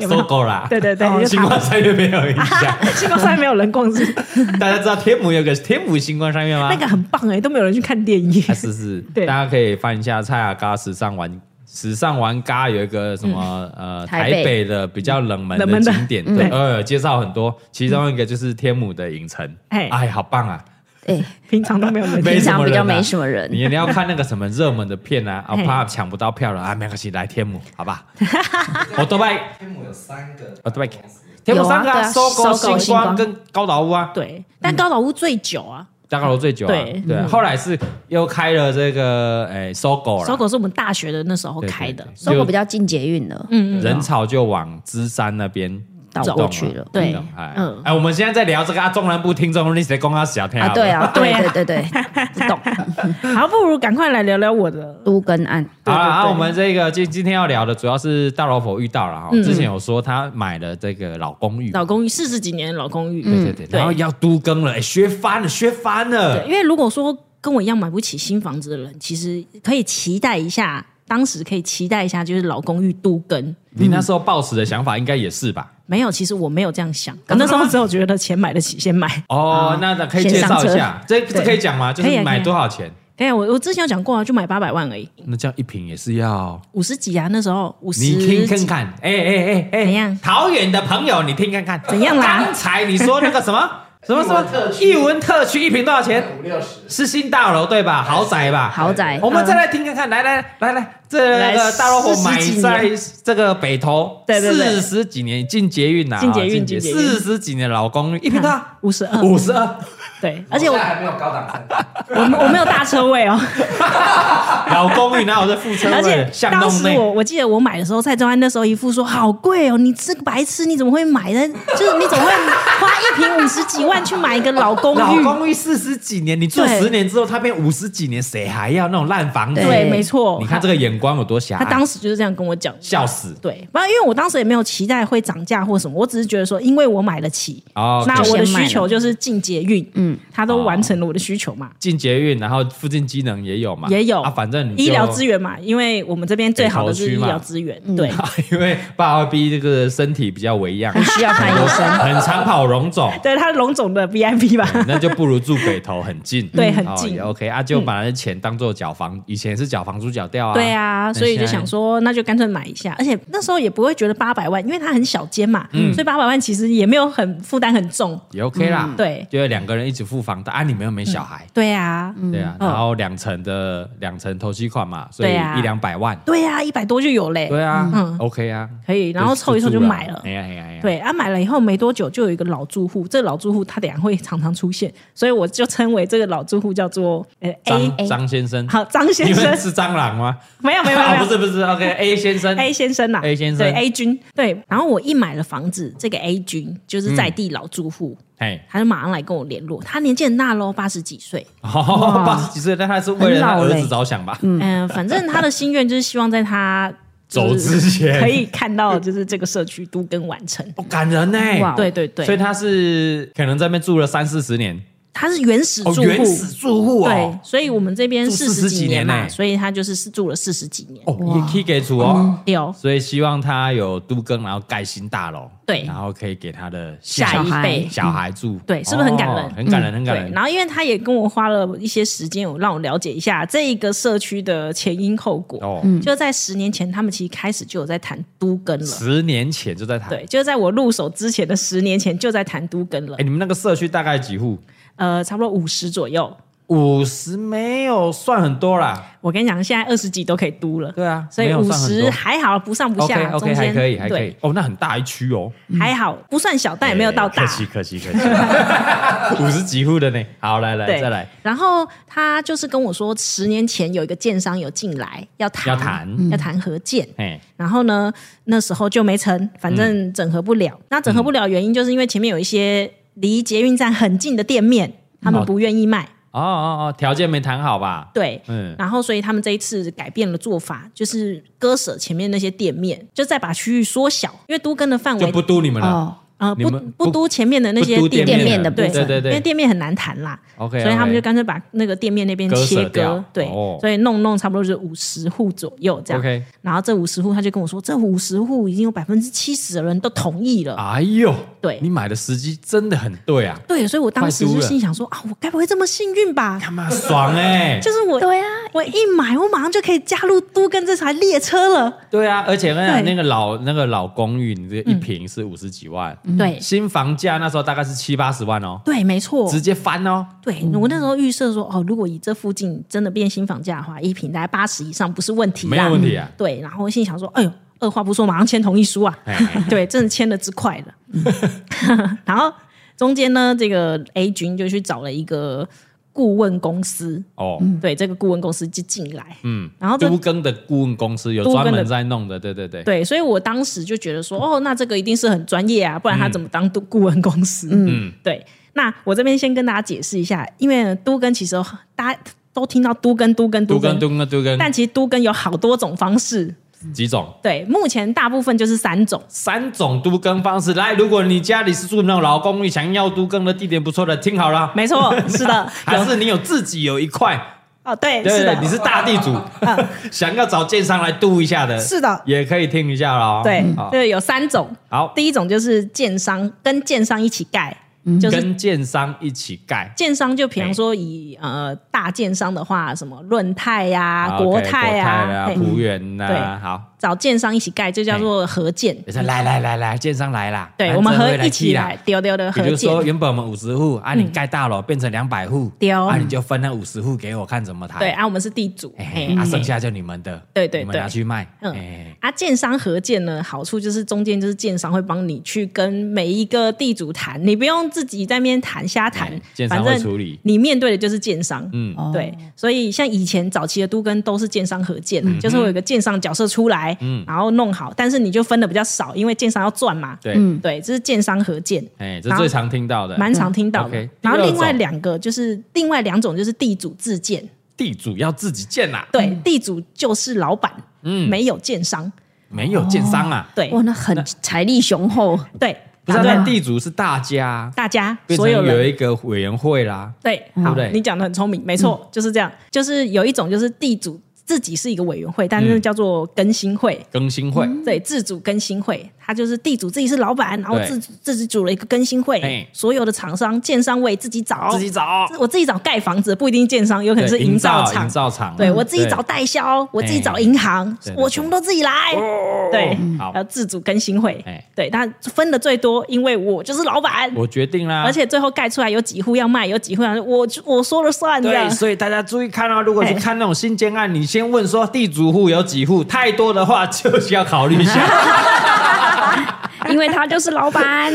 [SPEAKER 2] 有没
[SPEAKER 1] 收
[SPEAKER 2] 有？
[SPEAKER 1] 购啦。
[SPEAKER 2] 对对对 就
[SPEAKER 1] 星光三月没有影响。
[SPEAKER 2] 星光三月没有人逛是 不是
[SPEAKER 1] 大家知道天母有个天母星光三月吗？
[SPEAKER 2] 那个很棒哎，都没有人去看电影
[SPEAKER 1] 啊，是是，
[SPEAKER 2] 对
[SPEAKER 1] 大家可以翻一下蔡雅嘎时尚玩。时尚玩嘎有一个什么、呃
[SPEAKER 3] 台
[SPEAKER 1] 台
[SPEAKER 3] 北
[SPEAKER 1] 北的比较冷门
[SPEAKER 2] 冷门的
[SPEAKER 1] 景点，
[SPEAKER 2] 嗯
[SPEAKER 1] 对，
[SPEAKER 2] 对
[SPEAKER 1] 呃介绍很多，其中一个就是天母的影城，
[SPEAKER 2] 哎
[SPEAKER 1] 哎，好棒啊！
[SPEAKER 3] 哎，
[SPEAKER 2] 平常都没有人
[SPEAKER 1] 没
[SPEAKER 3] 平
[SPEAKER 1] 什么
[SPEAKER 3] 常比较
[SPEAKER 1] 人啊
[SPEAKER 3] 没什么人，
[SPEAKER 1] 你你要看那个什么热门的片啊，啊
[SPEAKER 2] 嘿
[SPEAKER 1] 怕抢不到票了啊，没关系，来天母好吧？我都拜，
[SPEAKER 4] 啊天母有三个，
[SPEAKER 1] 我都拜，天母三个、
[SPEAKER 3] 对啊
[SPEAKER 1] 搜狗、
[SPEAKER 3] 搜狗
[SPEAKER 1] 星光
[SPEAKER 3] 星光
[SPEAKER 1] 跟高岛屋啊，
[SPEAKER 2] 对，但高岛屋最久啊，
[SPEAKER 1] 高岛屋最久啊，
[SPEAKER 2] 对
[SPEAKER 1] 对啊。后来是又开了这个哎搜狗了，
[SPEAKER 2] 搜狗是我们大学的那时候
[SPEAKER 1] 对对
[SPEAKER 2] 开的
[SPEAKER 1] 对，
[SPEAKER 3] 收购比较近捷运了，嗯，
[SPEAKER 1] 人潮就往芝山那边
[SPEAKER 3] 倒
[SPEAKER 1] 走
[SPEAKER 3] 过去了
[SPEAKER 1] 动
[SPEAKER 2] 对
[SPEAKER 1] 哎
[SPEAKER 2] 嗯
[SPEAKER 1] 哎，我们现在在聊这个啊，中南部听众，你谁公他小天
[SPEAKER 3] 啊，对，啊，对
[SPEAKER 2] 对啊
[SPEAKER 3] 对对对，不懂
[SPEAKER 2] 好，不如赶快来聊聊我的
[SPEAKER 3] 都跟案，
[SPEAKER 1] 好了，
[SPEAKER 2] 对对
[SPEAKER 1] 啊，
[SPEAKER 2] 对
[SPEAKER 1] 我们这个今今天要聊的主要是大老婆遇到了哈，之前有说她买了这个老公寓，
[SPEAKER 2] 嗯老公寓，四十几年的老公寓，
[SPEAKER 1] 嗯对对对，然后要都更了，哎，学翻了，学翻
[SPEAKER 2] 对，
[SPEAKER 1] 了，
[SPEAKER 2] 因为如果说跟我一样买不起新房子的人，其实可以期待一下，当时可以期待一下，就是老公寓都跟。
[SPEAKER 1] 你那时候抱持的想法应该也是吧？
[SPEAKER 2] 没有，其实我没有这样想，我那时候只有觉 得钱买得起，先买。啊
[SPEAKER 1] 哦，那那可以介绍一
[SPEAKER 3] 先
[SPEAKER 1] 下
[SPEAKER 3] 上，
[SPEAKER 1] 这这可以讲吗？就
[SPEAKER 2] 可以
[SPEAKER 1] 是
[SPEAKER 2] 啊
[SPEAKER 1] 买多少钱？
[SPEAKER 2] 哎呀，我我之前有讲过啊，就买八百万而已，
[SPEAKER 1] 那这样一瓶也是要，
[SPEAKER 2] 五十几啊，那时候五十
[SPEAKER 1] 你听看看，哎哎哎哎，
[SPEAKER 2] 怎样
[SPEAKER 1] 桃园的朋友，你听看看，
[SPEAKER 2] 怎样啦
[SPEAKER 1] 刚才你说那个什 么什么什么
[SPEAKER 4] 艺文特区
[SPEAKER 1] 艺文特区一瓶多少钱？
[SPEAKER 4] 五六十，
[SPEAKER 1] 是新大楼对吧？豪宅吧？哎
[SPEAKER 3] 豪宅
[SPEAKER 1] 我们再来听看看，来来来来，这
[SPEAKER 2] 嗯来
[SPEAKER 1] 个大老虎
[SPEAKER 2] 40
[SPEAKER 1] 买
[SPEAKER 2] 几年
[SPEAKER 1] 在这个北投，
[SPEAKER 2] 对对
[SPEAKER 1] 四
[SPEAKER 2] 对
[SPEAKER 1] 十几年进捷运呐，
[SPEAKER 2] 进捷
[SPEAKER 1] 啊
[SPEAKER 2] 运进捷运嗯
[SPEAKER 1] 四十几年的老公寓，一瓶多少？
[SPEAKER 2] 五十二，
[SPEAKER 1] 五十二，
[SPEAKER 2] 对，而且我
[SPEAKER 4] 现在还没有高档餐，
[SPEAKER 2] 我我没有大车 位哦，
[SPEAKER 1] 老公寓哪有这副车
[SPEAKER 2] 而
[SPEAKER 1] 位
[SPEAKER 2] 且？
[SPEAKER 1] 巷
[SPEAKER 2] 当
[SPEAKER 1] 弄
[SPEAKER 2] 时
[SPEAKER 1] 内。
[SPEAKER 2] 我我记得我买的时候，蔡宗安那时候一副说好贵哦，你这个白痴你怎么会买呢？就是你怎么会花一瓶五十几万去买一个老公
[SPEAKER 1] 老
[SPEAKER 2] 寓？
[SPEAKER 1] 公寓四十几年，你住
[SPEAKER 2] 对
[SPEAKER 1] 十年之后，它变五十几年，谁还要那种烂房子？
[SPEAKER 2] 对，没错，
[SPEAKER 1] 你看这个眼光有多狭隘，
[SPEAKER 2] 他当时就是这样跟我讲。
[SPEAKER 1] 笑死。
[SPEAKER 2] 对，不然因为我当时也没有期待会涨价或什么，我只是觉得说，因为我买得起，
[SPEAKER 1] 哦，
[SPEAKER 2] 那
[SPEAKER 1] 就
[SPEAKER 2] 我的
[SPEAKER 3] 先买
[SPEAKER 2] 需
[SPEAKER 3] 了
[SPEAKER 2] 求就是进捷运，嗯
[SPEAKER 3] 嗯，
[SPEAKER 2] 他
[SPEAKER 1] 哦
[SPEAKER 2] 都完成了我的需求嘛，
[SPEAKER 1] 进捷运，然后附近机能也有嘛，
[SPEAKER 2] 也有
[SPEAKER 1] 啊，反正你就
[SPEAKER 2] 医疗资。源嘛，因为我们这边最好的是医疗资源，对，
[SPEAKER 1] 因为爸爸 B 这个身体比较微恙，
[SPEAKER 3] 很需要看医生。
[SPEAKER 1] 很常跑龙总，嗯
[SPEAKER 2] 对，他是龙总的 VIP 吧，
[SPEAKER 1] 那就不如住北投，很近，
[SPEAKER 2] 对很
[SPEAKER 1] 哦
[SPEAKER 2] 近嗯
[SPEAKER 1] 也 OK 啊，就把那钱当做缴房，以前是缴房租缴掉啊，
[SPEAKER 2] 对啊，所以就
[SPEAKER 1] 现在
[SPEAKER 2] 想说，那就干脆买一下，而且那时候也不会觉得八百万，因为它很小间嘛，
[SPEAKER 1] 嗯
[SPEAKER 2] 所以八百万其实也没有很负担很重，
[SPEAKER 1] 也 OK 啦，
[SPEAKER 2] 对
[SPEAKER 1] 就是两个人一起付房贷啊，你们又没小孩，
[SPEAKER 2] 对啊，
[SPEAKER 1] 对啊，然后两层的两层投期款嘛，所以
[SPEAKER 2] 对啊
[SPEAKER 1] 一两百万，
[SPEAKER 2] 对啊，一百多就有嘞，
[SPEAKER 1] 对啊、
[SPEAKER 2] 嗯
[SPEAKER 1] o k 啊，
[SPEAKER 2] 可以，然后凑一凑就
[SPEAKER 1] 住啦
[SPEAKER 2] 买了
[SPEAKER 1] 哎。呀哎呀哎呀，
[SPEAKER 2] 对啊，买了以后没多久就有一个老住户，这个老住户他等一下会常常出现，所以我就称为这个老住户叫做呃 A，
[SPEAKER 1] 张张先生，
[SPEAKER 2] 好张先
[SPEAKER 1] 你
[SPEAKER 2] 生
[SPEAKER 1] 们，是蟑螂吗？
[SPEAKER 2] 没 有没有没有
[SPEAKER 1] 啊
[SPEAKER 2] 没有
[SPEAKER 1] 不是不是，OK A 先生
[SPEAKER 2] A 先生呐、啊
[SPEAKER 1] A 先生
[SPEAKER 2] 对 A 君对，然后我一买了房子，这个 A 君就是在地老住户，
[SPEAKER 1] 哎，
[SPEAKER 2] 他就马上来跟我联络，他年纪很大喽，八十几岁，
[SPEAKER 1] 哦，八十几岁，但他是为了他儿子着想吧？
[SPEAKER 2] 嗯、反正他的心愿就是希望在他、
[SPEAKER 1] 走
[SPEAKER 2] 就是
[SPEAKER 1] 之前
[SPEAKER 2] 可以看到就是这个社区都跟完成，
[SPEAKER 1] 哦，感人呢、
[SPEAKER 3] 哇
[SPEAKER 2] 对对对，
[SPEAKER 1] 所以他是可能在那边住了三四十年，
[SPEAKER 2] 他是原始
[SPEAKER 1] 哦
[SPEAKER 2] 住，户。
[SPEAKER 1] 原始住户
[SPEAKER 2] 对
[SPEAKER 1] 哦，，
[SPEAKER 2] 所以我们这边
[SPEAKER 1] 住
[SPEAKER 2] 四十
[SPEAKER 1] 40几
[SPEAKER 2] 年
[SPEAKER 1] 年啊
[SPEAKER 2] 嘛，
[SPEAKER 1] 呢
[SPEAKER 2] 所以他就是是住了四十几年。
[SPEAKER 1] 哦，也可以给主哦。
[SPEAKER 2] 有
[SPEAKER 1] 所以希望他有都更，然后盖新大楼，
[SPEAKER 2] 对
[SPEAKER 1] 然后可以给他的
[SPEAKER 2] 下一
[SPEAKER 3] 小孩
[SPEAKER 2] 辈，嗯
[SPEAKER 1] 小孩住，
[SPEAKER 2] 对是不是很感人嗯
[SPEAKER 1] 哦很感人，很感
[SPEAKER 2] 对。
[SPEAKER 1] 人。
[SPEAKER 2] 然后因为他也跟我花了一些时间，有让我了解一下这个社区的前因后嗯果。
[SPEAKER 1] 哦，
[SPEAKER 2] 就在十年前，他们其实开始就有在谈都更了。
[SPEAKER 1] 十年前就在谈。
[SPEAKER 2] 对，就在我入手之前的十年前就在谈都更了
[SPEAKER 1] 哎，，你们那个社区大概几户？
[SPEAKER 2] 呃，差不多五十左右。
[SPEAKER 1] 五十没有算很多啦。
[SPEAKER 2] 我跟你讲，现在二十几都可以都了，
[SPEAKER 1] 对啊，
[SPEAKER 2] 所以
[SPEAKER 1] 没有
[SPEAKER 2] 五
[SPEAKER 1] 算很
[SPEAKER 2] 十
[SPEAKER 1] 多
[SPEAKER 2] 还好，不上不
[SPEAKER 1] OK
[SPEAKER 2] 下，中
[SPEAKER 1] OK 还
[SPEAKER 2] 间
[SPEAKER 1] 可以，还可以
[SPEAKER 2] 对，。
[SPEAKER 1] 哦，那很大一区哦。
[SPEAKER 2] 还好不算小，但也没有到大
[SPEAKER 1] 哎。客气 客气客气，五十几户的呢。好，来来
[SPEAKER 2] 对
[SPEAKER 1] 再来，
[SPEAKER 2] 然后他就是跟我说，十年前有一个建商有进来要谈
[SPEAKER 1] 要谈
[SPEAKER 2] 要谈合建，
[SPEAKER 1] 哎，
[SPEAKER 2] 然后呢那时候就没成，反
[SPEAKER 1] 嗯
[SPEAKER 2] 正整合不了。那整合不了原因就是因为前面有一些离捷运站很近的店面，他们
[SPEAKER 1] 哦
[SPEAKER 2] 不愿意卖，
[SPEAKER 1] 哦哦哦，条件没谈好吧？
[SPEAKER 2] 对。
[SPEAKER 1] 嗯，
[SPEAKER 2] 然后，所以他们这一次改变了做法，就是割舍前面那些店面，就再把区域缩小，因为都跟的范
[SPEAKER 1] 就
[SPEAKER 2] 围
[SPEAKER 1] 不嘟你们了，
[SPEAKER 3] 哦，
[SPEAKER 2] 呃
[SPEAKER 1] 你
[SPEAKER 2] 不
[SPEAKER 1] 们
[SPEAKER 2] 不
[SPEAKER 1] 不
[SPEAKER 2] 都前面的那
[SPEAKER 1] 不
[SPEAKER 2] 些
[SPEAKER 1] 嘟
[SPEAKER 2] 店
[SPEAKER 3] 面
[SPEAKER 2] 面，
[SPEAKER 3] 的
[SPEAKER 1] 了
[SPEAKER 3] 部
[SPEAKER 2] 对
[SPEAKER 3] 分
[SPEAKER 1] 对对
[SPEAKER 2] 因
[SPEAKER 1] 对
[SPEAKER 2] 为店面很难谈啦，
[SPEAKER 1] ，OK，
[SPEAKER 2] 所以他们就干脆把那个店面那边
[SPEAKER 1] 割舍
[SPEAKER 2] 切割
[SPEAKER 1] 掉，
[SPEAKER 2] 对，
[SPEAKER 1] 哦
[SPEAKER 2] 所以弄弄差不多就是五十户左右这样。
[SPEAKER 1] OK。
[SPEAKER 2] 然后这五十户他就跟我说，这五十户已经有百分之七十的人都同意了，
[SPEAKER 1] 哎呦，
[SPEAKER 2] 对
[SPEAKER 1] 你买的时机真的很对啊，
[SPEAKER 2] 对，所以我当时
[SPEAKER 1] 快
[SPEAKER 2] 就
[SPEAKER 1] 输了嗯
[SPEAKER 2] 心想说啊，我该不会这么幸运吧？
[SPEAKER 1] 他妈爽哎！
[SPEAKER 2] 就是我，
[SPEAKER 3] 对啊，
[SPEAKER 2] 我一买，我马上就可以加入都跟这台列车了。
[SPEAKER 1] 对啊，而且那
[SPEAKER 2] 对嗯
[SPEAKER 1] 那个老那个老公寓，你这一平是五十几万，
[SPEAKER 2] 对
[SPEAKER 1] 新房价那时候大概是七八十万哦，
[SPEAKER 2] 对，没错
[SPEAKER 1] 直，接翻哦。
[SPEAKER 2] 对我那时候预设说，哦，如果以这附近真的变新房价的话，一平大概八十以上不是问题啦，
[SPEAKER 1] 没有问题啊
[SPEAKER 2] 对，然后我心想说，哎呦，二话不说，马上签同意书啊。
[SPEAKER 1] 哎哎
[SPEAKER 2] 对，真的签的 之快了。然后中间呢，这个 A 君就去找了一个顾问公司，
[SPEAKER 1] 哦，
[SPEAKER 2] 对，这个顾问公司就进来，
[SPEAKER 1] 嗯，
[SPEAKER 2] 嗯然后这
[SPEAKER 1] 都更的顾问公司有
[SPEAKER 2] 都更的
[SPEAKER 1] 专门在弄的，对对对，
[SPEAKER 2] 对，所以我当时就觉得说，哦，那这个一定是很专业啊，不然他怎么当顾顾问公司？嗯
[SPEAKER 1] 嗯，
[SPEAKER 2] 对。那我这边先跟大家解释一下，因为都跟其实有大家都听到都跟都跟
[SPEAKER 1] 都
[SPEAKER 2] 都
[SPEAKER 1] 跟
[SPEAKER 2] 跟，
[SPEAKER 1] 都跟都跟
[SPEAKER 2] 但其实都跟有好多种方式。
[SPEAKER 1] 几种。
[SPEAKER 2] 对，目前大部分就是三种。
[SPEAKER 1] 三种都更方式来，如果你家里是住那种老公寓，想要都更的地点不错的，听好了，
[SPEAKER 2] 没错，是的，
[SPEAKER 1] 还是你有自己有一块，
[SPEAKER 2] 哦，
[SPEAKER 1] 对
[SPEAKER 2] 对，
[SPEAKER 1] 不
[SPEAKER 2] 是
[SPEAKER 1] 对
[SPEAKER 2] 的，，嗯
[SPEAKER 1] 你是大地主， 想要找建商来度一下的，
[SPEAKER 2] 是的，
[SPEAKER 1] 也可以听一下啦。
[SPEAKER 2] 对，
[SPEAKER 1] 好
[SPEAKER 2] 对，有三种。
[SPEAKER 1] 好，
[SPEAKER 2] 第一种就是建商跟建商一起盖，就是
[SPEAKER 1] 嗯跟哎建商一起盖。
[SPEAKER 2] 建商就比方说以呃大建商的话，什么润泰呀、
[SPEAKER 1] 啊 OK，
[SPEAKER 2] 国
[SPEAKER 1] 泰啊
[SPEAKER 2] 泰呀，嘿
[SPEAKER 1] 浦原呐，
[SPEAKER 2] 对
[SPEAKER 1] 好，
[SPEAKER 2] 找建商一起盖，就叫
[SPEAKER 1] 哎
[SPEAKER 2] 做合建。
[SPEAKER 1] 就说来来来来，建商来啦，
[SPEAKER 2] 对，
[SPEAKER 1] 咱
[SPEAKER 2] 我们
[SPEAKER 1] 这
[SPEAKER 2] 合
[SPEAKER 1] 回
[SPEAKER 2] 一起
[SPEAKER 1] 去啦
[SPEAKER 2] 来，丢丢的
[SPEAKER 1] 比
[SPEAKER 2] 合
[SPEAKER 1] 如说，
[SPEAKER 2] 建。
[SPEAKER 1] 原本我们五十户啊，你盖大楼变成两百户，
[SPEAKER 2] 嗯对哦
[SPEAKER 1] 啊，你就分那五十户给我看怎么谈。
[SPEAKER 2] 对，啊，我们是地主，
[SPEAKER 1] 嘿
[SPEAKER 2] 嘿
[SPEAKER 1] 嘿，啊，剩下就你们的，
[SPEAKER 2] 对对
[SPEAKER 1] 你们
[SPEAKER 2] 对
[SPEAKER 1] 拿去卖。
[SPEAKER 2] 嗯
[SPEAKER 1] 哎，
[SPEAKER 2] 啊，建商合建呢，好处就是中间就是建商会帮你去跟每一个地主谈，你不用自己在那边谈瞎谈
[SPEAKER 1] 嗯，建商
[SPEAKER 2] 反
[SPEAKER 1] 会
[SPEAKER 2] 正
[SPEAKER 1] 处理。
[SPEAKER 2] 你面对的就是建商。
[SPEAKER 1] 嗯，
[SPEAKER 3] 哦
[SPEAKER 2] 对，所以像以前早期的都跟都是建商合建
[SPEAKER 1] 嗯
[SPEAKER 2] 啊，就是会有一个建商角色出来，然后弄好，但是你就分的比较少，因为建商要赚嘛。
[SPEAKER 1] 对，
[SPEAKER 3] 嗯
[SPEAKER 2] 对，这是建商合建，
[SPEAKER 1] 哎，这
[SPEAKER 2] 然后
[SPEAKER 1] 最常听到的，
[SPEAKER 2] 蛮常听到的。
[SPEAKER 1] OK，
[SPEAKER 2] 然后
[SPEAKER 1] 第二
[SPEAKER 2] 另外
[SPEAKER 1] 种
[SPEAKER 2] 两个就是另外两种就是地主自建，
[SPEAKER 1] 地主要自己建啦，
[SPEAKER 2] 对，地主就是老板，
[SPEAKER 1] 嗯
[SPEAKER 2] 没有建商，
[SPEAKER 1] 没有建商啊，
[SPEAKER 2] 对
[SPEAKER 3] 哇，那很财力雄厚，
[SPEAKER 2] 对，
[SPEAKER 1] 不是啊
[SPEAKER 2] 哦答对
[SPEAKER 1] 那
[SPEAKER 2] 了
[SPEAKER 1] 地主是大家，
[SPEAKER 2] 大家
[SPEAKER 1] 变
[SPEAKER 2] 所
[SPEAKER 1] 成
[SPEAKER 2] 有
[SPEAKER 1] 有
[SPEAKER 2] 人。
[SPEAKER 1] 一个委员会啦，
[SPEAKER 2] 对，
[SPEAKER 1] 对
[SPEAKER 2] 好
[SPEAKER 1] 不对，嗯
[SPEAKER 2] 你讲的很聪明，没错，就是这样。就是有一种就是地主自己是一个委员会，但是
[SPEAKER 1] 嗯
[SPEAKER 2] 叫做更新会，
[SPEAKER 1] 更新会，
[SPEAKER 2] 对，自主更新会，他就是地主自己是老板，然后
[SPEAKER 1] 对
[SPEAKER 2] 自自己组了一个更新会
[SPEAKER 1] 哎，
[SPEAKER 2] 所有的厂商、建商位自己找，
[SPEAKER 1] 自己找，
[SPEAKER 2] 我自己找盖房子，不一定建商，有可能是
[SPEAKER 1] 对营
[SPEAKER 2] 造
[SPEAKER 1] 营
[SPEAKER 2] 厂。
[SPEAKER 1] 造厂，
[SPEAKER 2] 对
[SPEAKER 1] 嗯
[SPEAKER 2] 我自己找，代销，我自己找银行
[SPEAKER 1] 对对，对
[SPEAKER 2] 我全部都自己来。对，
[SPEAKER 1] 好
[SPEAKER 2] 还有自主更新会
[SPEAKER 1] 哎，
[SPEAKER 2] 对，但分的最多，因为我就是老板，
[SPEAKER 1] 我决定啦，
[SPEAKER 2] 而且最后盖出来有几户要卖，有几户要我我说了算 这样
[SPEAKER 1] 对，所以大家注意看哦，如果是
[SPEAKER 2] 哎
[SPEAKER 1] 看那种新建案，你先问说地主户有几户，太多的话就需要考虑一 下。
[SPEAKER 3] 因为他就是老板。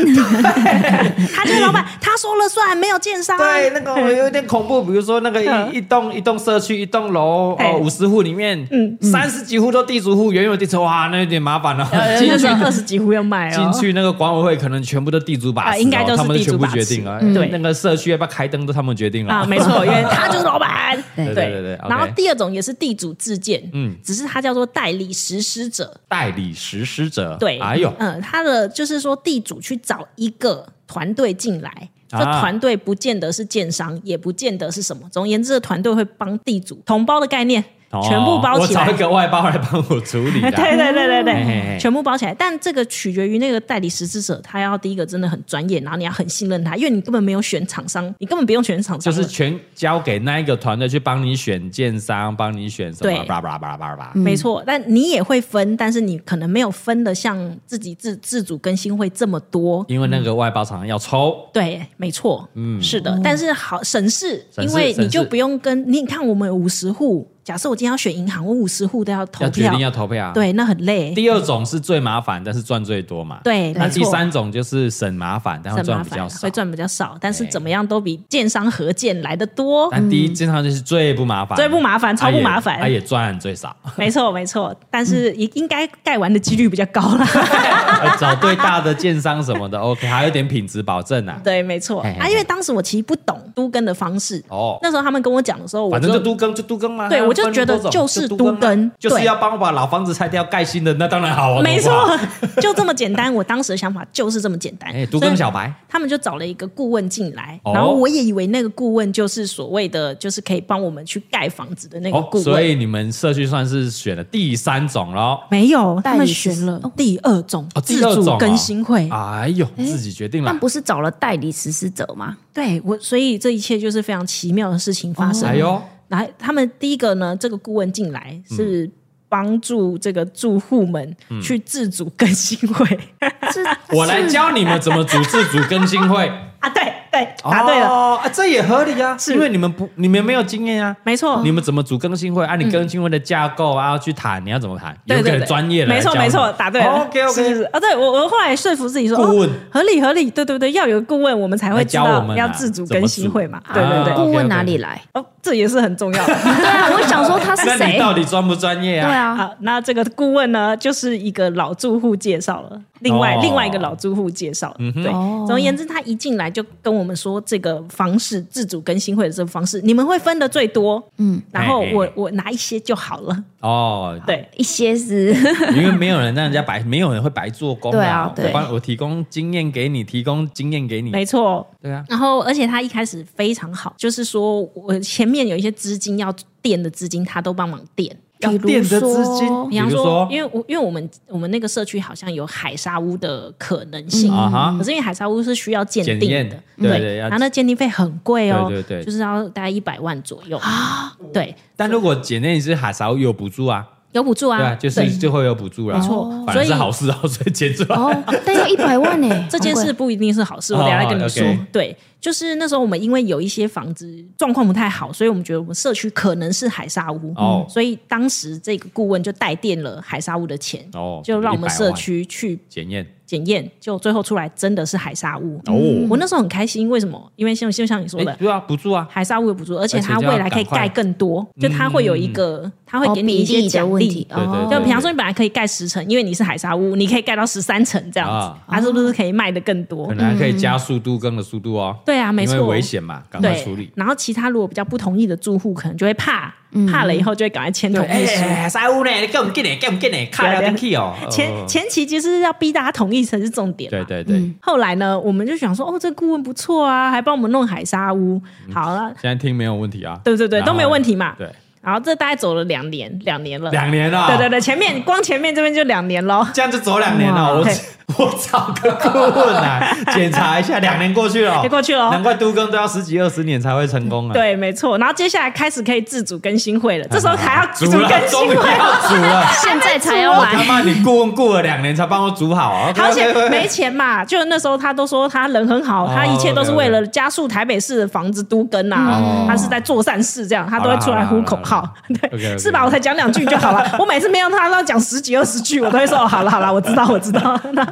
[SPEAKER 2] 他就是老板， 他说了算，没有建商。啊
[SPEAKER 1] 对，那个有点恐怖，比如说那个
[SPEAKER 2] 嗯
[SPEAKER 1] 一一栋一栋社区一栋楼
[SPEAKER 2] 哎
[SPEAKER 1] 哦，五十户里面，
[SPEAKER 2] 嗯
[SPEAKER 1] 三十几户都地主户，原有地主，哇，那有点麻烦了。
[SPEAKER 2] 呃那时候二十几户要卖哦
[SPEAKER 1] 进。去那个管委会可能全部都地主把
[SPEAKER 2] 啊
[SPEAKER 1] 持哦，
[SPEAKER 2] 应该都是
[SPEAKER 1] 他们
[SPEAKER 2] 地主
[SPEAKER 1] 全部
[SPEAKER 2] 把持
[SPEAKER 1] 决定了。
[SPEAKER 2] 嗯
[SPEAKER 1] 对
[SPEAKER 2] 对
[SPEAKER 1] 那个社区要不要开灯都他们决定了
[SPEAKER 2] 啊，没错，因为他就是老板。
[SPEAKER 3] 对
[SPEAKER 1] 对对对，OK
[SPEAKER 2] 然后第二种也是地主自建，
[SPEAKER 1] 嗯
[SPEAKER 2] 嗯，只是它叫做代理实施者，
[SPEAKER 1] 代理实施者，
[SPEAKER 2] 对，
[SPEAKER 1] 哎呦，
[SPEAKER 2] 嗯，他的就是说地主去找一个团队进来。这
[SPEAKER 1] 啊
[SPEAKER 2] 团队不见得是建商，也不见得是什么。总而言之，这团队会帮地主同包的概念，
[SPEAKER 1] 哦
[SPEAKER 2] 全部包起来
[SPEAKER 1] 我找一。个外包来帮我处理的。
[SPEAKER 2] 对对对对
[SPEAKER 1] 嘿嘿嘿
[SPEAKER 2] 对，全部包起来。但这个取决于那个代理实施者，他要第一个真的很专业，然后你要很信任他，因为你根本没有选厂商，你根本不用选厂
[SPEAKER 1] 就
[SPEAKER 2] 商了，
[SPEAKER 1] 是全交给那一个团队去帮你选建商，帮你选什么，
[SPEAKER 2] 对
[SPEAKER 1] 巴拉巴拉巴拉巴拉巴拉。
[SPEAKER 2] 没错，但你也会分，但是你可能没有分的像自己自自主更新会这么多。
[SPEAKER 1] 因为那个外包厂要抽，
[SPEAKER 2] 对，没错，
[SPEAKER 1] 嗯
[SPEAKER 2] 嗯，是的。但是好省事，
[SPEAKER 1] 省事
[SPEAKER 2] 因为你
[SPEAKER 1] 省
[SPEAKER 2] 就
[SPEAKER 1] 事
[SPEAKER 2] 不用跟你看，我们五十户，假设我今天要选银行，我五十户都要投
[SPEAKER 1] 要决
[SPEAKER 2] 票
[SPEAKER 1] 定，要投票。，
[SPEAKER 2] 对，那很累。
[SPEAKER 1] 第二种是最麻烦，但是赚最多嘛。。
[SPEAKER 2] 对，
[SPEAKER 1] 那
[SPEAKER 2] 没
[SPEAKER 1] 第
[SPEAKER 2] 错。
[SPEAKER 1] 三种就是省麻烦，但是
[SPEAKER 2] 很麻
[SPEAKER 1] 赚比较
[SPEAKER 2] 烦，
[SPEAKER 1] 少
[SPEAKER 2] 会。赚比较少，但是
[SPEAKER 1] 对
[SPEAKER 2] 怎么样都比建商合建来的多，
[SPEAKER 1] 但第一经常就是最不麻烦，
[SPEAKER 2] 嗯最不麻烦，超不麻烦
[SPEAKER 1] 他。也赚最少，
[SPEAKER 2] 没错，没错，但是
[SPEAKER 1] 嗯
[SPEAKER 2] 应应该盖完的几率比较高啦。
[SPEAKER 1] 找对大的建商什么的，OK，还有点品质保证啊。
[SPEAKER 2] 对，没错
[SPEAKER 1] 嘿嘿
[SPEAKER 2] 啊，
[SPEAKER 1] 嘿
[SPEAKER 2] 因为当时我其实不懂都跟的方式，
[SPEAKER 1] 哦，
[SPEAKER 2] 那时候他们跟我讲的时候，我
[SPEAKER 1] 反正就
[SPEAKER 2] 就
[SPEAKER 1] 都更就都更嘛。
[SPEAKER 2] 对
[SPEAKER 1] 还有
[SPEAKER 2] 我就
[SPEAKER 1] 分
[SPEAKER 2] 觉得
[SPEAKER 1] 多种
[SPEAKER 2] 就是
[SPEAKER 1] 都
[SPEAKER 2] 都更
[SPEAKER 1] 嘛就是
[SPEAKER 2] 对
[SPEAKER 1] 要帮我把老房子拆掉盖新的，那当然好啊。
[SPEAKER 2] 没
[SPEAKER 1] 多不好
[SPEAKER 2] 错， 就这么简单。我当时的想法就是这么简单。
[SPEAKER 1] 哎，都更小白
[SPEAKER 2] 所以他们就找了一个顾问进来，
[SPEAKER 1] 哦
[SPEAKER 2] 然后我也以为那个顾问就是所谓的，就是可以帮我们去盖房子的那个哎顾问。
[SPEAKER 1] 哦所以你们社区算是选了第三种喽。
[SPEAKER 2] 没有，他
[SPEAKER 3] 代
[SPEAKER 2] 们
[SPEAKER 3] 理实
[SPEAKER 2] 选了第二种、
[SPEAKER 1] 哦第
[SPEAKER 2] 自
[SPEAKER 1] 二种
[SPEAKER 2] 主
[SPEAKER 1] 哦
[SPEAKER 2] 更新会。
[SPEAKER 1] 哎呦，自己决定了
[SPEAKER 3] 但。不是找了代理实施者吗？
[SPEAKER 2] 对我，所以这一切就是非常奇妙的事情发生。
[SPEAKER 1] 哎呦，
[SPEAKER 2] 来，他们第一个呢，这个顾问进来
[SPEAKER 1] 嗯
[SPEAKER 2] 是帮助这个住户们去自主更新会、
[SPEAKER 3] 是，
[SPEAKER 1] 我来教你们怎么组自主更新会。
[SPEAKER 2] 啊，对对， 答对了，
[SPEAKER 1] 哦，啊这也合理啊，因为你们不，你们没有经验啊。
[SPEAKER 2] 没错
[SPEAKER 1] 你。们怎么组更新会？按你更新会的架构啊，要去谈，你要怎么谈？
[SPEAKER 2] 嗯对
[SPEAKER 1] 有
[SPEAKER 2] 对
[SPEAKER 1] 给
[SPEAKER 2] 对，
[SPEAKER 1] 专业来
[SPEAKER 2] 没错
[SPEAKER 1] 教
[SPEAKER 2] 没
[SPEAKER 1] 你哦
[SPEAKER 2] 错，答对了。
[SPEAKER 1] OK
[SPEAKER 2] 是是
[SPEAKER 1] OK。
[SPEAKER 2] 啊，对我我后来说服自己说，
[SPEAKER 1] 顾问
[SPEAKER 2] 哦、合理合理，对对对，要有顾问，我们才
[SPEAKER 1] 来
[SPEAKER 2] 会知
[SPEAKER 1] 教我
[SPEAKER 2] 道
[SPEAKER 1] 们啊
[SPEAKER 2] 要自主更新会嘛，对对对。
[SPEAKER 1] 啊
[SPEAKER 3] 顾问哪里来？
[SPEAKER 2] 哦，这也是很重要的
[SPEAKER 3] 对啊，我想说他是
[SPEAKER 1] 那你
[SPEAKER 3] 谁？
[SPEAKER 1] 到底专不专业
[SPEAKER 3] 对
[SPEAKER 1] 啊？
[SPEAKER 3] 啊，
[SPEAKER 2] 啊。那这个顾问呢，就是一个老住户介绍了，另外、
[SPEAKER 1] 哦嗯
[SPEAKER 2] 另外一个老住户介绍，
[SPEAKER 1] 哼
[SPEAKER 2] 对。
[SPEAKER 3] 哦
[SPEAKER 2] 总而言之，他一进来就跟我们说这个方式自主更新会的这个方式，你们会分的最多，
[SPEAKER 3] 嗯
[SPEAKER 2] 嗯，然后
[SPEAKER 1] 嘿嘿
[SPEAKER 2] 我
[SPEAKER 1] 嘿
[SPEAKER 2] 我拿一些就好了，
[SPEAKER 1] 哦，
[SPEAKER 2] 对。
[SPEAKER 3] 一些是
[SPEAKER 1] 因为没有人让人家白，没有人会白做工啊
[SPEAKER 3] 对啊对
[SPEAKER 1] 我帮我提供经验给你，提供经验给你。
[SPEAKER 2] 没错，
[SPEAKER 1] 对啊，
[SPEAKER 2] 然后，而且他一开始非常好，就是说我前面有一些资金要垫的资金，他都帮忙垫。
[SPEAKER 1] 要
[SPEAKER 3] 比如
[SPEAKER 1] 垫着资
[SPEAKER 3] 说
[SPEAKER 1] 金，
[SPEAKER 2] 哦比方
[SPEAKER 1] 说
[SPEAKER 2] 说，因为我因为我们我们那个社区好像有海沙屋的可能性，
[SPEAKER 1] 啊哈
[SPEAKER 2] 可，是因为海沙屋是需要鉴定
[SPEAKER 1] 检验
[SPEAKER 2] 的，
[SPEAKER 1] 对对要
[SPEAKER 2] 然后那鉴定费很贵哦，
[SPEAKER 1] 对对对
[SPEAKER 2] 就是要大概一百万左右啊，对，
[SPEAKER 1] 但如果检验是海勺有补助啊，
[SPEAKER 2] 有补助啊，
[SPEAKER 1] 对啊，就是
[SPEAKER 2] 对
[SPEAKER 1] 就会有补助啦，
[SPEAKER 2] 没错
[SPEAKER 1] 反
[SPEAKER 2] 所
[SPEAKER 1] 正
[SPEAKER 2] 以
[SPEAKER 1] 是好事啊，所以检出 来。
[SPEAKER 3] 哦，但要一百万呢、
[SPEAKER 2] 这件事不一定是好事，
[SPEAKER 1] 哦
[SPEAKER 2] 我等一下再跟你说。
[SPEAKER 1] 哦，OK
[SPEAKER 2] 对，就是那时候我们因为有一些房子状况不太好，所以我们觉得我们社区可能是海沙屋，嗯
[SPEAKER 1] 哦
[SPEAKER 2] 所以当时这个顾问就带垫了海沙屋的钱，
[SPEAKER 1] 哦
[SPEAKER 2] 就让我们
[SPEAKER 1] 100万
[SPEAKER 2] 社区去
[SPEAKER 1] 检验
[SPEAKER 2] 检验，就最后出来真的是海沙屋。
[SPEAKER 1] 哦，
[SPEAKER 3] 嗯
[SPEAKER 2] 我那时候很开心，为什么？因为像就像你说的
[SPEAKER 1] 哎，对啊，补助啊，
[SPEAKER 2] 海沙屋有补助，而且
[SPEAKER 1] 而且
[SPEAKER 2] 它
[SPEAKER 1] 就要
[SPEAKER 2] 未来可以
[SPEAKER 1] 赶快嗯
[SPEAKER 2] 盖更多，就它会有一个，它会给你一
[SPEAKER 3] 比
[SPEAKER 2] 些
[SPEAKER 3] 例的
[SPEAKER 2] 奖
[SPEAKER 3] 问
[SPEAKER 2] 励
[SPEAKER 3] 题，。
[SPEAKER 1] 对对
[SPEAKER 3] 哦，
[SPEAKER 1] 对
[SPEAKER 2] 就比方说，你本来可以盖十层，因为你是海沙屋，你可以盖到十三层这样子嗯
[SPEAKER 1] 啊，
[SPEAKER 2] 它是不是可以卖的更多
[SPEAKER 1] 可？能还可以加速度更的速度哦，
[SPEAKER 2] 对啊，没
[SPEAKER 1] 因为
[SPEAKER 2] 错。
[SPEAKER 1] 危险嘛，赶快
[SPEAKER 2] 对
[SPEAKER 1] 处理，。
[SPEAKER 2] 然后其他如果比较不同意的住户，可能就会怕，怕了以后就会赶快签同意书。
[SPEAKER 1] 哎海沙屋呢，你给我们给你，给我们给你，卡
[SPEAKER 2] 对啊
[SPEAKER 1] 进去哦，
[SPEAKER 2] 前
[SPEAKER 1] 哦
[SPEAKER 2] 前期其实是要逼大家同意才是重点啊嘛。
[SPEAKER 1] 对对对，
[SPEAKER 2] 后来呢，我们就想说，哦，这顾问不错啊，还帮我们弄海沙屋，好了，
[SPEAKER 1] 现在听没有问题啊，
[SPEAKER 2] 对对对，
[SPEAKER 1] 嗯然后
[SPEAKER 2] 都没有问题嘛。
[SPEAKER 1] 对，
[SPEAKER 2] 然后这大概走了两年，两年了，
[SPEAKER 1] 两年啊了，
[SPEAKER 2] 对对对，前面光前面这边就两年 喽。
[SPEAKER 1] 这样就走两年了，我
[SPEAKER 2] 对
[SPEAKER 1] 我 找个顾问 来检查一下，两年过去了，
[SPEAKER 2] 就过去了
[SPEAKER 1] 难怪都更都要十几二十年才会成功啊。，
[SPEAKER 2] 对，没错。然后接下来开始可以自主更新会了，这时候还 要自
[SPEAKER 1] 煮
[SPEAKER 2] 主
[SPEAKER 1] 了
[SPEAKER 2] 更
[SPEAKER 1] 终
[SPEAKER 2] 新
[SPEAKER 1] 于
[SPEAKER 2] 会，
[SPEAKER 1] 要煮 了
[SPEAKER 3] 现在才要
[SPEAKER 1] 他
[SPEAKER 3] 来，
[SPEAKER 1] 妈你顾问顾了两年才帮我煮好 啊，
[SPEAKER 2] 好险没钱嘛，就那时候他都说他人很好，
[SPEAKER 1] 哦
[SPEAKER 2] 他一切都是
[SPEAKER 1] OK，OK
[SPEAKER 2] 为了加速台北市的房子都更
[SPEAKER 1] 哦
[SPEAKER 2] 啊，他是在做善事，这样他都会出来呼口
[SPEAKER 1] 好啦
[SPEAKER 2] 号，
[SPEAKER 1] OK，OK
[SPEAKER 2] 对，是吧？我才讲两句就好 了，我每次没有他都要讲十几二十句，我都会说哦，好了好了，我知道我知道。那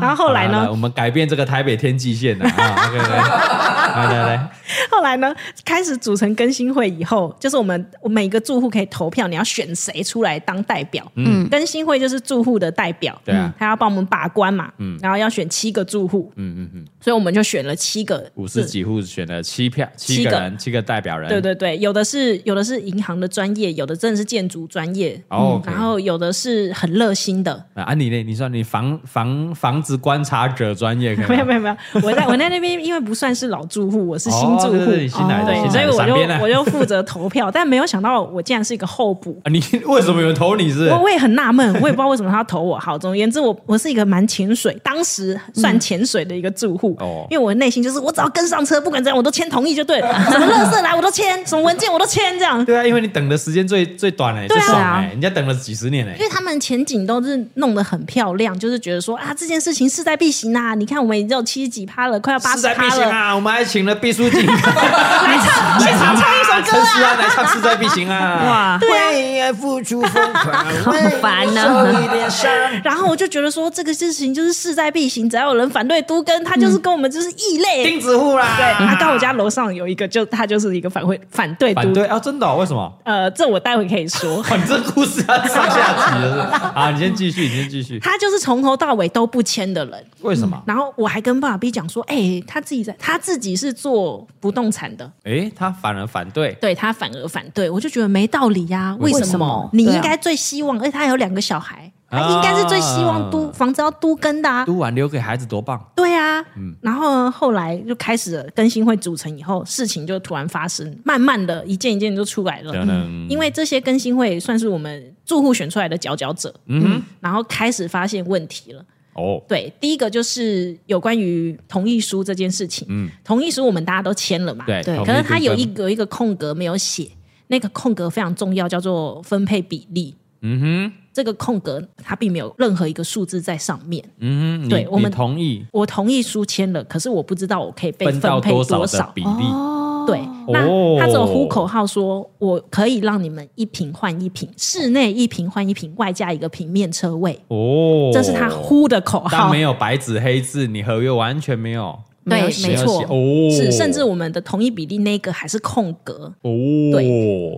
[SPEAKER 2] 然后后来
[SPEAKER 1] 好啦好啦
[SPEAKER 2] 呢？
[SPEAKER 1] 我们改变这个台北天际 线了啊 OK，OK 来来来，
[SPEAKER 2] 后来呢？开始组成更新会以后，就是我们我每个住户可以投票，你要选谁出来当代表。
[SPEAKER 1] 嗯
[SPEAKER 2] 嗯，更新会就是住户的代表，
[SPEAKER 1] 对啊
[SPEAKER 2] 他要帮我们把关嘛，嗯，然后要选七个住户，
[SPEAKER 1] 嗯嗯嗯，
[SPEAKER 2] 所以我们就选了七个
[SPEAKER 1] 五十几户选了七票，七
[SPEAKER 2] 七
[SPEAKER 1] 个
[SPEAKER 2] 个
[SPEAKER 1] 人，七个代表人，
[SPEAKER 2] 对对对，有的是有的是银行的专业，有的真的是建筑专业，
[SPEAKER 1] 哦，OK
[SPEAKER 2] 然后有的是很热心的。
[SPEAKER 1] 啊。啊，你呢？你说你房房房子观察者专业可以吗，
[SPEAKER 2] 没有没有没有，我在我在那边，因为不算是老住户，我是新
[SPEAKER 1] 啊 哦
[SPEAKER 2] 住户，
[SPEAKER 1] 对对对新来的
[SPEAKER 2] 对
[SPEAKER 1] 新来的
[SPEAKER 2] 所以我
[SPEAKER 1] 闪边啊
[SPEAKER 2] 就我就负责投票，但没有想到我竟然是一个候补。
[SPEAKER 1] 啊，你 为什么有人投你是？
[SPEAKER 2] 我我也很纳闷， 我也不知道为什么他要投我。好，总而言之，我我是一个蛮潜水，当时算潜水的一个住户，
[SPEAKER 1] 嗯哦
[SPEAKER 2] 因为我内心就是我只要跟上车，不管怎样我都签同意就对 了，什么垃圾来我都签，什么文件我都签，这样。
[SPEAKER 1] 对啊，因为你等的时间最最短哎、欸，
[SPEAKER 2] 对
[SPEAKER 1] 最
[SPEAKER 2] 啊
[SPEAKER 1] 爽哎、欸，人家等了几十年哎、
[SPEAKER 2] 因为他们前景都是弄得很漂亮，就是觉得说啊，这件事情势在必行啊！你看我们已经有七十几趴了，快要八
[SPEAKER 1] 势
[SPEAKER 2] 十
[SPEAKER 1] 在必
[SPEAKER 2] 趴
[SPEAKER 1] 行
[SPEAKER 2] 了。
[SPEAKER 1] 啊！我们还请了毕书 尽来唱来唱唱一首歌啊，陈思 安来唱《势在必行》啊！
[SPEAKER 3] 哇，
[SPEAKER 5] 为爱付出疯狂，
[SPEAKER 3] 好烦
[SPEAKER 5] 受
[SPEAKER 1] 啊
[SPEAKER 3] 呢、
[SPEAKER 5] 一点伤。
[SPEAKER 2] 然后我就觉得说，这个事情就是势在必行，只要有人反对都跟，他
[SPEAKER 1] 嗯
[SPEAKER 2] 就是跟我们就是异类。
[SPEAKER 1] 钉子户啦！
[SPEAKER 2] 对，啊，刚好我家楼上有一个，就他就是一个反会反对都
[SPEAKER 1] 反。对啊，真的哦、为什么？
[SPEAKER 2] 呃，这我待会可以说。
[SPEAKER 1] 哇，你这故事要上下集了 是不是啊！你先继续，你先继续。
[SPEAKER 2] 他就是从头到尾都不签的人，
[SPEAKER 1] 为什么？
[SPEAKER 2] 然后我还跟爸爸 B 讲说，哎、他自己在，他自己是做不动产的，
[SPEAKER 1] 诶，他反而反对，
[SPEAKER 2] 对他反而反对，我就觉得没道理呀、为
[SPEAKER 3] 为什么
[SPEAKER 2] 你
[SPEAKER 3] 对啊
[SPEAKER 2] 应该最希望，而且哎他还有两个小孩，他
[SPEAKER 1] 啊
[SPEAKER 2] 应该是最希望都、房子要都跟的啊。
[SPEAKER 1] 读完留给孩子多棒！
[SPEAKER 2] 对啊，然后后来就开始了更新会组成以后，事情就突然发生，慢慢的一件一件就出来了。
[SPEAKER 1] 能
[SPEAKER 2] 因为这些更新会算是我们住户选出来的佼佼者，嗯，然后开始发现问题了。
[SPEAKER 1] 哦，
[SPEAKER 2] 对，第一个就是有关于同意书这件事情。
[SPEAKER 1] 嗯
[SPEAKER 2] 同意书我们大家都签了嘛，
[SPEAKER 1] 对
[SPEAKER 3] 对
[SPEAKER 1] 同意
[SPEAKER 2] 可是它有一
[SPEAKER 1] 度
[SPEAKER 2] 有一个空格没有写，那个空格非常重要，叫做分配比例。
[SPEAKER 1] 嗯哼
[SPEAKER 2] 这个空格它并没有任何一个数字在上面。
[SPEAKER 1] 嗯哼，你
[SPEAKER 2] 对我们
[SPEAKER 1] 你同意
[SPEAKER 2] 我同意书签了，可是我不知道我可以被
[SPEAKER 1] 分
[SPEAKER 2] 分
[SPEAKER 1] 到
[SPEAKER 2] 配
[SPEAKER 1] 多
[SPEAKER 2] 多
[SPEAKER 1] 少的比例？
[SPEAKER 3] 哦，
[SPEAKER 2] 对，那他只有呼口号说，我可以让你们一瓶换一瓶，室内一瓶换一瓶，外加一个平面车位，
[SPEAKER 1] 哦，
[SPEAKER 2] 这是他呼的口
[SPEAKER 1] 但
[SPEAKER 2] 号
[SPEAKER 1] 没。有白纸黑字，你合约完全没有。
[SPEAKER 2] 对，
[SPEAKER 3] 没有写
[SPEAKER 2] 没错
[SPEAKER 1] 没，有写哦
[SPEAKER 2] 是甚至我们的同意比例那个还是空格，
[SPEAKER 1] 哦，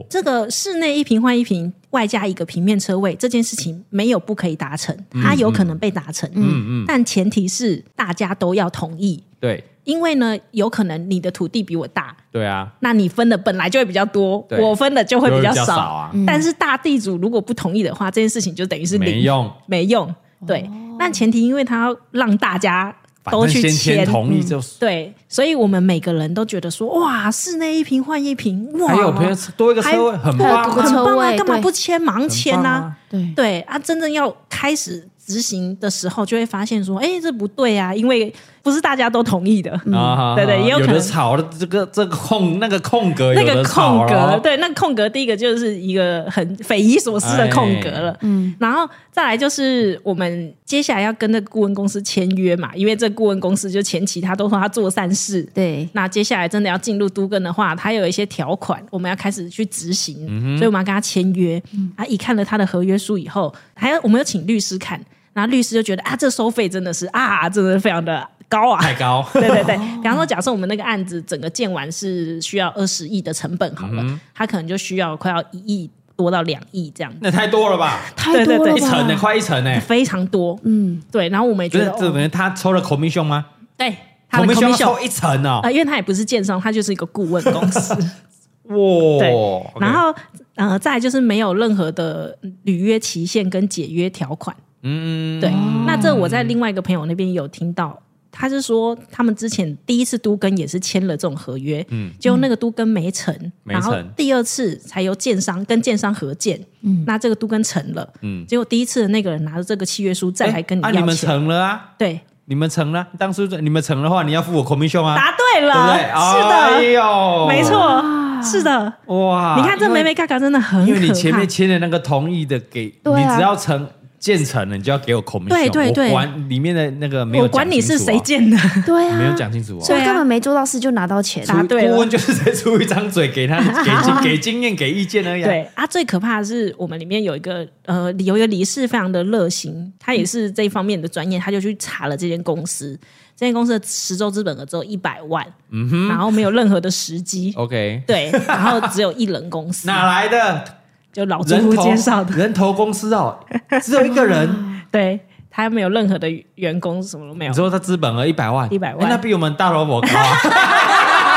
[SPEAKER 2] 这个室内一瓶换一瓶，外加一个平面车位，这件事情没有不可以达成，它有可能被达成，
[SPEAKER 1] 嗯嗯嗯
[SPEAKER 2] 但前提是大家都要同意，
[SPEAKER 1] 对
[SPEAKER 2] 因为呢，有可能你的土地比我大，
[SPEAKER 1] 对啊，
[SPEAKER 2] 那你分的本来就会比较多，
[SPEAKER 1] 对
[SPEAKER 2] 我分的就会比较
[SPEAKER 1] 就会比较
[SPEAKER 2] 少，
[SPEAKER 1] 少啊
[SPEAKER 2] 但是大地主如果不同意的话，这件事情就等于是零
[SPEAKER 1] 没用。
[SPEAKER 2] 没用，对。但前提因为他要让大家
[SPEAKER 1] 反
[SPEAKER 2] 都
[SPEAKER 1] 正
[SPEAKER 2] 去
[SPEAKER 1] 先签
[SPEAKER 2] 签
[SPEAKER 1] 同意就是。
[SPEAKER 2] 对，所以我们每个人都觉得说，哇，室内一瓶换一瓶，哇，
[SPEAKER 1] 还有朋友多一个车位，
[SPEAKER 2] 嗯还
[SPEAKER 1] 很
[SPEAKER 2] 对
[SPEAKER 1] 棒
[SPEAKER 2] 啊
[SPEAKER 1] 啊，
[SPEAKER 2] 很
[SPEAKER 6] 车
[SPEAKER 2] 棒啊，
[SPEAKER 6] 位
[SPEAKER 2] 干嘛
[SPEAKER 6] 对
[SPEAKER 2] 不签盲签
[SPEAKER 1] 很棒
[SPEAKER 2] 啊
[SPEAKER 1] 啊？
[SPEAKER 6] 对
[SPEAKER 2] 对啊，真正要开始执行的时候，就会发现说，哎，这不对啊，因为不是大家都同意的。
[SPEAKER 1] 啊，
[SPEAKER 2] 嗯对对也
[SPEAKER 1] 有
[SPEAKER 2] 有可能
[SPEAKER 1] 的吵的这个这个空那个空格，
[SPEAKER 2] 那
[SPEAKER 1] 有
[SPEAKER 2] 个
[SPEAKER 1] 的
[SPEAKER 2] 空
[SPEAKER 1] 吵了
[SPEAKER 2] 格，
[SPEAKER 1] 哦，
[SPEAKER 2] 对，那个空格第一个就是一个很匪夷所思
[SPEAKER 1] 哎
[SPEAKER 2] 的空格了，嗯，然后再来就是我们接下来要跟那个顾问公司签约嘛，因为这顾问公司就前期他都说他做善事，
[SPEAKER 6] 对，
[SPEAKER 2] 那接下来真的要进入都更的话，它有一些条款，我们要开始去执行，
[SPEAKER 1] 嗯
[SPEAKER 2] 所以我们要跟他签约。啊，一看了他的合约书以后，还要我们要请律师看，然后律师就觉得啊，这收费真的是啊，真的是非常的高啊，
[SPEAKER 1] 太高，
[SPEAKER 2] 对对对，比方说，假设我们那个案子整个建完是需要二十亿的成本好了，
[SPEAKER 1] 嗯
[SPEAKER 2] 它可能就需要快要一亿多到两亿这样，
[SPEAKER 1] 那太多了吧，
[SPEAKER 6] 太
[SPEAKER 2] 对对
[SPEAKER 6] 多
[SPEAKER 2] 对
[SPEAKER 6] 了
[SPEAKER 1] 一层呢，
[SPEAKER 6] 吧？
[SPEAKER 1] 快一层呢，
[SPEAKER 2] 非常多。嗯，对。然后我们也
[SPEAKER 1] 不
[SPEAKER 2] 觉
[SPEAKER 1] 是
[SPEAKER 2] 得，
[SPEAKER 1] 这等
[SPEAKER 2] 哦、
[SPEAKER 1] 于他抽了 commission 吗
[SPEAKER 2] 对他的
[SPEAKER 1] commission 要
[SPEAKER 2] commission
[SPEAKER 1] 抽一层哦，
[SPEAKER 2] 呃，因为他也不是建商，他就是一个顾问公司。对
[SPEAKER 1] 哇，
[SPEAKER 2] 然后呃，再来就是没有任何的履约期限跟解约条款。
[SPEAKER 1] 嗯，
[SPEAKER 2] 对，那这我在另外一个朋友那边有听到，他是说他们之前第一次都跟也是签了这种合约，嗯，结果那个都跟没成，
[SPEAKER 1] 嗯没
[SPEAKER 2] 然后
[SPEAKER 1] 成
[SPEAKER 2] 第二次才由建商跟建商合建，嗯，那这个都跟成了，嗯，结果第一次的那个人拿着这个契约书再来跟你
[SPEAKER 1] 哎啊，你
[SPEAKER 2] 要
[SPEAKER 1] 们
[SPEAKER 2] 钱，
[SPEAKER 1] 成了啊，
[SPEAKER 2] 对，
[SPEAKER 1] 你们成了，啊当初你们成的话，你要付我 commission 啊，
[SPEAKER 2] 答
[SPEAKER 1] 对
[SPEAKER 2] 对
[SPEAKER 1] 不
[SPEAKER 2] 了，
[SPEAKER 1] 对？哎
[SPEAKER 2] 是的，
[SPEAKER 1] 呦，
[SPEAKER 2] 没，错，是的。
[SPEAKER 1] 哇，
[SPEAKER 2] 你看这
[SPEAKER 1] 因为
[SPEAKER 2] 梅梅嘎嘎真的很可怕，
[SPEAKER 1] 因为你前面签的那个同意的给，
[SPEAKER 6] 对啊
[SPEAKER 1] 你只要成建成了，你就要给我 commission，
[SPEAKER 2] 对对对
[SPEAKER 1] 我管里面的那个没有
[SPEAKER 2] 我
[SPEAKER 1] 讲清楚啊，
[SPEAKER 2] 管你是谁建的，
[SPEAKER 6] 对啊，
[SPEAKER 1] 没有讲清楚哦。
[SPEAKER 6] 所以根本没做到事就拿到钱，
[SPEAKER 2] 答对
[SPEAKER 1] 顾
[SPEAKER 2] 了
[SPEAKER 1] 问。就是在出一张嘴给 他给经给经验给意见而已、啊。，
[SPEAKER 2] 对啊，最可怕的是我们里面有一个呃，有一个理事非常的热心，他
[SPEAKER 1] 嗯
[SPEAKER 2] 也是这一方面的专业，他就去查了这间公司，这间公司的实周资本额只有一百万，嗯哼，然后没有任何的时机，
[SPEAKER 1] OK，
[SPEAKER 2] 对，然后只有一人公司，
[SPEAKER 1] 哪来的
[SPEAKER 2] 就老朱
[SPEAKER 1] 人
[SPEAKER 2] 夫
[SPEAKER 1] 头
[SPEAKER 2] 介绍的，哎
[SPEAKER 1] 人头公司哦，只有一个 人。
[SPEAKER 2] 对他没有任何的员工，什么都没有
[SPEAKER 1] 你，说他资本额一百万，
[SPEAKER 2] 100万
[SPEAKER 1] 哎那比我们大萝卜高、啊。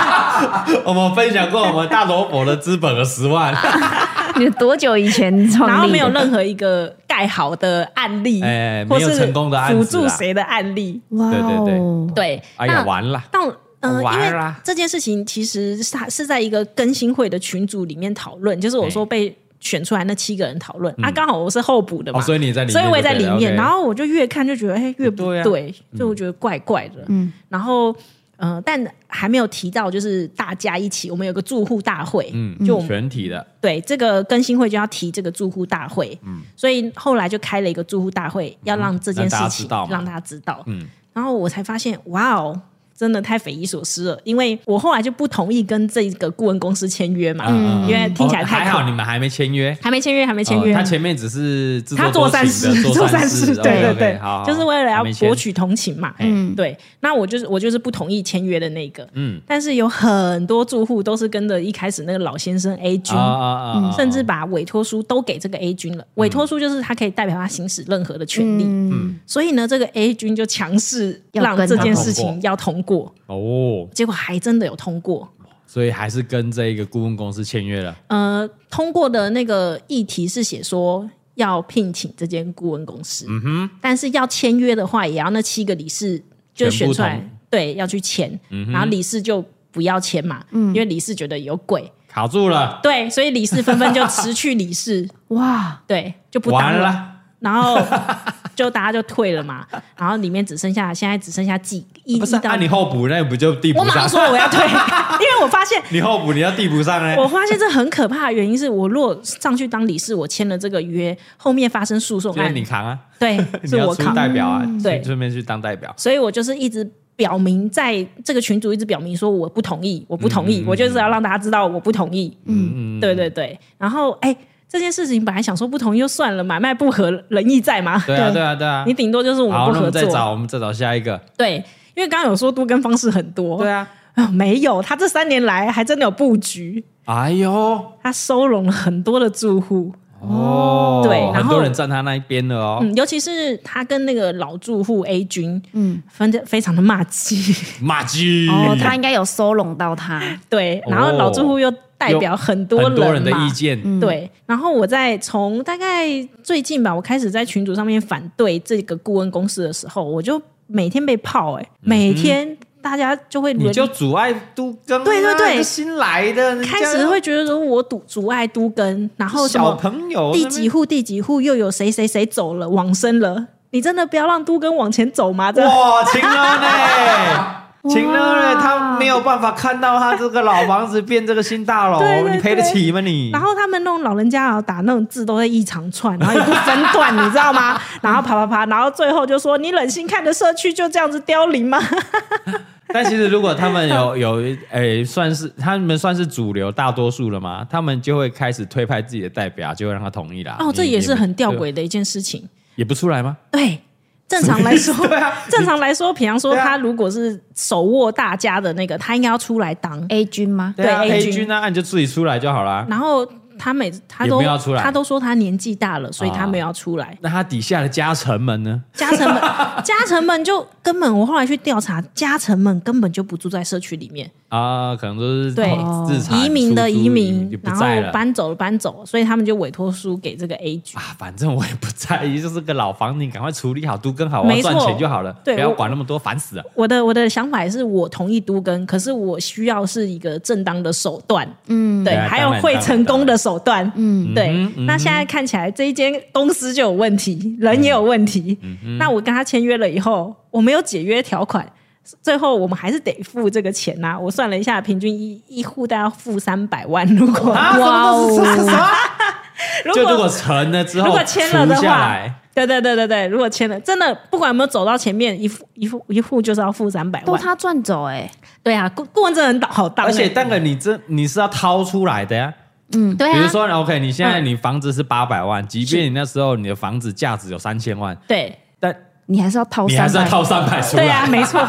[SPEAKER 1] 我们分享过，我们大萝卜的资本额十 万，
[SPEAKER 6] 你多久以前创立？
[SPEAKER 2] 然后没有任何一个盖好的案例，
[SPEAKER 1] 哎
[SPEAKER 2] 或
[SPEAKER 1] 没有
[SPEAKER 2] 是
[SPEAKER 1] 成功的案
[SPEAKER 2] 辅
[SPEAKER 1] 子
[SPEAKER 2] 助
[SPEAKER 1] 啦
[SPEAKER 2] 谁的案例，
[SPEAKER 6] 哇
[SPEAKER 1] 对对
[SPEAKER 6] 哦，
[SPEAKER 2] 对，
[SPEAKER 1] 哎呀，
[SPEAKER 2] 那
[SPEAKER 1] 完了。
[SPEAKER 2] 到嗯、
[SPEAKER 1] 玩
[SPEAKER 2] 因
[SPEAKER 1] 儿
[SPEAKER 2] 为
[SPEAKER 1] 啊
[SPEAKER 2] 这件事情其实是它是在一个更新会的群组里面讨论，就是我说被选出来那七个人讨论、啊，刚好我是候补的
[SPEAKER 1] 嗯
[SPEAKER 2] 嘛，
[SPEAKER 1] 哦，所以你在里面就对了，
[SPEAKER 2] 所以我也在里面，
[SPEAKER 1] OK
[SPEAKER 2] 然后我就越看就觉得哎越不
[SPEAKER 1] 不对
[SPEAKER 2] 对，
[SPEAKER 1] 啊
[SPEAKER 2] 就我觉得怪怪的，嗯，然后。呃，但还没有提到，就是大家一起，我们有个住户大会，嗯，就我们
[SPEAKER 1] 全体的，
[SPEAKER 2] 对这个更新会就要提这个住户大会，
[SPEAKER 1] 嗯
[SPEAKER 2] 所以后来就开了一个住户大会，要让这件事情
[SPEAKER 1] 让大家知道嘛嗯
[SPEAKER 2] 让大家知道，然后我才发现，哇哦，真的太匪夷所思了，因为我后来就不同意跟这个顾问公司签约嘛，
[SPEAKER 1] 嗯
[SPEAKER 2] 因为听起来
[SPEAKER 1] 哦
[SPEAKER 2] 太
[SPEAKER 1] 还
[SPEAKER 2] 恐
[SPEAKER 1] 好，你们还没签约，
[SPEAKER 2] 还没签约，还没签
[SPEAKER 1] 哦
[SPEAKER 2] 约，
[SPEAKER 1] 他前面只是自
[SPEAKER 2] 他
[SPEAKER 1] 作
[SPEAKER 2] 善
[SPEAKER 1] 情的
[SPEAKER 2] 事，
[SPEAKER 1] 做
[SPEAKER 2] 善
[SPEAKER 1] 事，
[SPEAKER 2] 对对
[SPEAKER 1] OK，OK，
[SPEAKER 2] 对
[SPEAKER 1] 好，，
[SPEAKER 2] 就是为了要
[SPEAKER 1] 还没签
[SPEAKER 2] 博取同情嘛，嗯，对。那我就是我就是不同意签约的那个，嗯，但是有很多住户都是跟着一开始那个老先生 A 君
[SPEAKER 1] 啊。啊啊啊啊，
[SPEAKER 2] 嗯甚至把委托书都给这个 A 君了，委托书就是他可以代表他行使任何的权利，
[SPEAKER 6] 嗯，
[SPEAKER 2] 所以呢，这个 A 君就强势
[SPEAKER 6] 要
[SPEAKER 2] 让
[SPEAKER 6] 跟
[SPEAKER 2] 这
[SPEAKER 6] 他
[SPEAKER 2] 件
[SPEAKER 1] 通
[SPEAKER 2] 事
[SPEAKER 1] 过
[SPEAKER 2] 情要通过，
[SPEAKER 1] 哦，
[SPEAKER 2] 结果还真的有通过。
[SPEAKER 1] 所以还是跟这一个顾问公司签约了。
[SPEAKER 2] 呃，通过的那个议题是写说要聘请这间顾问公司，嗯哼，但是要签约的话，也要那七个理事就选出
[SPEAKER 1] 全
[SPEAKER 2] 来
[SPEAKER 1] 部，
[SPEAKER 2] 对，要去签，然后理事就不要签嘛，
[SPEAKER 6] 嗯
[SPEAKER 2] 因为理事觉得有鬼，
[SPEAKER 1] 卡住了，
[SPEAKER 2] 对，所以理事纷纷就 辞去理事，
[SPEAKER 6] 哇，
[SPEAKER 2] 对，就不当
[SPEAKER 1] 完
[SPEAKER 2] 了，
[SPEAKER 1] 了，
[SPEAKER 2] 然后就大家就退了嘛，然后里面只剩下现在只剩下几一
[SPEAKER 1] 啊不是
[SPEAKER 2] 一到
[SPEAKER 1] 按、你候补，那不就递
[SPEAKER 2] 我
[SPEAKER 1] 补
[SPEAKER 2] 马
[SPEAKER 1] 上？
[SPEAKER 2] 上说我要退， 因为我发现
[SPEAKER 1] 你候补，你要递补上呢？
[SPEAKER 2] 我发现这很可怕的原因是我若上去当理事，我签了这个约，后面发生诉讼
[SPEAKER 1] 今
[SPEAKER 2] 案
[SPEAKER 1] 天，你扛啊，
[SPEAKER 2] 对，
[SPEAKER 1] 你
[SPEAKER 2] 是
[SPEAKER 1] 要
[SPEAKER 2] 我
[SPEAKER 1] 出
[SPEAKER 2] 扛，嗯
[SPEAKER 1] 代表啊，
[SPEAKER 2] 对
[SPEAKER 1] 去顺便去当代表。
[SPEAKER 2] 所以我就是一直表明在这个群组一直表明说我不同意，我不
[SPEAKER 1] 嗯
[SPEAKER 2] 同意，我就是要让大家知道我不同意，嗯，对对对，然后哎。这件事情本来想说不同意就算了，买卖不和仁义在嘛。
[SPEAKER 1] 对啊，对啊，对啊
[SPEAKER 2] 你。顶多就是我们
[SPEAKER 1] 好，
[SPEAKER 2] 不
[SPEAKER 1] 那我
[SPEAKER 2] 合
[SPEAKER 1] 们再
[SPEAKER 2] 作。
[SPEAKER 1] 找，我们再找下一个。
[SPEAKER 2] 对，因为刚刚有说多跟方式很多。
[SPEAKER 1] 对啊，
[SPEAKER 2] 啊，没有，他这三年来还真的有布局，
[SPEAKER 1] 哎呦，
[SPEAKER 2] 他收容了很多的住户。
[SPEAKER 1] 哦，
[SPEAKER 2] 对然后
[SPEAKER 1] 很多人站他那一边了哦，
[SPEAKER 2] 嗯，尤其是他跟那个老住户 A 君，嗯，分的非常的骂街，
[SPEAKER 1] 马基，
[SPEAKER 6] 哦，他应该有收拢到他，
[SPEAKER 2] 对，
[SPEAKER 1] 哦
[SPEAKER 2] 然后老住户又代表很多人
[SPEAKER 1] 很
[SPEAKER 2] 嘛嗯
[SPEAKER 1] 多人的意见，嗯
[SPEAKER 2] 对，然后我在从大概最近吧，我开始在群组上面反对这个顾问公司的时候，我就每天被泡、欸，哎，每天大家就会
[SPEAKER 1] 嗯你
[SPEAKER 2] 轮
[SPEAKER 1] 就阻碍都跟
[SPEAKER 2] 对对对
[SPEAKER 1] 新来的人家
[SPEAKER 2] 开始会觉得说我堵阻碍都跟，然后什
[SPEAKER 1] 小
[SPEAKER 2] 么
[SPEAKER 1] 朋友
[SPEAKER 2] 第几户第几户又有谁谁谁走了往生了，你真的不要让都跟往前走吗？这
[SPEAKER 1] 那边
[SPEAKER 2] 样
[SPEAKER 1] 哇，晴了 呢。晴了呢，他没有办法看到他这个老房子变这个新大楼，
[SPEAKER 2] 对对
[SPEAKER 1] 你赔得起吗你？
[SPEAKER 2] 然后他们那种老人家啊，打那种字都在一长串，然后也不分段，你知 道吗？然后啪啪啪，然后最后就说你忍心看着社区就这样子凋 零吗？
[SPEAKER 1] 但其实如果他们 有有诶、算是他们算是主流大多数了嘛，他们就会开始推派自己的代表，就会让他同意啦。
[SPEAKER 2] 哦，这
[SPEAKER 1] 你
[SPEAKER 2] 也是很吊，
[SPEAKER 1] 对
[SPEAKER 2] 诡的一件事情。
[SPEAKER 1] 也不出来吗？
[SPEAKER 2] 对，正常来说，
[SPEAKER 1] 对啊，
[SPEAKER 2] 正常来说，比方说
[SPEAKER 1] 对啊
[SPEAKER 2] 他如果是手握大家的那个，他应该要出来当。
[SPEAKER 6] A 君吗？
[SPEAKER 1] 对啊
[SPEAKER 2] 对
[SPEAKER 1] A
[SPEAKER 2] A
[SPEAKER 1] 君
[SPEAKER 2] 君
[SPEAKER 1] 啊，那你就自己出来就好啦。
[SPEAKER 2] 然后他每他
[SPEAKER 1] 也
[SPEAKER 2] 都
[SPEAKER 1] 没有要出来
[SPEAKER 2] 他都说他年纪大了，所以他没有要出来。
[SPEAKER 1] 那他底下的家臣们呢？
[SPEAKER 2] 家 臣们，家臣们就根本，我后来去调查，家臣们根本就不住在社区里面，
[SPEAKER 1] 啊，可能都是
[SPEAKER 2] 对
[SPEAKER 1] 自产
[SPEAKER 2] 移民的
[SPEAKER 1] 出租
[SPEAKER 2] 移
[SPEAKER 1] 也
[SPEAKER 2] 民，
[SPEAKER 1] 不
[SPEAKER 2] 然后
[SPEAKER 1] 在了
[SPEAKER 2] 搬走的搬走，所以他们就委托书给这个 A 局。
[SPEAKER 1] 啊，反正我也不在 意，就是个老房，你赶快处理好，都更好，我要
[SPEAKER 2] 没错
[SPEAKER 1] 赚钱就好了，
[SPEAKER 2] 对
[SPEAKER 1] 不要
[SPEAKER 2] 我
[SPEAKER 1] 管那么多，烦死了。
[SPEAKER 2] 我的我的想法是我同意都更，可是我需要是一个正当的手段，
[SPEAKER 6] 嗯，
[SPEAKER 2] 对，
[SPEAKER 1] 对啊
[SPEAKER 2] 还
[SPEAKER 1] 当
[SPEAKER 2] 有
[SPEAKER 1] 然
[SPEAKER 2] 会
[SPEAKER 1] 当然
[SPEAKER 2] 成功的手段，嗯，对
[SPEAKER 1] 嗯哼。嗯
[SPEAKER 2] 那现在看起来这一间公司就有问题，人也有问题。那我跟他签约了以后，我没有解约条款，最后我们还是得付这个钱呐、我算了一下，平均一一户大概要付三百万，如果、
[SPEAKER 1] 啊，什么都是什么什么？
[SPEAKER 2] 如
[SPEAKER 1] 就如
[SPEAKER 2] 果
[SPEAKER 1] 果成了之后，
[SPEAKER 2] 如果签了的
[SPEAKER 1] 除下
[SPEAKER 2] 话
[SPEAKER 1] 来，
[SPEAKER 2] 对对对对对，如果签了，真的不管有没有走到前面，一户一户一户就是要付三百
[SPEAKER 6] 都
[SPEAKER 2] 万。
[SPEAKER 6] 他赚走哎，
[SPEAKER 2] 对啊，顾顾问真的很好当、
[SPEAKER 1] 而且
[SPEAKER 2] 欸
[SPEAKER 1] 那个你这你是要掏出来的呀。
[SPEAKER 6] 嗯
[SPEAKER 2] 对
[SPEAKER 1] 比如
[SPEAKER 2] 啊，
[SPEAKER 1] 说，OK，你现在你房子是八百万，即便你那时候你的房子价值有三千万，
[SPEAKER 2] 对
[SPEAKER 1] 但
[SPEAKER 6] 你还是要掏
[SPEAKER 1] 你还
[SPEAKER 6] 三
[SPEAKER 1] 是要
[SPEAKER 6] 百
[SPEAKER 1] 掏三百出来。
[SPEAKER 2] 哦对啊，没 错。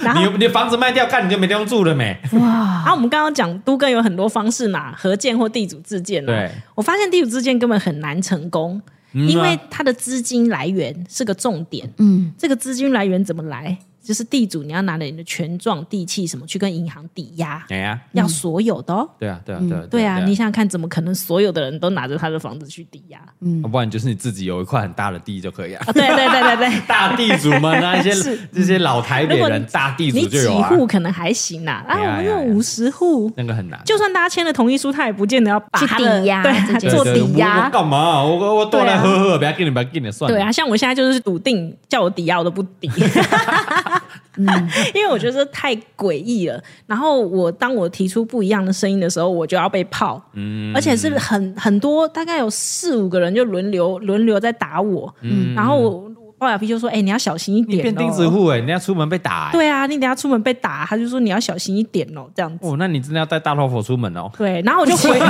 [SPEAKER 2] 然后
[SPEAKER 1] 你你房子卖掉，看你就没地方住了没？
[SPEAKER 6] 哇，
[SPEAKER 2] 啊，我们刚刚讲都更有很多方式嘛，合建或地主自建、啊。
[SPEAKER 1] 对，
[SPEAKER 2] 我发现地主自建根本很难成功，
[SPEAKER 1] 嗯啊
[SPEAKER 2] 因为它的资金来源是个重点。
[SPEAKER 6] 嗯，
[SPEAKER 2] 这个资金来源怎么来？就是地主你要拿着你的权状、地契什么去跟银行抵
[SPEAKER 6] 嗯
[SPEAKER 2] 押，
[SPEAKER 1] 哎呀，
[SPEAKER 2] 要所有的哦。
[SPEAKER 1] 对啊，对啊，对啊，
[SPEAKER 2] 对啊，你想想看，怎么可能所有的人都拿着他的房子去 抵押？啊
[SPEAKER 1] 要啊不然就是你自己有一块很大的地就可以啊。。
[SPEAKER 2] 啊，对对对对对
[SPEAKER 1] 大地主们 啊，一些这些老台北
[SPEAKER 2] 如果
[SPEAKER 1] 人，大地
[SPEAKER 2] 你
[SPEAKER 1] 主就
[SPEAKER 2] 几
[SPEAKER 1] 有啊，
[SPEAKER 2] 户可能还行啦，啊，
[SPEAKER 1] 哎呀
[SPEAKER 2] 我们
[SPEAKER 1] 呀呀
[SPEAKER 2] 有五十户，
[SPEAKER 1] 那个很难。
[SPEAKER 2] 就算大家签了同意书，他也不见得要把
[SPEAKER 6] 去
[SPEAKER 2] 他的
[SPEAKER 6] 抵押
[SPEAKER 2] 对
[SPEAKER 6] 这
[SPEAKER 2] 啊，
[SPEAKER 6] 件
[SPEAKER 1] 对
[SPEAKER 6] 事
[SPEAKER 2] 做
[SPEAKER 1] 对
[SPEAKER 6] 抵
[SPEAKER 1] 我
[SPEAKER 6] 押
[SPEAKER 1] 我干嘛啊？我我我多来
[SPEAKER 6] 对啊
[SPEAKER 1] 喝喝，不要给你，不要给你，算了。
[SPEAKER 2] 对啊，像我现在就是笃定叫我抵押，我都不 抵，嗯因为我觉得这太诡异了。然后我当我提出不一样的声音的时候，我就要被泡，
[SPEAKER 1] 嗯
[SPEAKER 2] 而且是很很多，大概有四五个人就轮流轮流在打我，然后我龅牙皮就说：“哎、你要小心一
[SPEAKER 1] 嗯你
[SPEAKER 2] 点、哦。”
[SPEAKER 1] 变钉子户哎，人家出门被打哎。
[SPEAKER 2] 对啊，你等下出门被打，他就说你要小心一点哦，这样子。
[SPEAKER 1] 哦，那你真的要带大老虎出门哦。
[SPEAKER 2] 对，然后我就回，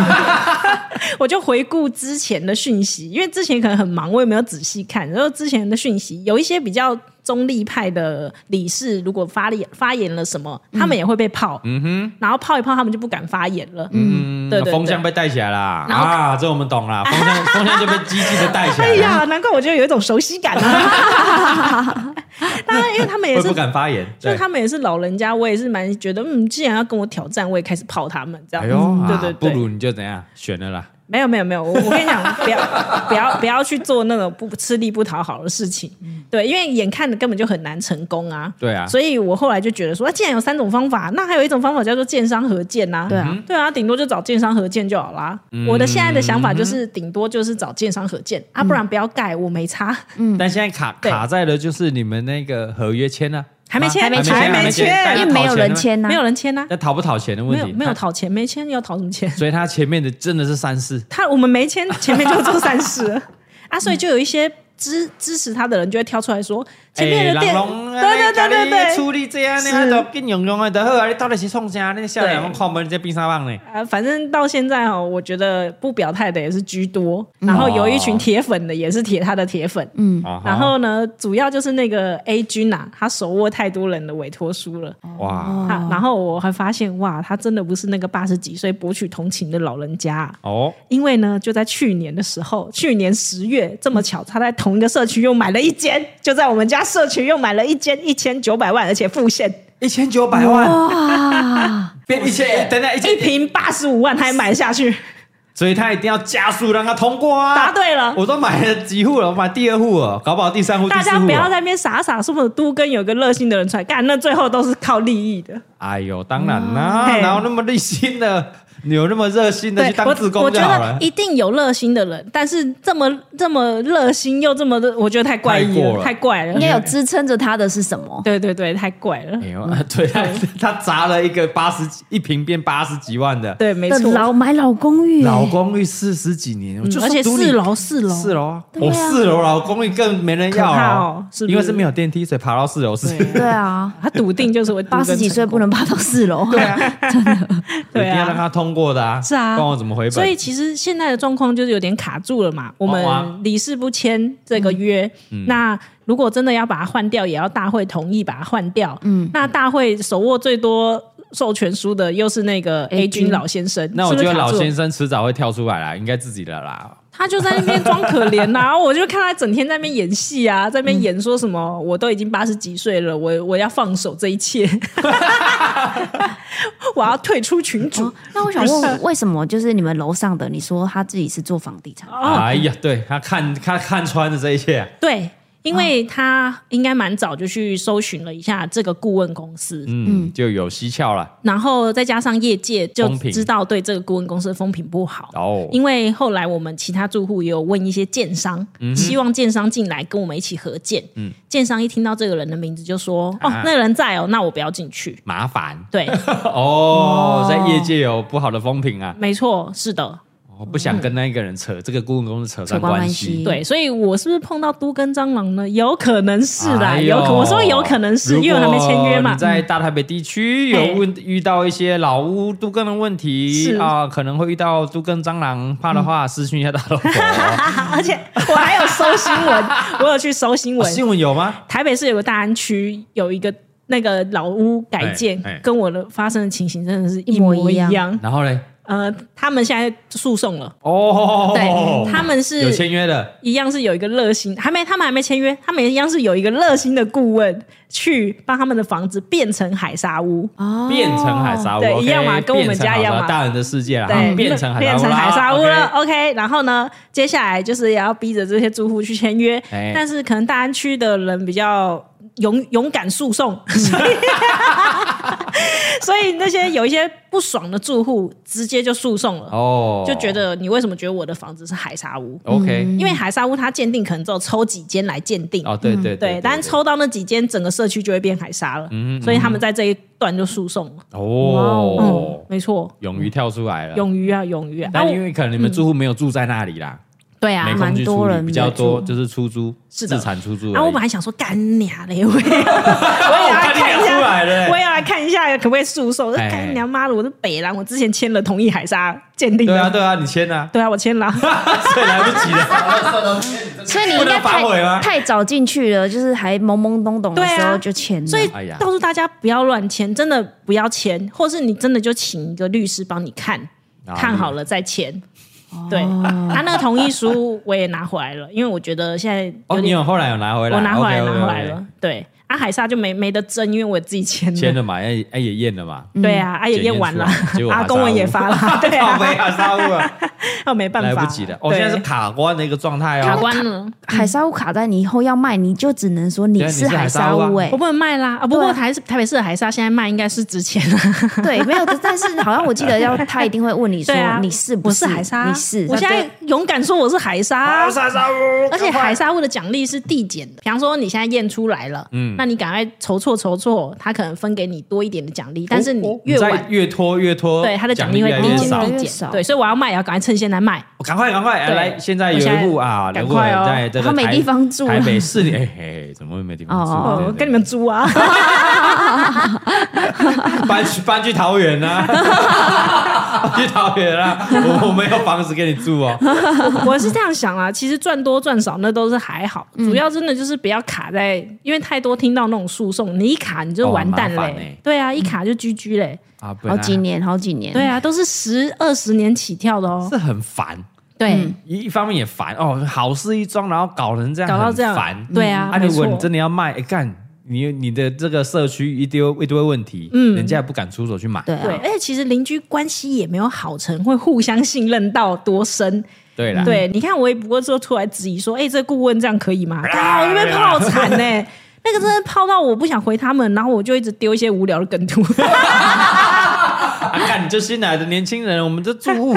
[SPEAKER 2] 我就回顾之前的讯息，因为之前可能很忙，我也没有仔细看。然后之前的讯息有一些比较中立派的理事，如果发言发言了什么，他们也会被泡，嗯哼，然后泡一泡，他们就不敢发言了，嗯。
[SPEAKER 1] 嗯
[SPEAKER 2] 对对对
[SPEAKER 1] 风向被带起来啦。
[SPEAKER 2] 然后
[SPEAKER 1] 啊，这我们懂啦，风向风向就被积极的带起
[SPEAKER 2] 哎
[SPEAKER 1] 来了，
[SPEAKER 2] 呀，难怪我觉得有一种熟悉感啊！ 当然，因为他们也
[SPEAKER 1] 会
[SPEAKER 2] 是
[SPEAKER 1] 不，敢发言。
[SPEAKER 2] 就是
[SPEAKER 1] 对，
[SPEAKER 2] 他们也是老人家，我也是蛮觉得，嗯，既然要跟我挑战，我也开始泡他们这样
[SPEAKER 1] 哎
[SPEAKER 2] 子。
[SPEAKER 1] 呦，啊
[SPEAKER 2] 对对
[SPEAKER 1] 不
[SPEAKER 2] 对，
[SPEAKER 1] 如你就怎样选了啦。
[SPEAKER 2] 没有没有没有，我我跟你讲，不要不要不要去做那种不吃力不讨好的事情，对，因为眼看着根本就很难成功啊。
[SPEAKER 1] 对啊，
[SPEAKER 2] 所以我后来就觉得说，啊既然有三种方法，那还有一种方法叫做建商合建呐、
[SPEAKER 6] 对啊，
[SPEAKER 2] 对啊，顶多就找建商合建就好啦。我的现在的想法就是，顶多就是找建商合建啊，不然不要盖，我没差，
[SPEAKER 1] 但现在卡
[SPEAKER 2] 嗯对
[SPEAKER 1] 卡在的就是你们那个合约签了，
[SPEAKER 2] 还没签，
[SPEAKER 1] 还没签
[SPEAKER 2] 还
[SPEAKER 1] 还没
[SPEAKER 2] 没
[SPEAKER 1] 签
[SPEAKER 2] 签，
[SPEAKER 6] 因为没有人签呐
[SPEAKER 3] 啊
[SPEAKER 2] 没，有人签呐、
[SPEAKER 1] 那讨不讨钱的
[SPEAKER 2] 没
[SPEAKER 1] 问
[SPEAKER 2] 有
[SPEAKER 1] 题，
[SPEAKER 2] 没有
[SPEAKER 1] 他。
[SPEAKER 2] 讨钱，没签要讨什么钱？
[SPEAKER 1] 所以他前面的真的是三四，
[SPEAKER 2] 他我们没签，前面就做善事 了啊，所以就有一些支支持他的人就会跳出来说，前面
[SPEAKER 1] 哎
[SPEAKER 2] 的店，
[SPEAKER 1] 人拢
[SPEAKER 2] 对对对对
[SPEAKER 1] 哎你
[SPEAKER 2] 对，
[SPEAKER 1] 处理这样，那都更用用的就好啊！你到底是冲啥？那下来我看门在冰沙棒呢？
[SPEAKER 2] 啊，反正到现在哦，我觉得不表态的也是居多，
[SPEAKER 1] 嗯
[SPEAKER 2] 然后有一群铁粉的也是铁他的铁粉，嗯，
[SPEAKER 1] 啊哈
[SPEAKER 2] 然后呢，主要就是那个 A 君啊，他手握太多人的委托书了，
[SPEAKER 1] 哦哇
[SPEAKER 2] 他然后我还发现哇，他真的不是那个八十几岁博取同情的老人家啊、
[SPEAKER 1] 哦，
[SPEAKER 2] 因为呢，就在去年的时候，去年十月，这么巧，他在同一个社区又买了一间，就在我们家社区又买了一间一千九百万，而且付现
[SPEAKER 1] 一千九 百万哇，变一千，等等一
[SPEAKER 2] 一
[SPEAKER 1] 千
[SPEAKER 2] 平八十五万，他还买下去。
[SPEAKER 1] 所以他一定要加速让他通过啊！
[SPEAKER 2] 答对了。
[SPEAKER 1] 我都买了几户了，我买第二户了，搞不好第三户、第
[SPEAKER 2] 大
[SPEAKER 1] 四
[SPEAKER 2] 家
[SPEAKER 1] 户
[SPEAKER 2] 不要
[SPEAKER 1] 了。
[SPEAKER 2] 在那边傻傻说什么都跟有个热心的人出来干，那最后都是靠利益的。
[SPEAKER 1] 哎呦，当然啦、
[SPEAKER 2] 嗯
[SPEAKER 1] 哪有那么热心的，有那么热心的
[SPEAKER 2] 对
[SPEAKER 1] 去，当自
[SPEAKER 2] 我
[SPEAKER 1] 工
[SPEAKER 2] 我觉
[SPEAKER 1] 就好
[SPEAKER 2] 得
[SPEAKER 1] 了。
[SPEAKER 2] 一定有热心的人，但是这么这么热心又这么的，我觉得太怪异
[SPEAKER 1] 太过了
[SPEAKER 2] 太怪了
[SPEAKER 6] 应。该有支撑着他的是什么？
[SPEAKER 2] 对对对，太怪了
[SPEAKER 1] 哎。呦， 对他
[SPEAKER 2] 嗯
[SPEAKER 1] 他砸了一个八十几一平变八十几万的
[SPEAKER 2] 对，没
[SPEAKER 6] 的
[SPEAKER 2] 错。
[SPEAKER 6] 老买老公寓，
[SPEAKER 1] 老公寓四十几年，我就
[SPEAKER 2] 嗯而
[SPEAKER 1] 说
[SPEAKER 2] 且
[SPEAKER 1] 独立
[SPEAKER 2] 四楼四楼
[SPEAKER 1] 四楼啊，我四楼老公寓更没人要
[SPEAKER 2] 可怕
[SPEAKER 1] 啊
[SPEAKER 2] 哦是不是
[SPEAKER 1] 因为是没有电梯，所以爬到四楼是。
[SPEAKER 2] 对
[SPEAKER 6] 对啊，
[SPEAKER 2] 他笃定就是我
[SPEAKER 6] 八十几岁不能爬到四楼，对 啊，
[SPEAKER 2] 对
[SPEAKER 1] 一定要让
[SPEAKER 2] 啊。
[SPEAKER 1] 他通过的啊！
[SPEAKER 2] 是啊
[SPEAKER 1] 不然我怎么回本？
[SPEAKER 2] 所以其实现在的状况就是有点卡住了嘛。我
[SPEAKER 1] 好啊
[SPEAKER 2] 们理事不签这个约，
[SPEAKER 1] 嗯
[SPEAKER 2] 那如果真的要把它换掉，也要大会同意把它换掉。嗯，那大会手握最多授权书的又是那个 A 君老先生，
[SPEAKER 1] 那我
[SPEAKER 2] 是不
[SPEAKER 1] 觉
[SPEAKER 2] 是
[SPEAKER 1] 得
[SPEAKER 2] 卡
[SPEAKER 1] 老
[SPEAKER 2] 住了
[SPEAKER 1] 先生迟早会跳出来啦，应该自己的啦。
[SPEAKER 2] 他就在那边装可 怜呐、然后我就看他整天在那边演戏啊，在那边演说什么，我都已经八十几岁了，我我要放手这 一切，我要退出群组。
[SPEAKER 6] 那我想问，为什么就是你们楼上的，你说他自己是做房地产，
[SPEAKER 2] 哦
[SPEAKER 1] 哎呀，对他看他看穿了这一切啊，
[SPEAKER 2] 对，因
[SPEAKER 1] 啊
[SPEAKER 2] 为他应该蛮早就去搜寻了一下这个顾问公司，
[SPEAKER 1] 嗯，就有蹊跷了。
[SPEAKER 2] 然后再加上业界就
[SPEAKER 1] 风评
[SPEAKER 2] 知道对这个顾问公司的风评不好。
[SPEAKER 1] 哦，
[SPEAKER 2] 因为后来我们其他住户也有问一些建商，
[SPEAKER 1] 嗯
[SPEAKER 2] 希望建商进来跟我们一起合建。建商一听到这个人的名字就说：“哦，
[SPEAKER 1] 啊
[SPEAKER 2] 那个人在哦，那我不要进去。
[SPEAKER 1] 麻烦”
[SPEAKER 2] 对，
[SPEAKER 1] 哦，在业界有不好的风评啊，
[SPEAKER 2] 没错，是的，
[SPEAKER 1] 我不想跟那一个人扯这个顾问公司扯上
[SPEAKER 6] 扯关
[SPEAKER 1] 关
[SPEAKER 6] 系
[SPEAKER 1] 系。
[SPEAKER 2] 对，所以我是不是碰到都跟蟑螂呢？有可能是啦，
[SPEAKER 1] 哎呦
[SPEAKER 2] 有可我说有可能是，
[SPEAKER 1] 如果
[SPEAKER 2] 因为我还没签约嘛
[SPEAKER 1] 你。在大台北地区有问遇到一些老屋都更的问题
[SPEAKER 2] 是嗯
[SPEAKER 1] 啊，可能会遇到都更蟑螂，怕的话私讯一下大老 婆。
[SPEAKER 2] 而且我还有搜新闻，我有去搜新
[SPEAKER 1] 啊
[SPEAKER 2] 闻，
[SPEAKER 1] 新闻有吗？
[SPEAKER 2] 台北市有个大安区有一个那个老屋改建，
[SPEAKER 1] 哎哎
[SPEAKER 2] 跟我的发生的情形真的是一
[SPEAKER 6] 模
[SPEAKER 2] 模
[SPEAKER 6] 一样
[SPEAKER 2] 样。
[SPEAKER 1] 然后嘞，
[SPEAKER 2] 呃，他们现在诉讼了，
[SPEAKER 1] 哦，
[SPEAKER 2] 对，他们
[SPEAKER 1] 有
[SPEAKER 2] 是
[SPEAKER 1] 签约的，
[SPEAKER 2] 一样是有一个热心，还没他们还没签约，他们一样是有一个热心的顾问去帮他们的房子变成海沙屋。
[SPEAKER 1] 变成海沙屋
[SPEAKER 2] 哦对
[SPEAKER 1] OK，
[SPEAKER 2] 一样嘛跟我们家一样嘛
[SPEAKER 1] 变成好了大人的世界了，
[SPEAKER 2] 对，
[SPEAKER 1] 哈变成海
[SPEAKER 2] 变成海
[SPEAKER 1] 沙
[SPEAKER 2] 沙屋
[SPEAKER 1] 屋
[SPEAKER 2] 了
[SPEAKER 1] 啦。OK
[SPEAKER 2] ，OK。然后呢，接下来就是也要逼着这些住户去签约，
[SPEAKER 1] 哎
[SPEAKER 2] 但是可能大安区的人比较勇勇敢诉讼，所 以所以那些有一些不爽的住户直接就诉讼了，
[SPEAKER 1] 哦，嗯
[SPEAKER 2] 就觉得你嗯为什么觉得我的房子是海沙屋？
[SPEAKER 1] OK，
[SPEAKER 2] 因为海沙屋它鉴定可能只有抽几间来鉴定，
[SPEAKER 1] 哦，对对
[SPEAKER 2] 嗯
[SPEAKER 1] 嗯
[SPEAKER 2] 对，但抽到那几间，整个社区就会变海沙了，所以他们在这一段就诉讼了。嗯
[SPEAKER 1] 哦，，
[SPEAKER 2] 没错，
[SPEAKER 1] 勇于跳出来了，
[SPEAKER 2] 勇于啊，勇于啊，
[SPEAKER 1] 但
[SPEAKER 2] 啊我
[SPEAKER 1] 因为可能你们住户没有住在那里啦，
[SPEAKER 2] 对啊
[SPEAKER 1] 没，空去
[SPEAKER 6] 蛮多
[SPEAKER 1] 处理，
[SPEAKER 6] 人
[SPEAKER 1] 比较
[SPEAKER 6] 在
[SPEAKER 1] 多就是出租，
[SPEAKER 2] 是的
[SPEAKER 1] 自产出租而已。
[SPEAKER 2] 啊，我本来想说干娘嘞， 我也我
[SPEAKER 1] 哎
[SPEAKER 2] 也要来看
[SPEAKER 1] 我看
[SPEAKER 2] 一
[SPEAKER 1] 你俩出来了
[SPEAKER 2] 下，
[SPEAKER 1] 欸
[SPEAKER 2] 我也要来看一下可不可以诉讼。我说
[SPEAKER 1] 哎
[SPEAKER 2] 干娘妈的，我是北兰，我之前签了同意海沙鉴定的，，
[SPEAKER 1] 对啊，对啊，你签啊
[SPEAKER 2] 对啊，我签了。
[SPEAKER 1] 所以来不及 了。
[SPEAKER 6] 所以你
[SPEAKER 1] 不
[SPEAKER 6] 应
[SPEAKER 1] 能
[SPEAKER 6] 该
[SPEAKER 1] 反悔吗
[SPEAKER 6] 太太早进去了，就是还懵懵懂懂的时
[SPEAKER 2] 对啊
[SPEAKER 6] 候就签了，
[SPEAKER 2] 所以
[SPEAKER 1] 哎呀
[SPEAKER 2] 告诉大家不要乱签，真的不要签，或是你真的就请一个律师帮你看，
[SPEAKER 1] 啊
[SPEAKER 2] 看好了再签。对，他那个同意书我也拿回来了，因为我觉得现在
[SPEAKER 1] 哦，
[SPEAKER 2] 有
[SPEAKER 1] 你
[SPEAKER 2] 点
[SPEAKER 1] 有后来有拿回来，
[SPEAKER 2] 我拿回来
[SPEAKER 1] OK，OK，OK
[SPEAKER 2] 拿回来了。对，啊，海沙就没没得争，因为我自己签
[SPEAKER 1] 签了嘛，哎哎也验了嘛，
[SPEAKER 2] 对啊，啊也验完了
[SPEAKER 1] 检验出来结，果
[SPEAKER 2] 啊
[SPEAKER 1] 还是
[SPEAKER 2] 公文也发了， 对
[SPEAKER 1] 靠
[SPEAKER 2] 啊，
[SPEAKER 1] 背啊，杀物啊，
[SPEAKER 2] 啊没办
[SPEAKER 1] 来
[SPEAKER 2] 法，
[SPEAKER 1] 不及了。哦，
[SPEAKER 2] 对
[SPEAKER 1] 现在是卡关的一个状态
[SPEAKER 2] 卡
[SPEAKER 1] 哦。
[SPEAKER 2] 关了，
[SPEAKER 6] 海沙屋卡在你以后要卖，你就只能说
[SPEAKER 1] 对
[SPEAKER 6] 你
[SPEAKER 1] 你是
[SPEAKER 6] 是海
[SPEAKER 1] 海
[SPEAKER 6] 沙
[SPEAKER 1] 沙屋啊
[SPEAKER 6] 屋哎
[SPEAKER 2] 我，不能卖啦啊！
[SPEAKER 6] 对
[SPEAKER 2] 不过
[SPEAKER 6] 啊
[SPEAKER 2] 台台北市的海沙现在卖应该是值钱啊了，
[SPEAKER 6] 对，没有，但是好像我记得 要他一定会问你说
[SPEAKER 2] 对啊，
[SPEAKER 6] 你是啊不
[SPEAKER 2] 我是海沙，
[SPEAKER 6] 你是，
[SPEAKER 2] 我现在勇敢说我是海沙，
[SPEAKER 1] 啊杀杀物，
[SPEAKER 2] 而且海沙屋的奖励是递减的，比方说你现在验出来了，嗯，那你赶快筹措筹措，他可能分给你多一点的奖励，但是你越晚，
[SPEAKER 1] 哦再越拖越拖，
[SPEAKER 2] 对他的奖
[SPEAKER 1] 励
[SPEAKER 2] 励会
[SPEAKER 1] 越来
[SPEAKER 2] 递
[SPEAKER 1] 越
[SPEAKER 2] 减
[SPEAKER 1] 少
[SPEAKER 6] 越。
[SPEAKER 2] 递
[SPEAKER 6] 来越
[SPEAKER 2] 减，
[SPEAKER 6] 少
[SPEAKER 2] 对，所以我要卖也要赶快趁现在卖，
[SPEAKER 1] 赶快赶快哎
[SPEAKER 2] 对
[SPEAKER 1] 来！现在有
[SPEAKER 2] 我现在
[SPEAKER 1] 一户啊，
[SPEAKER 2] 赶
[SPEAKER 1] 如果
[SPEAKER 2] 快哦
[SPEAKER 1] 在这个
[SPEAKER 6] 他没
[SPEAKER 1] 台
[SPEAKER 6] 地方住
[SPEAKER 1] 台
[SPEAKER 6] 了
[SPEAKER 1] 北市里，哎哎，怎么会没地方
[SPEAKER 6] 哦
[SPEAKER 1] 住？对
[SPEAKER 2] 啊哦
[SPEAKER 1] 对，
[SPEAKER 2] 跟你们租啊，
[SPEAKER 1] 搬去搬去桃园啊，去桃园啊，我我没有房子给你住 哦。
[SPEAKER 2] 我是这样想啦，其实赚多赚少那都是还好，
[SPEAKER 1] 嗯
[SPEAKER 2] 主要真的就是不要卡在，因为太多听到那种诉讼，你一卡你就完蛋
[SPEAKER 1] 哦很
[SPEAKER 2] 嘞、
[SPEAKER 1] 麻烦欸
[SPEAKER 2] 对啊，一卡就 GG 嘞、
[SPEAKER 1] 啊，本
[SPEAKER 6] 好
[SPEAKER 1] 来
[SPEAKER 6] 几年，好几年，
[SPEAKER 2] 对啊，都是十二十年起跳的哦
[SPEAKER 1] 是，很烦，
[SPEAKER 2] 对，
[SPEAKER 6] 嗯
[SPEAKER 1] 一一方面也烦哦，好事一桩，然后搞成这样，
[SPEAKER 2] 搞到这样
[SPEAKER 1] 很烦。
[SPEAKER 2] 对啊
[SPEAKER 1] 啊，
[SPEAKER 2] 没
[SPEAKER 1] 如果
[SPEAKER 2] 错
[SPEAKER 1] 你真的要卖，哎干，你你的这个社区一丢一堆问题，嗯，人家也不敢出手去买，
[SPEAKER 6] 对啊
[SPEAKER 2] 对，而且其实邻居关系也没有好成，会互相信任到多深。
[SPEAKER 1] 对啊啦，
[SPEAKER 2] 对，你看我也不过说出来质疑说，哎、这顾问这样可以吗？啊，我就被泡惨呢、那个真的泡到我不想回他们，然后我就一直丢一些无聊的梗图。
[SPEAKER 1] 啊，看你这新来的年轻人，我们这住 户，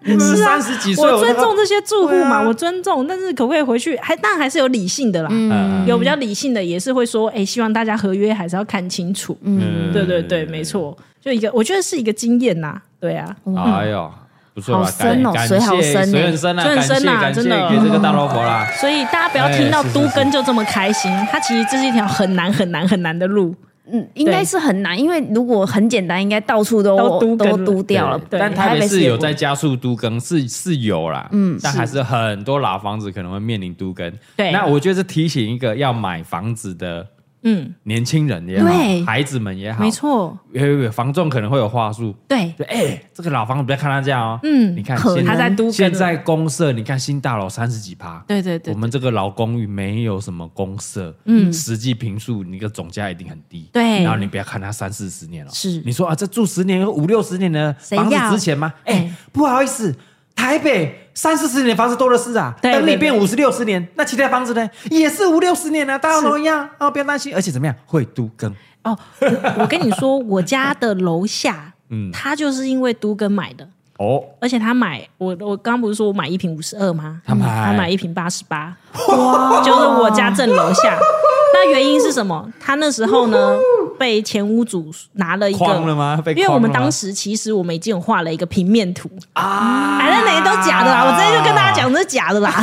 [SPEAKER 1] 你们三十几岁，
[SPEAKER 2] 啊我尊
[SPEAKER 1] 那个
[SPEAKER 2] 重这些住户嘛，
[SPEAKER 1] 对啊
[SPEAKER 2] 我尊重，但是可不可以回去？还但还是有理性的啦，
[SPEAKER 1] 嗯
[SPEAKER 2] 有比较理性的也是会说，哎、希望大家合约还是要看清楚。
[SPEAKER 1] 嗯
[SPEAKER 2] 对对对，没。错，就一个，我觉得是一个经验呐、对啊，
[SPEAKER 1] 哎呦，不错啦，
[SPEAKER 6] 好深哦
[SPEAKER 1] 感
[SPEAKER 6] 水好
[SPEAKER 1] 感谢
[SPEAKER 6] 深欸
[SPEAKER 1] 水很深啊，嗯
[SPEAKER 2] 水
[SPEAKER 1] 感
[SPEAKER 2] 很
[SPEAKER 1] 谢
[SPEAKER 2] 深啊
[SPEAKER 1] 感谢
[SPEAKER 2] 真的
[SPEAKER 1] 给这个大老婆啦。
[SPEAKER 2] 所以大家不要听到
[SPEAKER 1] 哎是是
[SPEAKER 2] 都跟就这么开心，它其实这是一条很难很难很难的路。
[SPEAKER 6] 嗯，应该是很难，因为如果很简单，应该到处都 都
[SPEAKER 2] 都都跟了
[SPEAKER 6] 都掉了。
[SPEAKER 2] 对
[SPEAKER 1] 但台北
[SPEAKER 6] 台北
[SPEAKER 1] 市
[SPEAKER 6] 市也
[SPEAKER 1] 有在加速都更，是是有啦，嗯，但还是很多老房子可能会面临都更。
[SPEAKER 2] 对
[SPEAKER 1] 那我觉得是提醒一个要买房子的
[SPEAKER 2] 嗯，
[SPEAKER 1] 年轻人也好
[SPEAKER 6] 对，
[SPEAKER 1] 孩子们也好，
[SPEAKER 2] 没，错，
[SPEAKER 1] 有有有房仲可能会有话术，
[SPEAKER 2] 对，
[SPEAKER 1] 就哎、这个老房子不要看他这样哦，
[SPEAKER 2] 嗯
[SPEAKER 1] 你看
[SPEAKER 6] 可
[SPEAKER 1] 现
[SPEAKER 6] 能
[SPEAKER 2] 他在都
[SPEAKER 1] 现
[SPEAKER 2] 跟
[SPEAKER 1] 在公社，你看新大楼三十几趴，
[SPEAKER 2] 对对对
[SPEAKER 1] 我们这个老公寓没有什么公社，嗯，实际平数你个总价一定很低，
[SPEAKER 2] 对
[SPEAKER 1] 然后你不要看它三四十年了，
[SPEAKER 6] 是
[SPEAKER 1] 你说啊，这住十年、五六十年的
[SPEAKER 6] 谁
[SPEAKER 1] 房子
[SPEAKER 6] 要
[SPEAKER 1] 值钱吗？哎、不好意思，台北。三四十年的房子多的是啊，
[SPEAKER 2] 对
[SPEAKER 1] 等
[SPEAKER 2] 对
[SPEAKER 1] 你
[SPEAKER 2] 对
[SPEAKER 1] 变五十六十年，那其他房子呢也是五六十年啊，大家都一样啊，不要担心。而且怎么样，会都更，
[SPEAKER 2] 哦，我 我跟你说，我家的楼下，
[SPEAKER 1] 嗯
[SPEAKER 2] 嗯，他就是因为都跟买的，
[SPEAKER 1] 哦，
[SPEAKER 2] 而且他买我我刚刚不是说我买一瓶五十二吗？
[SPEAKER 1] 他买
[SPEAKER 2] 他买一瓶八十八，就是我家正楼下。那原因是什么？他那时候呢被前屋主拿了一个
[SPEAKER 1] 框了吗被
[SPEAKER 2] 因为我
[SPEAKER 1] 框了
[SPEAKER 2] 们
[SPEAKER 1] 吗
[SPEAKER 2] 当时其实我们已经有画了一个平面图，哎
[SPEAKER 1] 啊，
[SPEAKER 2] 反正哪都假的啦。我直接就跟大家讲，这是假 的啦。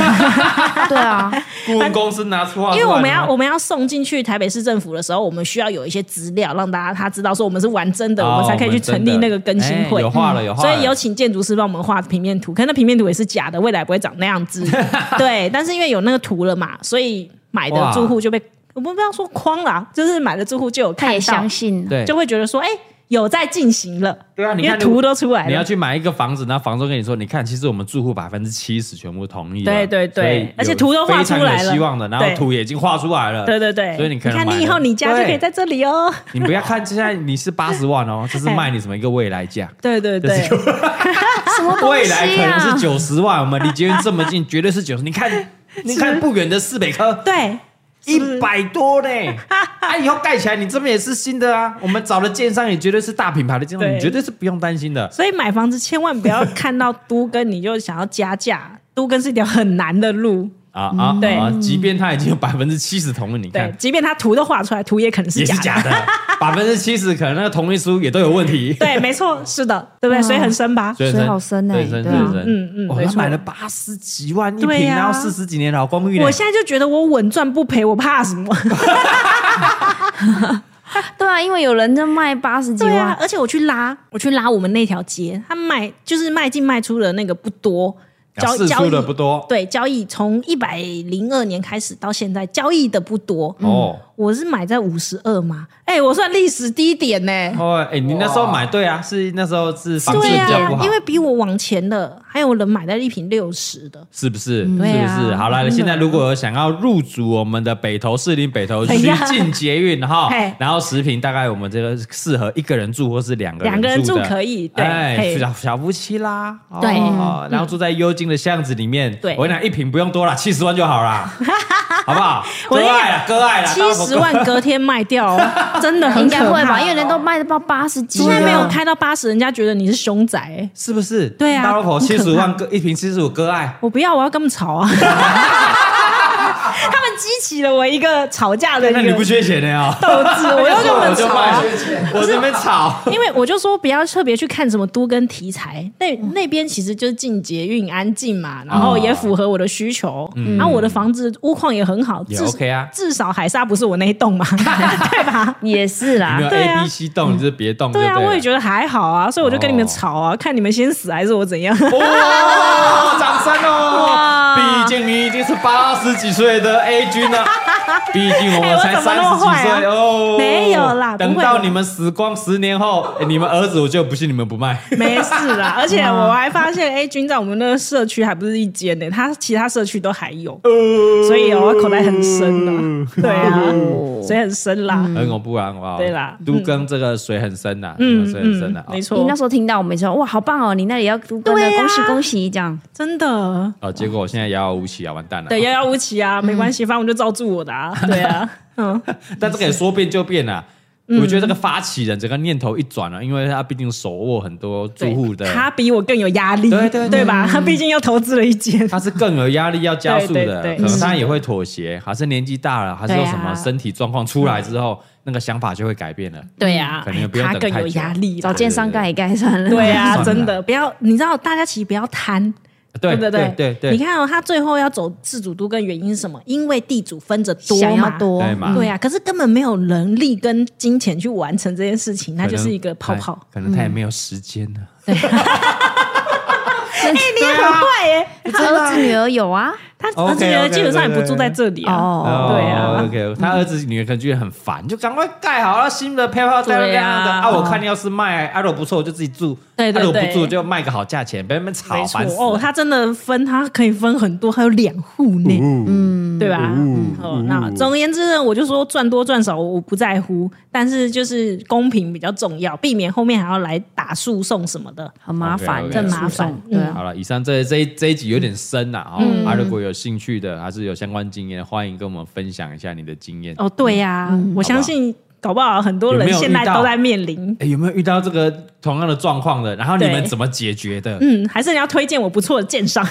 [SPEAKER 6] 对啊，
[SPEAKER 1] 顾问公司拿出画出来
[SPEAKER 2] 因
[SPEAKER 1] 了
[SPEAKER 2] 为
[SPEAKER 1] 吗
[SPEAKER 2] 我们要我们要送进去台北市政府的时候，我们需要有一些资料让大家他知道说我们是玩真的，
[SPEAKER 1] 哦
[SPEAKER 2] 我们才可以去成立那个更新
[SPEAKER 1] 哎
[SPEAKER 2] 会。嗯
[SPEAKER 1] 有画了有画了
[SPEAKER 2] 所以有请建筑师帮我们画平面图，可那平面图也是假的，未来不会长那样 子。对，但是因为有那个图了嘛，所以买
[SPEAKER 1] 哇
[SPEAKER 2] 的住户就被我们不要说框啦，就是买的住户就有
[SPEAKER 6] 他
[SPEAKER 2] 看
[SPEAKER 6] 也
[SPEAKER 2] 到
[SPEAKER 6] 相，信，
[SPEAKER 1] 对
[SPEAKER 2] 就会觉得说，哎、有在进行了。
[SPEAKER 1] 对啊，你
[SPEAKER 2] 因为
[SPEAKER 1] 看
[SPEAKER 2] 图都出来
[SPEAKER 1] 你要
[SPEAKER 2] 了。
[SPEAKER 1] 去买一个房子，那房东跟你说，你看，其实我们住户百分之七十全部同意了，
[SPEAKER 2] 对对对
[SPEAKER 1] 所以有
[SPEAKER 2] 而且图都画出来
[SPEAKER 1] 非
[SPEAKER 2] 了
[SPEAKER 1] 常有希望的，然后
[SPEAKER 2] 对
[SPEAKER 1] 图也已经画出来了，
[SPEAKER 2] 对对对，
[SPEAKER 1] 所以你可能
[SPEAKER 2] 看
[SPEAKER 1] 买了
[SPEAKER 2] 你以后你家就可以，在这里哦。
[SPEAKER 1] 对你不要看现在你是八十万哦，这是卖你什么一个未来 价。
[SPEAKER 2] 对 对对，
[SPEAKER 6] 什么东
[SPEAKER 1] 未来可
[SPEAKER 6] 西
[SPEAKER 1] 能是
[SPEAKER 6] 啊？
[SPEAKER 1] 九十万，我们离捷运这么近，绝对是九十。你看，你看不远的四北科，
[SPEAKER 2] 对，
[SPEAKER 1] 一百 多呢。啊，以后盖起来，你这边也是新的啊。我们找的建商也绝对是大品牌的建商，
[SPEAKER 2] 对
[SPEAKER 1] 你绝对是不用担心的。
[SPEAKER 2] 所以买房子千万不要看到都跟你就想要加价，都跟是一条很难的路。
[SPEAKER 1] 啊啊
[SPEAKER 2] 嗯对
[SPEAKER 1] 啊！即便它已经有百分之七十同意，你
[SPEAKER 2] 对
[SPEAKER 1] 看，
[SPEAKER 2] 即便他图都画出来，图也可能是
[SPEAKER 1] 也
[SPEAKER 2] 假
[SPEAKER 1] 是
[SPEAKER 2] 的。
[SPEAKER 1] 假的， 百分之七十可能那个同意书也都有问题。
[SPEAKER 2] 对，没错，是的，对不对？
[SPEAKER 6] 嗯
[SPEAKER 2] 所以很深吧？
[SPEAKER 1] 所以
[SPEAKER 6] 水好深欸
[SPEAKER 1] 对深
[SPEAKER 6] 对啊
[SPEAKER 1] 深深
[SPEAKER 2] 嗯嗯
[SPEAKER 1] 我
[SPEAKER 2] 没
[SPEAKER 1] 们哦
[SPEAKER 2] 错
[SPEAKER 1] 买了八十几万一
[SPEAKER 2] 对
[SPEAKER 1] 平，
[SPEAKER 2] 啊
[SPEAKER 1] 然后四十几年老公寓呢
[SPEAKER 2] 我。现在就觉得我稳赚不赔，我怕什 么？
[SPEAKER 6] 对啊，因为有人在卖八十几
[SPEAKER 2] 对啊
[SPEAKER 6] 万，，
[SPEAKER 2] 而且我去拉，我去拉我们那条街，他卖就是卖进卖出的那个不多，交
[SPEAKER 1] 试
[SPEAKER 2] 交
[SPEAKER 1] 啊出的
[SPEAKER 2] 易
[SPEAKER 1] 不多
[SPEAKER 2] 对，交易从一百零二年开始到现在，交易的不多。
[SPEAKER 1] 哦。
[SPEAKER 2] 我是买在五十二嘛，哎、我算历史低点呢、
[SPEAKER 1] 哦，哎，你那时候买对啊，是那时候是房子
[SPEAKER 2] 对
[SPEAKER 1] 比较
[SPEAKER 2] 啊
[SPEAKER 1] 不，好
[SPEAKER 2] 因，为比我往前的还有人买在一瓶六十的，
[SPEAKER 1] 是不是？是不
[SPEAKER 2] 对啊
[SPEAKER 1] 是？好了，现在如果有想要入主我们的北投士林北投区
[SPEAKER 2] 哎呀
[SPEAKER 1] 进捷运哈
[SPEAKER 2] 嘿，
[SPEAKER 1] 然后食品大概我们这个适合一个人住或是两个人
[SPEAKER 2] 两个人
[SPEAKER 1] 住
[SPEAKER 2] 住
[SPEAKER 1] 的
[SPEAKER 2] 可以，对，
[SPEAKER 1] 哎，
[SPEAKER 2] 嘿
[SPEAKER 1] 小小夫妻啦，哦
[SPEAKER 2] 对嗯
[SPEAKER 1] 哦然后住在幽静的巷子里面，
[SPEAKER 2] 对
[SPEAKER 1] 我跟你讲，一瓶不用多了，七十万就好 啦，好不好？割
[SPEAKER 2] 我跟你讲
[SPEAKER 1] 爱了，割爱了，
[SPEAKER 2] 七十万隔天卖掉、 哦，真的很
[SPEAKER 6] 应该
[SPEAKER 2] 可
[SPEAKER 6] 会吧？
[SPEAKER 2] 怕。
[SPEAKER 6] 因为人都卖到八十几
[SPEAKER 2] 现
[SPEAKER 1] 啊
[SPEAKER 6] 了，
[SPEAKER 2] 在没有开到八十，人家觉得你是凶宅、哎
[SPEAKER 1] 是不是？
[SPEAKER 2] 对啊
[SPEAKER 1] 大老婆
[SPEAKER 2] 很可
[SPEAKER 1] 七
[SPEAKER 2] 怕
[SPEAKER 1] 十 万割一瓶七十五割爱，
[SPEAKER 2] 我不要，我要跟他们吵啊！ 他们激起了我一个吵架的一
[SPEAKER 1] 哎那你
[SPEAKER 2] 个
[SPEAKER 1] 不缺钱的呀？
[SPEAKER 2] 斗志，我要跟他
[SPEAKER 1] 我
[SPEAKER 2] 们
[SPEAKER 1] 就
[SPEAKER 2] 吵
[SPEAKER 1] 卖
[SPEAKER 2] 啊。，
[SPEAKER 1] 我这边吵。
[SPEAKER 2] 因为我就说不要特别去看什么都跟题材，那那边其实就是进捷运安静嘛，然后也符合我的需求，然后我的房子屋况也很好，
[SPEAKER 1] 嗯也
[SPEAKER 2] 至
[SPEAKER 1] OK 啊
[SPEAKER 2] 至少海沙不是我那一栋嘛， 对吧？
[SPEAKER 6] 也是啦
[SPEAKER 1] 没有。
[SPEAKER 2] 对
[SPEAKER 1] A
[SPEAKER 2] 啊
[SPEAKER 1] B C 动，你就是别动就
[SPEAKER 2] 对
[SPEAKER 1] 对
[SPEAKER 2] 啊，
[SPEAKER 1] 了。哦
[SPEAKER 2] 我也觉得还好啊，所以我就跟你们吵啊，看你们先死还是我怎样？
[SPEAKER 1] 哦，掌山哦。毕竟你已经是八十几岁的 A 君 了，毕竟我们才
[SPEAKER 2] 哎我怎么
[SPEAKER 1] 三
[SPEAKER 2] 那
[SPEAKER 1] 十
[SPEAKER 2] 么
[SPEAKER 1] 几
[SPEAKER 2] 坏啊
[SPEAKER 1] 岁哦。
[SPEAKER 2] 没有啦不会
[SPEAKER 1] 等
[SPEAKER 2] 啦
[SPEAKER 1] 到你们死光十年后，哎你们儿子我就不信你们不卖。
[SPEAKER 2] 没事啦，而且我还发现 A 君在我们那个社区还不是一间呢、他其他社区都还有，
[SPEAKER 1] 呃
[SPEAKER 2] 所以哦，口袋很深
[SPEAKER 1] 嗯
[SPEAKER 2] 呢、对
[SPEAKER 1] 哦
[SPEAKER 2] 啊，水很深啦，
[SPEAKER 1] 很恐怖啊，很恐怖啊
[SPEAKER 2] 对啦
[SPEAKER 1] 都更这个水很深呐，
[SPEAKER 2] 嗯
[SPEAKER 1] 水很深呐啊哦
[SPEAKER 2] 嗯，，没
[SPEAKER 6] 你
[SPEAKER 2] 错
[SPEAKER 6] 那，时候听到我们说哇，好棒哦，你那里要读歌的，
[SPEAKER 2] 啊
[SPEAKER 6] 恭喜恭喜，这样
[SPEAKER 2] 真的，
[SPEAKER 1] 哦，结果我现在遥遥无期啊，完蛋了。
[SPEAKER 2] 对，遥遥无期
[SPEAKER 1] 嗯
[SPEAKER 2] 啊，没关系，反正我就照住我 的啊，对啊，嗯，
[SPEAKER 1] 但这个也说变就变啊。我觉得这个发起人整个念头一转啊，因为他毕竟手握很多住户的
[SPEAKER 2] 对，他比我更有压力，
[SPEAKER 1] 对对对嗯
[SPEAKER 2] 对吧？他毕竟又投资了一 间，
[SPEAKER 1] 他是更有压力要加速
[SPEAKER 2] 对
[SPEAKER 1] 的，
[SPEAKER 2] 对
[SPEAKER 1] 可
[SPEAKER 2] 对
[SPEAKER 1] 能他也会妥协，还是年纪大了，还是有什
[SPEAKER 6] 对
[SPEAKER 1] 么
[SPEAKER 6] 啊
[SPEAKER 1] 身体状况出来之后，那个想法就会改变了。
[SPEAKER 2] 对呀
[SPEAKER 1] 可能也不用
[SPEAKER 2] 他
[SPEAKER 1] 等
[SPEAKER 2] 更
[SPEAKER 1] 太
[SPEAKER 2] 有
[SPEAKER 1] 久
[SPEAKER 2] 压力啦，
[SPEAKER 6] 找建商盖一盖算了。
[SPEAKER 2] 对啊，
[SPEAKER 1] 算了
[SPEAKER 2] 真的不要，你知道大家其实不要贪，
[SPEAKER 1] 对
[SPEAKER 2] 不
[SPEAKER 1] 对
[SPEAKER 2] 对
[SPEAKER 1] 对对，
[SPEAKER 2] 你看哦，他最后要走自主都跟原因是什么？因为地主分着多嘛，
[SPEAKER 6] 想要多
[SPEAKER 1] 对嘛
[SPEAKER 2] 对啊，可是根本没有能力跟金钱去完成这件事情，那
[SPEAKER 1] 可能
[SPEAKER 2] 就是一个泡泡。嗯
[SPEAKER 1] 可能可能他也没有时间呢。
[SPEAKER 2] 哎、你也很坏耶、
[SPEAKER 6] 儿子女儿有啊，
[SPEAKER 2] 他
[SPEAKER 1] 啊 OK，
[SPEAKER 2] 而且
[SPEAKER 1] OK，
[SPEAKER 2] 基本上也不住在这里啊。
[SPEAKER 6] 哦，
[SPEAKER 2] 对啊
[SPEAKER 1] ，OK，他儿子女儿可能觉得很烦，就赶快盖好了新的配套，这样这样的
[SPEAKER 2] 对啊
[SPEAKER 1] 啊，我看你要是卖，啊如果不错我就自己住，
[SPEAKER 2] 对对
[SPEAKER 1] 啊如果不
[SPEAKER 2] 对
[SPEAKER 1] 住就卖个好价钱，别那么吵，
[SPEAKER 2] 没错
[SPEAKER 1] 烦死
[SPEAKER 2] 哦，
[SPEAKER 1] 了。
[SPEAKER 2] 他真的分，他可以分很多，还有两户呢，嗯，对吧？哦，那总而言之呢，我就说赚多赚少我不在乎，但是就是公平比较重要，避免后面还要来打诉讼什么的。
[SPEAKER 6] 很麻烦，
[SPEAKER 1] OK，OK，
[SPEAKER 6] 这
[SPEAKER 2] 很麻
[SPEAKER 6] 诉
[SPEAKER 2] 烦
[SPEAKER 6] 讼对啊，
[SPEAKER 1] 好了，以上这这一这一集有点深啊，
[SPEAKER 2] 嗯
[SPEAKER 1] 哦，啊，如果有兴趣的，还是有相关经验，欢迎跟我们分享一下你的经验。
[SPEAKER 2] 哦，对呀、我相信搞不好很多
[SPEAKER 1] 嗯有
[SPEAKER 2] 人
[SPEAKER 1] 没有
[SPEAKER 2] 现在
[SPEAKER 1] 遇到
[SPEAKER 2] 都在面临。
[SPEAKER 1] 哎，有没有遇到这个同样的状况的？然后你
[SPEAKER 2] 对
[SPEAKER 1] 们怎么解决的？
[SPEAKER 2] 嗯，还是你要推荐我不错的鉴 赏，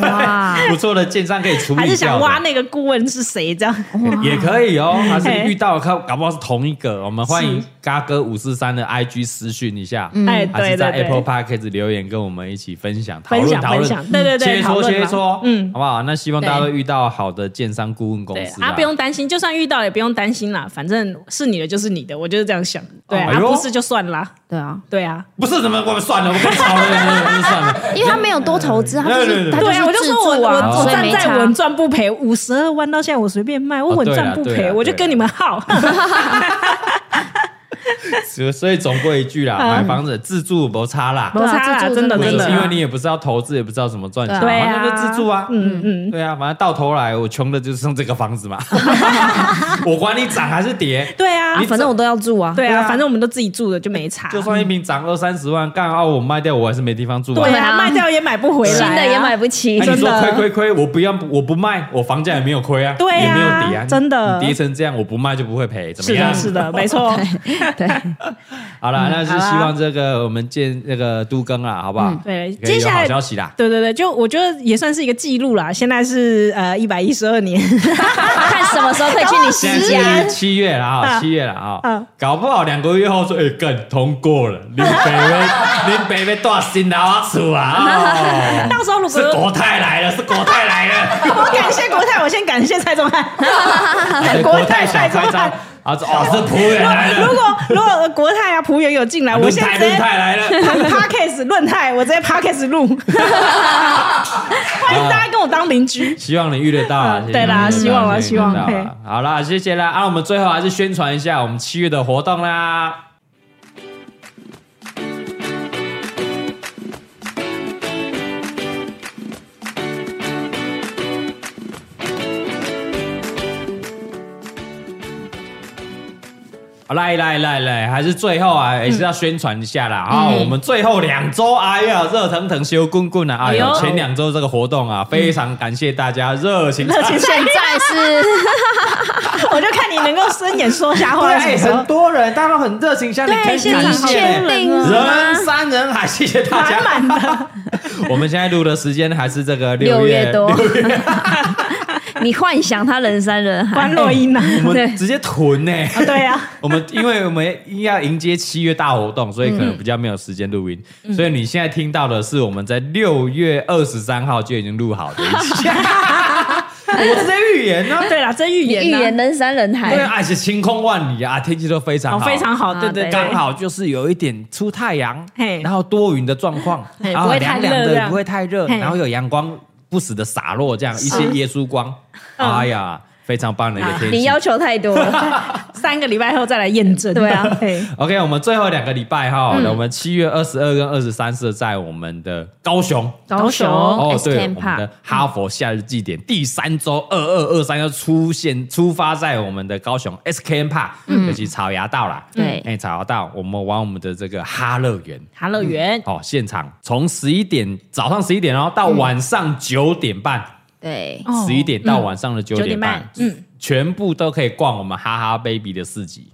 [SPEAKER 6] 哇，
[SPEAKER 1] 不错的建商可以处理掉
[SPEAKER 2] 还
[SPEAKER 1] 的，
[SPEAKER 2] 是想挖那个顾问是谁？这样
[SPEAKER 1] 也可以哦，还是
[SPEAKER 2] 嘿
[SPEAKER 1] 遇到搞搞不好是同一个，我们欢迎
[SPEAKER 2] 是
[SPEAKER 1] 嘎哥五四三的 IG 私讯一下，
[SPEAKER 2] 哎，
[SPEAKER 1] 嗯还
[SPEAKER 2] 对
[SPEAKER 1] 是在
[SPEAKER 2] 对对
[SPEAKER 1] Apple Podcast 留言跟我们一起分享讨
[SPEAKER 2] 分
[SPEAKER 1] 论
[SPEAKER 2] 享
[SPEAKER 1] 讨
[SPEAKER 2] 分
[SPEAKER 1] 论
[SPEAKER 2] 享，，对对对，
[SPEAKER 1] 切
[SPEAKER 2] 讨
[SPEAKER 1] 磋
[SPEAKER 2] 论
[SPEAKER 1] 切
[SPEAKER 2] 嘛
[SPEAKER 1] 磋，嗯，
[SPEAKER 2] 嗯
[SPEAKER 1] 好不好？那希望大家都
[SPEAKER 2] 对
[SPEAKER 1] 遇到好的建商顾问公
[SPEAKER 2] 对
[SPEAKER 1] 司
[SPEAKER 2] 啊，
[SPEAKER 1] 啊，
[SPEAKER 2] 不用担心，就算遇到了也不用担心啦，反正是你的就是你的，我就是这样想。对
[SPEAKER 1] 哎
[SPEAKER 2] 啊，
[SPEAKER 1] 呦
[SPEAKER 2] 不是就算啦。
[SPEAKER 6] 对啊，
[SPEAKER 2] 对啊，
[SPEAKER 1] 不是怎么我们算了，我们不吵了，我们算了。
[SPEAKER 6] 因为他没有多投资，他就
[SPEAKER 1] 对对对
[SPEAKER 6] 是他
[SPEAKER 2] 对啊，我
[SPEAKER 6] 是
[SPEAKER 2] 就
[SPEAKER 6] 自
[SPEAKER 2] 说我
[SPEAKER 6] 住啊，
[SPEAKER 2] 我我
[SPEAKER 6] 所以
[SPEAKER 2] 站
[SPEAKER 6] 没
[SPEAKER 2] 在
[SPEAKER 6] 差
[SPEAKER 2] 稳赚不赔，五十二万到现在我随便卖，我稳赚不
[SPEAKER 1] 哦对啦对
[SPEAKER 2] 赔，
[SPEAKER 1] 啦
[SPEAKER 2] 我就跟你们 耗。
[SPEAKER 1] 所所以总归一句啦，
[SPEAKER 2] 嗯
[SPEAKER 1] 买房子自住不差啦，
[SPEAKER 2] 摩擦啦，
[SPEAKER 6] 自住
[SPEAKER 2] 真的
[SPEAKER 6] 真的
[SPEAKER 1] 不
[SPEAKER 2] 真
[SPEAKER 1] 是
[SPEAKER 6] 没
[SPEAKER 2] 的，啊
[SPEAKER 6] 差
[SPEAKER 1] 因为你也不知道投资，也不知道怎么赚钱，
[SPEAKER 2] 对啊
[SPEAKER 1] 反正就自住啊，
[SPEAKER 2] 嗯嗯，
[SPEAKER 1] 对啊，反正到头来我穷的就是剩这个房子 嘛，我管你涨还是跌，
[SPEAKER 2] 对啊
[SPEAKER 1] 你，
[SPEAKER 6] 反正我都要住啊，
[SPEAKER 2] 对
[SPEAKER 1] 对
[SPEAKER 2] 啊，
[SPEAKER 1] 啊
[SPEAKER 2] 反正我们都自己住的就没差。
[SPEAKER 1] 就算一瓶涨二三十万，干啊我卖掉我还是没地方住啊。
[SPEAKER 2] 对
[SPEAKER 6] 对
[SPEAKER 2] 啊，
[SPEAKER 6] 啊
[SPEAKER 2] 卖掉也买不回来啊，
[SPEAKER 6] 新的也买不起
[SPEAKER 1] 哎，你
[SPEAKER 2] 真
[SPEAKER 1] 说
[SPEAKER 2] 的
[SPEAKER 1] 亏亏亏，我不要我不卖，我房价也没有亏啊，
[SPEAKER 2] 对啊
[SPEAKER 1] 也没有跌啊，
[SPEAKER 2] 真的
[SPEAKER 1] 你跌成这样，我不卖就不会赔，怎么
[SPEAKER 2] 是
[SPEAKER 1] 样？
[SPEAKER 2] 的，嗯啊是的，没错。
[SPEAKER 1] 好了，那是希望这个我们见那个都更啦，好不好？
[SPEAKER 2] 嗯对
[SPEAKER 1] 可以有
[SPEAKER 2] 接下来
[SPEAKER 1] 好消息啦。
[SPEAKER 2] 对对对，就我觉得也算是一个记录啦。现在是呃一百一十二年，
[SPEAKER 6] 看什么时候可以去你
[SPEAKER 1] 现在
[SPEAKER 6] 新家。
[SPEAKER 1] 是七月了啊，
[SPEAKER 2] 啊
[SPEAKER 1] 七月了啊
[SPEAKER 2] 啊，
[SPEAKER 1] 搞不好两个月后说，哎，更通过了，林北威，林北威大新老阿厝啊， 哦
[SPEAKER 2] 到时候如果
[SPEAKER 1] 是
[SPEAKER 2] 有
[SPEAKER 1] 国泰来了，是国泰来了。
[SPEAKER 2] 我感谢国泰，我先感谢蔡宗翰，
[SPEAKER 1] 哎
[SPEAKER 2] 国泰蔡宗
[SPEAKER 1] 张
[SPEAKER 2] 翰。
[SPEAKER 1] 啊，这哦，是仆人来
[SPEAKER 2] 如
[SPEAKER 1] 了，
[SPEAKER 2] 果如果国泰啊浦原有进来，我
[SPEAKER 1] 论
[SPEAKER 2] 现
[SPEAKER 1] 泰
[SPEAKER 2] 在
[SPEAKER 1] 论
[SPEAKER 2] 直接
[SPEAKER 1] 泰来了，
[SPEAKER 2] podcast 论泰，我直接 podcast 录，欢迎大家跟我当邻居。
[SPEAKER 1] 希望你遇得到啊
[SPEAKER 2] 嗯！ 对啦
[SPEAKER 1] 你遇得到
[SPEAKER 2] 希望啦
[SPEAKER 1] 希望你遇得到
[SPEAKER 2] 希望
[SPEAKER 1] 啦好啦，谢谢啦！啊，我们最后还是宣传一下我们七月的活动啦。好来来来来，还是最后
[SPEAKER 2] 嗯
[SPEAKER 1] 啊，也是要宣传一下啦啊！我们最后两周，哎呀，热腾腾修棍棍啊！哎呦
[SPEAKER 2] 哎，呦
[SPEAKER 1] 前两周这个活动啊，非常感谢大家热情啊热
[SPEAKER 2] 现
[SPEAKER 6] 现在 是
[SPEAKER 2] 我就看你能够睁眼说瞎话
[SPEAKER 1] 对，
[SPEAKER 2] 到什
[SPEAKER 1] 哎
[SPEAKER 2] 么时候
[SPEAKER 1] 很。多人，大家都很热情，像你可以
[SPEAKER 2] 现场
[SPEAKER 1] 感
[SPEAKER 2] 好多
[SPEAKER 1] 谢
[SPEAKER 2] 人
[SPEAKER 6] 定
[SPEAKER 2] 啊
[SPEAKER 1] 人山人海，谢谢大家。
[SPEAKER 2] 满满的，
[SPEAKER 1] 我们现在录的时间还是这个
[SPEAKER 6] 六
[SPEAKER 1] 月
[SPEAKER 6] 月多， 你幻想他人山人海
[SPEAKER 3] 哎
[SPEAKER 2] 关，洛音啊，
[SPEAKER 1] 我
[SPEAKER 6] 对
[SPEAKER 1] 们直接囤呢、
[SPEAKER 2] 对啊，
[SPEAKER 1] 我们因为我们要迎接七月大活动，所以可能比较没有时间录音，所以你现在听到的是我们在六月二十三号就已经录好的一期。我是在预言呢、啊。
[SPEAKER 2] 对啦，真预
[SPEAKER 6] 你
[SPEAKER 2] 言
[SPEAKER 6] 预
[SPEAKER 2] 呐、
[SPEAKER 6] 言人山人海
[SPEAKER 1] 对，啊，而且晴空万里啊，天气都非常
[SPEAKER 2] 哦，
[SPEAKER 1] 好，
[SPEAKER 2] 非常好，
[SPEAKER 6] 啊
[SPEAKER 2] 对对
[SPEAKER 6] 对
[SPEAKER 1] 刚
[SPEAKER 2] 对，
[SPEAKER 1] 好就是有一点出太阳
[SPEAKER 2] 嘿，
[SPEAKER 1] 然后多云的状况，
[SPEAKER 2] 嘿
[SPEAKER 1] 然
[SPEAKER 2] 不
[SPEAKER 1] 后
[SPEAKER 2] 会太
[SPEAKER 1] 凉凉
[SPEAKER 2] 热
[SPEAKER 1] 的，
[SPEAKER 2] 这
[SPEAKER 1] 也
[SPEAKER 2] 样
[SPEAKER 1] 不会太热，
[SPEAKER 2] 嘿嗯
[SPEAKER 1] 然后有阳光不时的洒落，这样一些耶稣光，哎呀，非常棒的一个
[SPEAKER 2] 啊
[SPEAKER 1] 天
[SPEAKER 6] 你
[SPEAKER 1] 气。
[SPEAKER 6] 要求太 多了。
[SPEAKER 2] 三个礼拜后再来验证。
[SPEAKER 6] 对 啊
[SPEAKER 2] 嘿
[SPEAKER 1] OK，我们最后两个礼拜哈，
[SPEAKER 2] 嗯
[SPEAKER 1] 我们七月二十二跟二十三是在我们的高雄。
[SPEAKER 2] 高雄
[SPEAKER 1] 哦，对，我
[SPEAKER 6] STM
[SPEAKER 1] 们
[SPEAKER 6] Park
[SPEAKER 2] 嗯
[SPEAKER 1] 的哈佛夏日祭典第三周二二二三要出现出发在我们的高雄 SKM Park，就是
[SPEAKER 2] 嗯
[SPEAKER 1] 草芽道啦。
[SPEAKER 6] 对
[SPEAKER 1] 哎，草芽道，我们玩我们的这个哈乐园。
[SPEAKER 2] 哈乐园，
[SPEAKER 1] 哦，现场从十一点早上十一点，然后到晚上九点半，
[SPEAKER 6] 对，
[SPEAKER 2] 嗯哦
[SPEAKER 1] 十一、点到晚上的九
[SPEAKER 2] 九点
[SPEAKER 1] 点半
[SPEAKER 2] 半，，嗯，
[SPEAKER 1] 全部都可以逛我们哈哈 baby 的市集。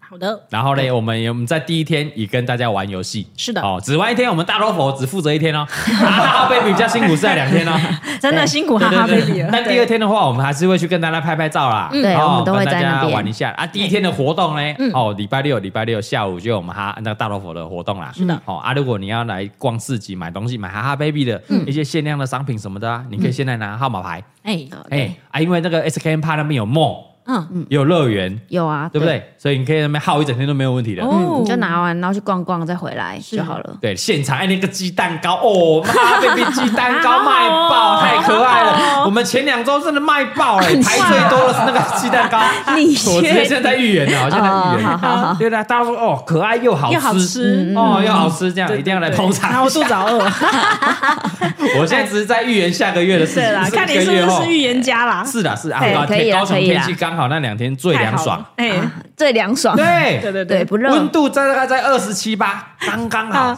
[SPEAKER 2] 好的，
[SPEAKER 1] 然后呢，我们也我们在第一天也跟大家玩游戏，
[SPEAKER 2] 是的
[SPEAKER 1] 哦，只玩一天，我们大罗佛只负责一天 哦，哈哈 baby 比较辛苦是在两天哦。
[SPEAKER 2] 真的 辛苦哈哈 baby 了。
[SPEAKER 1] 但第二天的话，我们还是会去跟大家拍拍照啦。
[SPEAKER 6] 对
[SPEAKER 1] 哦
[SPEAKER 6] 我们都会在那边嗯
[SPEAKER 1] 跟大家玩一下啊。第一天的活动呢，哦，礼拜六礼拜六下午就有我们哈那个大老虎的活动啦。是的，哦啊，如果你要来逛市集买东西，买哈哈 baby 的
[SPEAKER 6] 嗯
[SPEAKER 1] 一些限量的商品什么的啊，你可以现在拿号码牌，
[SPEAKER 2] 哎，
[SPEAKER 1] 哎啊，因为那个 SKM Park 那边有 mall，
[SPEAKER 2] 嗯，
[SPEAKER 1] 也有乐园，
[SPEAKER 6] 有啊，
[SPEAKER 1] 对不？对？所以你可以在那边耗一整天都没有问题的。
[SPEAKER 6] 嗯，你就拿完，然后去逛逛，再回来就好了。
[SPEAKER 1] 对，现场哎，那个鸡蛋糕哦，妈 baby 鸡蛋糕
[SPEAKER 2] 好 好
[SPEAKER 1] 卖爆，
[SPEAKER 2] 哦
[SPEAKER 1] 太可爱
[SPEAKER 2] 好好
[SPEAKER 1] 了！
[SPEAKER 2] 哦
[SPEAKER 1] 我们前两周真的卖爆了，排最多的是那个鸡蛋 糕。
[SPEAKER 6] 你
[SPEAKER 1] 我直接现在在预言了，我现在在预
[SPEAKER 6] 哦好好
[SPEAKER 1] 言。对啦，大家说哦，可爱又好
[SPEAKER 2] 又好吃嗯
[SPEAKER 1] 哦，又好吃，这样
[SPEAKER 2] 对
[SPEAKER 1] 一定要来
[SPEAKER 2] 对
[SPEAKER 1] 捧场一下。
[SPEAKER 2] 然后哎肚子好饿，
[SPEAKER 1] 我现在只是在预言下个月的事情，
[SPEAKER 2] 对啦，
[SPEAKER 1] 不
[SPEAKER 2] 看你
[SPEAKER 1] 一
[SPEAKER 2] 是
[SPEAKER 1] 个
[SPEAKER 2] 不
[SPEAKER 1] 月
[SPEAKER 2] 是
[SPEAKER 1] 后
[SPEAKER 2] 是预言哎家啦？
[SPEAKER 1] 是的，是的啊，
[SPEAKER 6] 对
[SPEAKER 1] 啊
[SPEAKER 6] 可以啦
[SPEAKER 1] 高雄
[SPEAKER 6] 可以啦
[SPEAKER 1] 天气刚好那两天最
[SPEAKER 2] 太
[SPEAKER 1] 凉
[SPEAKER 2] 好
[SPEAKER 1] 爽
[SPEAKER 2] 了，，哎，
[SPEAKER 6] 啊最凉爽，
[SPEAKER 1] 对
[SPEAKER 2] 对对
[SPEAKER 6] 对，不热
[SPEAKER 1] 温，度在大概在二十七八，刚刚好，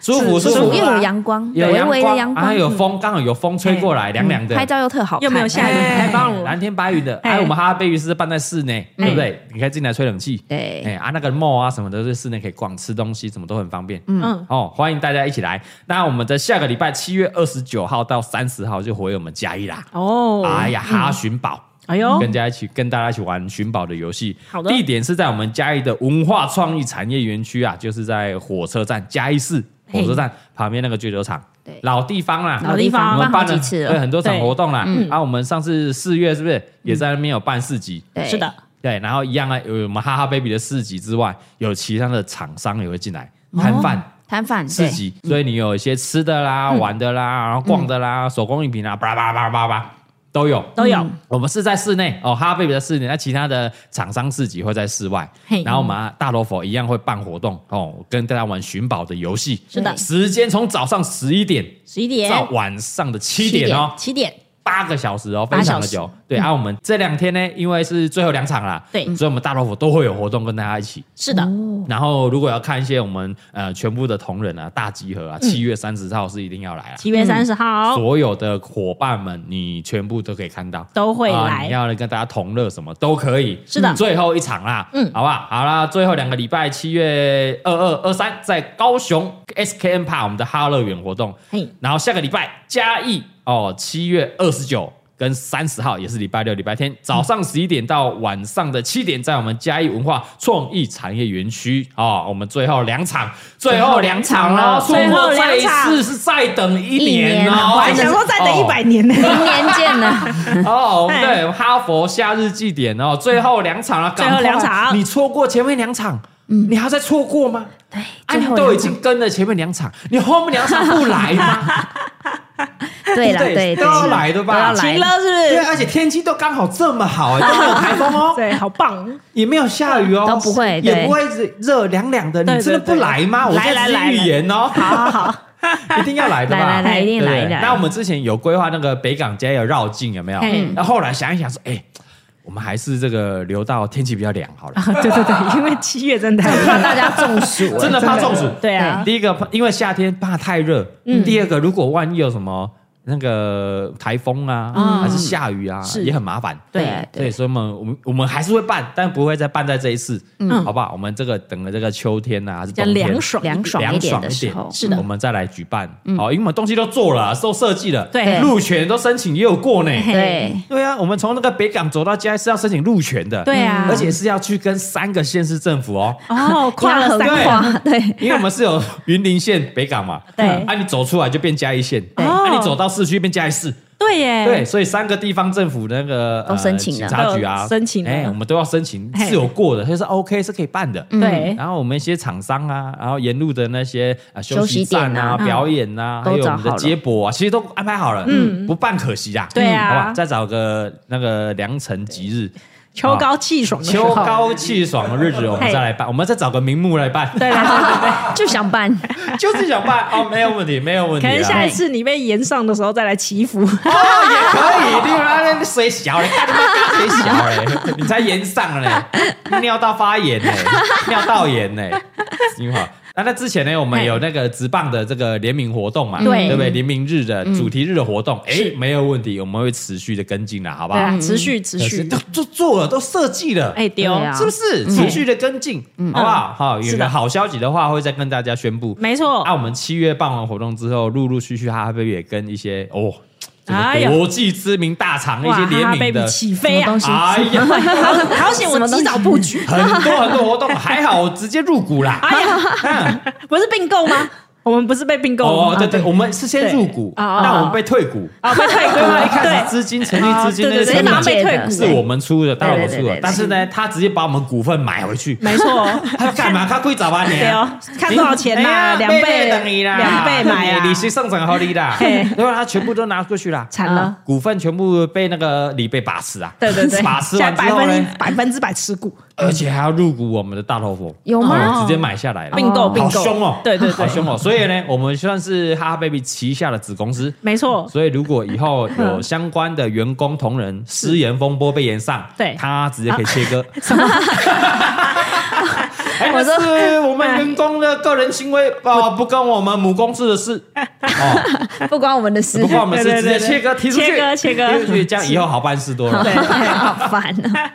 [SPEAKER 1] 舒服
[SPEAKER 2] 啊是
[SPEAKER 1] 舒
[SPEAKER 2] 舒
[SPEAKER 1] 服
[SPEAKER 2] 服，
[SPEAKER 6] 又有阳光，
[SPEAKER 1] 有
[SPEAKER 6] 微微的
[SPEAKER 1] 阳
[SPEAKER 6] 阳
[SPEAKER 1] 光，啊，
[SPEAKER 6] 光，嗯哎
[SPEAKER 1] 有风，刚好有风吹过来，凉凉的，
[SPEAKER 6] 拍照又特好看，
[SPEAKER 2] 又没有下雨，
[SPEAKER 1] 哎
[SPEAKER 2] 太棒了
[SPEAKER 1] 蓝。天白云的。
[SPEAKER 2] 哎
[SPEAKER 1] 哎，我们哈哈贝鱼是办在室内，对不对？你可以进来吹冷气。
[SPEAKER 6] 哎对
[SPEAKER 1] 哎啊，那个 mall 啊什么的，在室内可以逛、吃东西，什么都很方便。
[SPEAKER 2] 嗯，
[SPEAKER 1] 哦，欢迎大家一起来。那我们在下个礼拜七月二十九号到三十号就回我们嘉义啦。
[SPEAKER 2] 哦，
[SPEAKER 1] 哎
[SPEAKER 6] 嗯
[SPEAKER 1] 呀，哈寻宝。
[SPEAKER 6] 哦
[SPEAKER 2] 哎呦
[SPEAKER 1] 跟，大家一起跟大家一起玩寻宝的游戏。
[SPEAKER 2] 好的
[SPEAKER 1] 地点是在我们嘉义的文化创意产业园区啊，就是在火车站嘉义市火车站旁边那个足球场。
[SPEAKER 6] 对
[SPEAKER 1] 老地方啦，
[SPEAKER 6] 老地方
[SPEAKER 1] 我们办
[SPEAKER 6] 办好几次了
[SPEAKER 1] 对很多场
[SPEAKER 2] 对
[SPEAKER 1] 活动啦。啊，我们上次四月是不是也在那边有办市集？
[SPEAKER 6] 对
[SPEAKER 2] 是的，
[SPEAKER 1] 对，然后一样啊，有我们哈哈 baby 的市集之外，有其他的厂商也会进来摊贩。
[SPEAKER 6] 摊贩
[SPEAKER 1] 市
[SPEAKER 6] 对，
[SPEAKER 1] 集，所以你有一些吃的啦、玩的啦，然后逛的啦、手工艺品啊啦，巴拉巴拉巴拉巴拉都有。嗯
[SPEAKER 2] 都有。
[SPEAKER 1] 我们是在室内哦，哈贝比在室内，那其他的厂商市集会在室外
[SPEAKER 2] 嘿。
[SPEAKER 1] 然后我们大罗佛一样会办活动哦，跟大家玩寻宝的游戏。
[SPEAKER 2] 是的
[SPEAKER 1] 时间从早上十一点
[SPEAKER 2] 十一
[SPEAKER 1] 到
[SPEAKER 2] 点，
[SPEAKER 1] 晚上的七点哦，
[SPEAKER 2] 七点，
[SPEAKER 1] 八个小时哦，
[SPEAKER 2] 八
[SPEAKER 1] 非常的
[SPEAKER 2] 小嗯
[SPEAKER 1] 久。对，啊，我们这两天呢，因为是最后两场啦，
[SPEAKER 2] 对哦
[SPEAKER 1] 所以我们大罗佛都会有活动跟大家一起。
[SPEAKER 2] 是的，
[SPEAKER 1] 然后如果要看一些我们呃全部的同仁啊大集合啊，
[SPEAKER 2] 嗯
[SPEAKER 1] 七月三十号是一定要来啊。
[SPEAKER 2] 七月三十号
[SPEAKER 1] 所有的伙伴们，你全部都可以看到，
[SPEAKER 2] 都会
[SPEAKER 1] 啊
[SPEAKER 2] 来
[SPEAKER 1] 你。要来跟大家同乐什么都可以。
[SPEAKER 2] 是的
[SPEAKER 1] 最后一场啦，嗯
[SPEAKER 2] 嗯，
[SPEAKER 1] 好不好？好啦，最后两个礼拜，七月二二、二三，在高雄 SKM Park 我们的哈乐园活动，
[SPEAKER 2] 嘿，
[SPEAKER 1] 然后下个礼拜嘉义哦，七月二十九。跟三十号也是礼拜六、礼拜天早
[SPEAKER 2] 嗯
[SPEAKER 1] 上十一点到晚上的七点，在我们嘉义文化创意产业园区哦，我们最后两场，最后两场喽，错
[SPEAKER 2] 最
[SPEAKER 1] 过
[SPEAKER 2] 后
[SPEAKER 1] 这
[SPEAKER 2] 两
[SPEAKER 1] 一
[SPEAKER 2] 场
[SPEAKER 1] 次是再等一
[SPEAKER 6] 一
[SPEAKER 1] 年
[SPEAKER 6] 年
[SPEAKER 1] 哦，
[SPEAKER 6] 啊
[SPEAKER 2] 我还想说再等一
[SPEAKER 1] 哦
[SPEAKER 2] 百年呢。
[SPEAKER 6] 明年见了，
[SPEAKER 1] 哦，
[SPEAKER 2] 哎
[SPEAKER 1] 对，哈佛夏日祭典哦，最后两场了，
[SPEAKER 2] 嗯最后
[SPEAKER 1] 赶快
[SPEAKER 2] 两场嗯
[SPEAKER 1] 你错过前面两场，你还要再错过吗？对，啊，你都已经跟了前面两场，你后面两场不来 吗？
[SPEAKER 6] 对啦，
[SPEAKER 1] 对
[SPEAKER 6] 对
[SPEAKER 1] 都要来的吧
[SPEAKER 6] 都要
[SPEAKER 2] 晴
[SPEAKER 6] 来，
[SPEAKER 2] 了
[SPEAKER 1] 对，
[SPEAKER 2] 是
[SPEAKER 1] 而且天气都刚好这么 好，都没有台风
[SPEAKER 2] 不是？
[SPEAKER 1] 哦，
[SPEAKER 2] 对，好棒！
[SPEAKER 1] 也没有下雨哦，
[SPEAKER 6] 都不会对
[SPEAKER 1] 也不会热凉凉的，
[SPEAKER 2] 对
[SPEAKER 1] 你真的不
[SPEAKER 2] 对对
[SPEAKER 1] 来吗？我
[SPEAKER 2] 来
[SPEAKER 1] 现在只
[SPEAKER 2] 来
[SPEAKER 1] 是
[SPEAKER 2] 来
[SPEAKER 1] 预言哦，
[SPEAKER 2] 好好好，
[SPEAKER 1] 一定要来的吧？
[SPEAKER 6] 来来来，一定
[SPEAKER 1] 对
[SPEAKER 6] 来的。
[SPEAKER 1] 那我们之前有规划那个北港街有绕境，有没有
[SPEAKER 2] 嗯？
[SPEAKER 1] 那后来想一想说，哎，我们还是这个留到天气比较凉好了。，
[SPEAKER 2] 对对 对，因为七月真的太
[SPEAKER 6] 怕大家中暑
[SPEAKER 1] 真的怕中暑。
[SPEAKER 2] 对啊，嗯
[SPEAKER 1] 第一个，因为夏天怕太热；第二个，如果万一有什么那个台风啊，
[SPEAKER 2] 嗯
[SPEAKER 1] 还是下雨啊，也很麻烦。
[SPEAKER 6] 对
[SPEAKER 1] 对，所以我们我们我们还是会办，但不会再办在这一次，好不好？我们这个等了这个秋天啊，还是
[SPEAKER 2] 嗯比较
[SPEAKER 1] 冬天
[SPEAKER 2] 凉爽一点，
[SPEAKER 6] 凉爽一
[SPEAKER 1] 凉
[SPEAKER 6] 点
[SPEAKER 1] 爽
[SPEAKER 6] 的
[SPEAKER 1] 一
[SPEAKER 6] 时
[SPEAKER 1] 点
[SPEAKER 6] 候，，
[SPEAKER 2] 是的嗯
[SPEAKER 1] 我们再来举办。好，因为我们东西都做了，啊都设计了，
[SPEAKER 2] 对
[SPEAKER 1] 路权都申请也有过呢。
[SPEAKER 2] 嘿
[SPEAKER 6] 对，
[SPEAKER 1] 对啊，我们从那个北港走到家是要申请路权的，
[SPEAKER 2] 对啊
[SPEAKER 1] 而且是要去跟三个县市政府 哦，
[SPEAKER 2] 哦，跨了
[SPEAKER 6] 要
[SPEAKER 2] 三
[SPEAKER 6] 横
[SPEAKER 1] 对
[SPEAKER 2] 跨，
[SPEAKER 6] 跨，对，
[SPEAKER 1] 因为我们是有云林县北港嘛，
[SPEAKER 2] 对
[SPEAKER 1] 啊，你走出来就变嘉义县，
[SPEAKER 2] 对
[SPEAKER 1] 啊，你走到市区变嘉义市，
[SPEAKER 2] 对耶，
[SPEAKER 1] 对，所以三个地方政府那个
[SPEAKER 6] 都申请了
[SPEAKER 1] 呃、警察局啊，
[SPEAKER 2] 都申请了
[SPEAKER 1] 哎，我们都要申请，
[SPEAKER 2] 嘿
[SPEAKER 1] 是有过的，所以是 OK 是可以办的。
[SPEAKER 6] 嗯
[SPEAKER 3] 哎
[SPEAKER 2] 对
[SPEAKER 1] 然后我们一些厂商啊，然后沿路的那些啊休
[SPEAKER 6] 休息
[SPEAKER 1] 站啊、
[SPEAKER 6] 点啊
[SPEAKER 1] 表演啊，
[SPEAKER 6] 都
[SPEAKER 1] 还有我
[SPEAKER 6] 找
[SPEAKER 1] 们的
[SPEAKER 6] 好了
[SPEAKER 1] 接驳啊，其实都安排好了。嗯，不办可惜啊。
[SPEAKER 2] 对啊
[SPEAKER 1] 好不好？再找个那个良辰吉日，
[SPEAKER 2] 秋高气爽的时
[SPEAKER 1] 秋
[SPEAKER 2] 候，
[SPEAKER 1] 高气爽的日子，我们再来办，我们再找个名目来办，
[SPEAKER 2] 对啦对对对，
[SPEAKER 6] 就想办，
[SPEAKER 1] 就是想办哦，没有问题，没有问题
[SPEAKER 2] 可
[SPEAKER 1] 啊。
[SPEAKER 2] 能下一次你被延上的时候再来祈福，
[SPEAKER 1] 哦，也可以，你妈那水小嘞，看你妈水小嘞，你才炎上了 嘞，尿道发炎嘞，尿道炎嘞，你好。那那之前呢，我们
[SPEAKER 2] 嘿
[SPEAKER 1] 有那个直棒的这个联名活动嘛，
[SPEAKER 2] 嗯对嗯
[SPEAKER 1] 对不对？联名日的主题日的活动，哎，没有问题，我们会持续的跟进的，好不
[SPEAKER 2] 对
[SPEAKER 1] 好
[SPEAKER 2] 啊，？持续持
[SPEAKER 1] 嗯可是
[SPEAKER 2] 续
[SPEAKER 1] 都，都做了，都设计了，
[SPEAKER 2] 哎丢，
[SPEAKER 6] 对啊
[SPEAKER 1] 是不是？持续的跟进，
[SPEAKER 2] 嗯
[SPEAKER 1] 好不好？好，有个好消息的话，会再跟大家宣布。
[SPEAKER 2] 没错
[SPEAKER 1] 啊那，我们七月办完活动之后，陆陆续续哈哈 baby 也跟一些哦，这
[SPEAKER 2] 哎
[SPEAKER 1] 个
[SPEAKER 2] 呀
[SPEAKER 1] 国际知名大厂一
[SPEAKER 2] 哇
[SPEAKER 1] 些
[SPEAKER 2] 哈
[SPEAKER 1] 联
[SPEAKER 2] 哈
[SPEAKER 1] 名
[SPEAKER 2] baby
[SPEAKER 1] 的，
[SPEAKER 2] 起飞啊，
[SPEAKER 1] 哎呀，
[SPEAKER 2] 好好险我及早 布局，
[SPEAKER 1] 很多很多活动，还好我直接入股啦。
[SPEAKER 2] 哎呀，不是并购吗？我们不是被并购了
[SPEAKER 1] 哦
[SPEAKER 2] 吗，
[SPEAKER 1] 对对，我们是先入股，
[SPEAKER 2] 哎对哦哦
[SPEAKER 1] 但我们被退股。
[SPEAKER 2] 啊，被退股
[SPEAKER 1] 对啊，
[SPEAKER 2] 了，
[SPEAKER 1] 一开始
[SPEAKER 2] 对，
[SPEAKER 1] 资金成立资金
[SPEAKER 2] 啊
[SPEAKER 1] 那个
[SPEAKER 2] 对对对
[SPEAKER 1] 成
[SPEAKER 2] 拿被
[SPEAKER 1] 本
[SPEAKER 2] 退股
[SPEAKER 1] 是我们出的，当然我
[SPEAKER 6] 对对
[SPEAKER 1] 出的
[SPEAKER 6] 对，对
[SPEAKER 1] 但是呢，他直接把我们股份买回去。
[SPEAKER 2] 没 错，
[SPEAKER 1] 他干 嘛？他贵找吧你
[SPEAKER 2] 对
[SPEAKER 1] 啊？
[SPEAKER 2] 哦，看多少钱
[SPEAKER 1] 哎呀
[SPEAKER 2] 呐，两倍
[SPEAKER 1] 等于啦，哎
[SPEAKER 2] 两倍买啊，
[SPEAKER 1] 利息上涨合理啦，
[SPEAKER 2] 嘿
[SPEAKER 1] 对吧？他全部都拿过去啦，啊
[SPEAKER 2] 惨了。
[SPEAKER 1] 股份全部被那个李贝把持啊，
[SPEAKER 2] 对对 对，
[SPEAKER 1] 把持
[SPEAKER 2] 现在
[SPEAKER 1] 完之
[SPEAKER 2] 百
[SPEAKER 1] 后
[SPEAKER 2] 分
[SPEAKER 1] 呢，
[SPEAKER 2] 百分之百持股，
[SPEAKER 1] 而且还要入股我们的大头佛，
[SPEAKER 6] 有吗
[SPEAKER 1] 哦直接买下来了，
[SPEAKER 2] 并购
[SPEAKER 1] 哦
[SPEAKER 2] 并购，
[SPEAKER 1] 好凶哦，
[SPEAKER 2] 对对
[SPEAKER 1] 好
[SPEAKER 2] 对，
[SPEAKER 1] 凶哦！所以呢，我们算是哈哈 baby 旗下的子公司。
[SPEAKER 2] 没 错，
[SPEAKER 1] 所以，如果以后有相关的员工同仁失言风波被延上，
[SPEAKER 2] 对
[SPEAKER 1] 他直接可以切割。 哎，那是我们员工的个人行为啊，不跟我们母公司的事哦，
[SPEAKER 6] 不关我们的事
[SPEAKER 1] 不关我们的事，
[SPEAKER 2] 对
[SPEAKER 1] 直
[SPEAKER 2] 对
[SPEAKER 1] 接
[SPEAKER 2] 对
[SPEAKER 1] 切割，提出去，
[SPEAKER 2] 切割切割
[SPEAKER 1] 踢出去，这样以后好办事多了。
[SPEAKER 2] 对，
[SPEAKER 6] 好烦啊！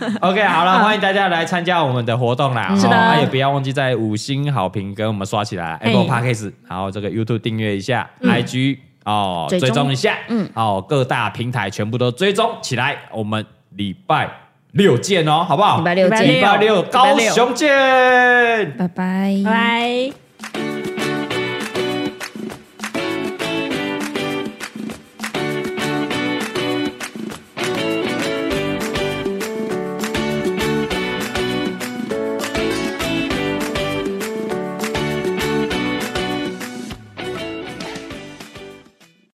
[SPEAKER 6] 嗯
[SPEAKER 1] OK，好了，欢迎大家来参加我们的活动啦！
[SPEAKER 2] 是
[SPEAKER 1] 哦
[SPEAKER 2] 的
[SPEAKER 1] 那也不要忘记在五星好评跟我们刷起来
[SPEAKER 2] 嘿
[SPEAKER 1] ，Apple Podcast，然后这个 YouTube 订阅一下，IG 哦追
[SPEAKER 6] 嗯追踪
[SPEAKER 1] 踪一下，嗯，哦各大平台全部都追踪起来，我们礼拜六见哦，好不好？
[SPEAKER 6] 礼拜六
[SPEAKER 2] 礼拜
[SPEAKER 6] 见，
[SPEAKER 1] 礼拜六高雄见。
[SPEAKER 6] 拜拜
[SPEAKER 2] 拜。拜。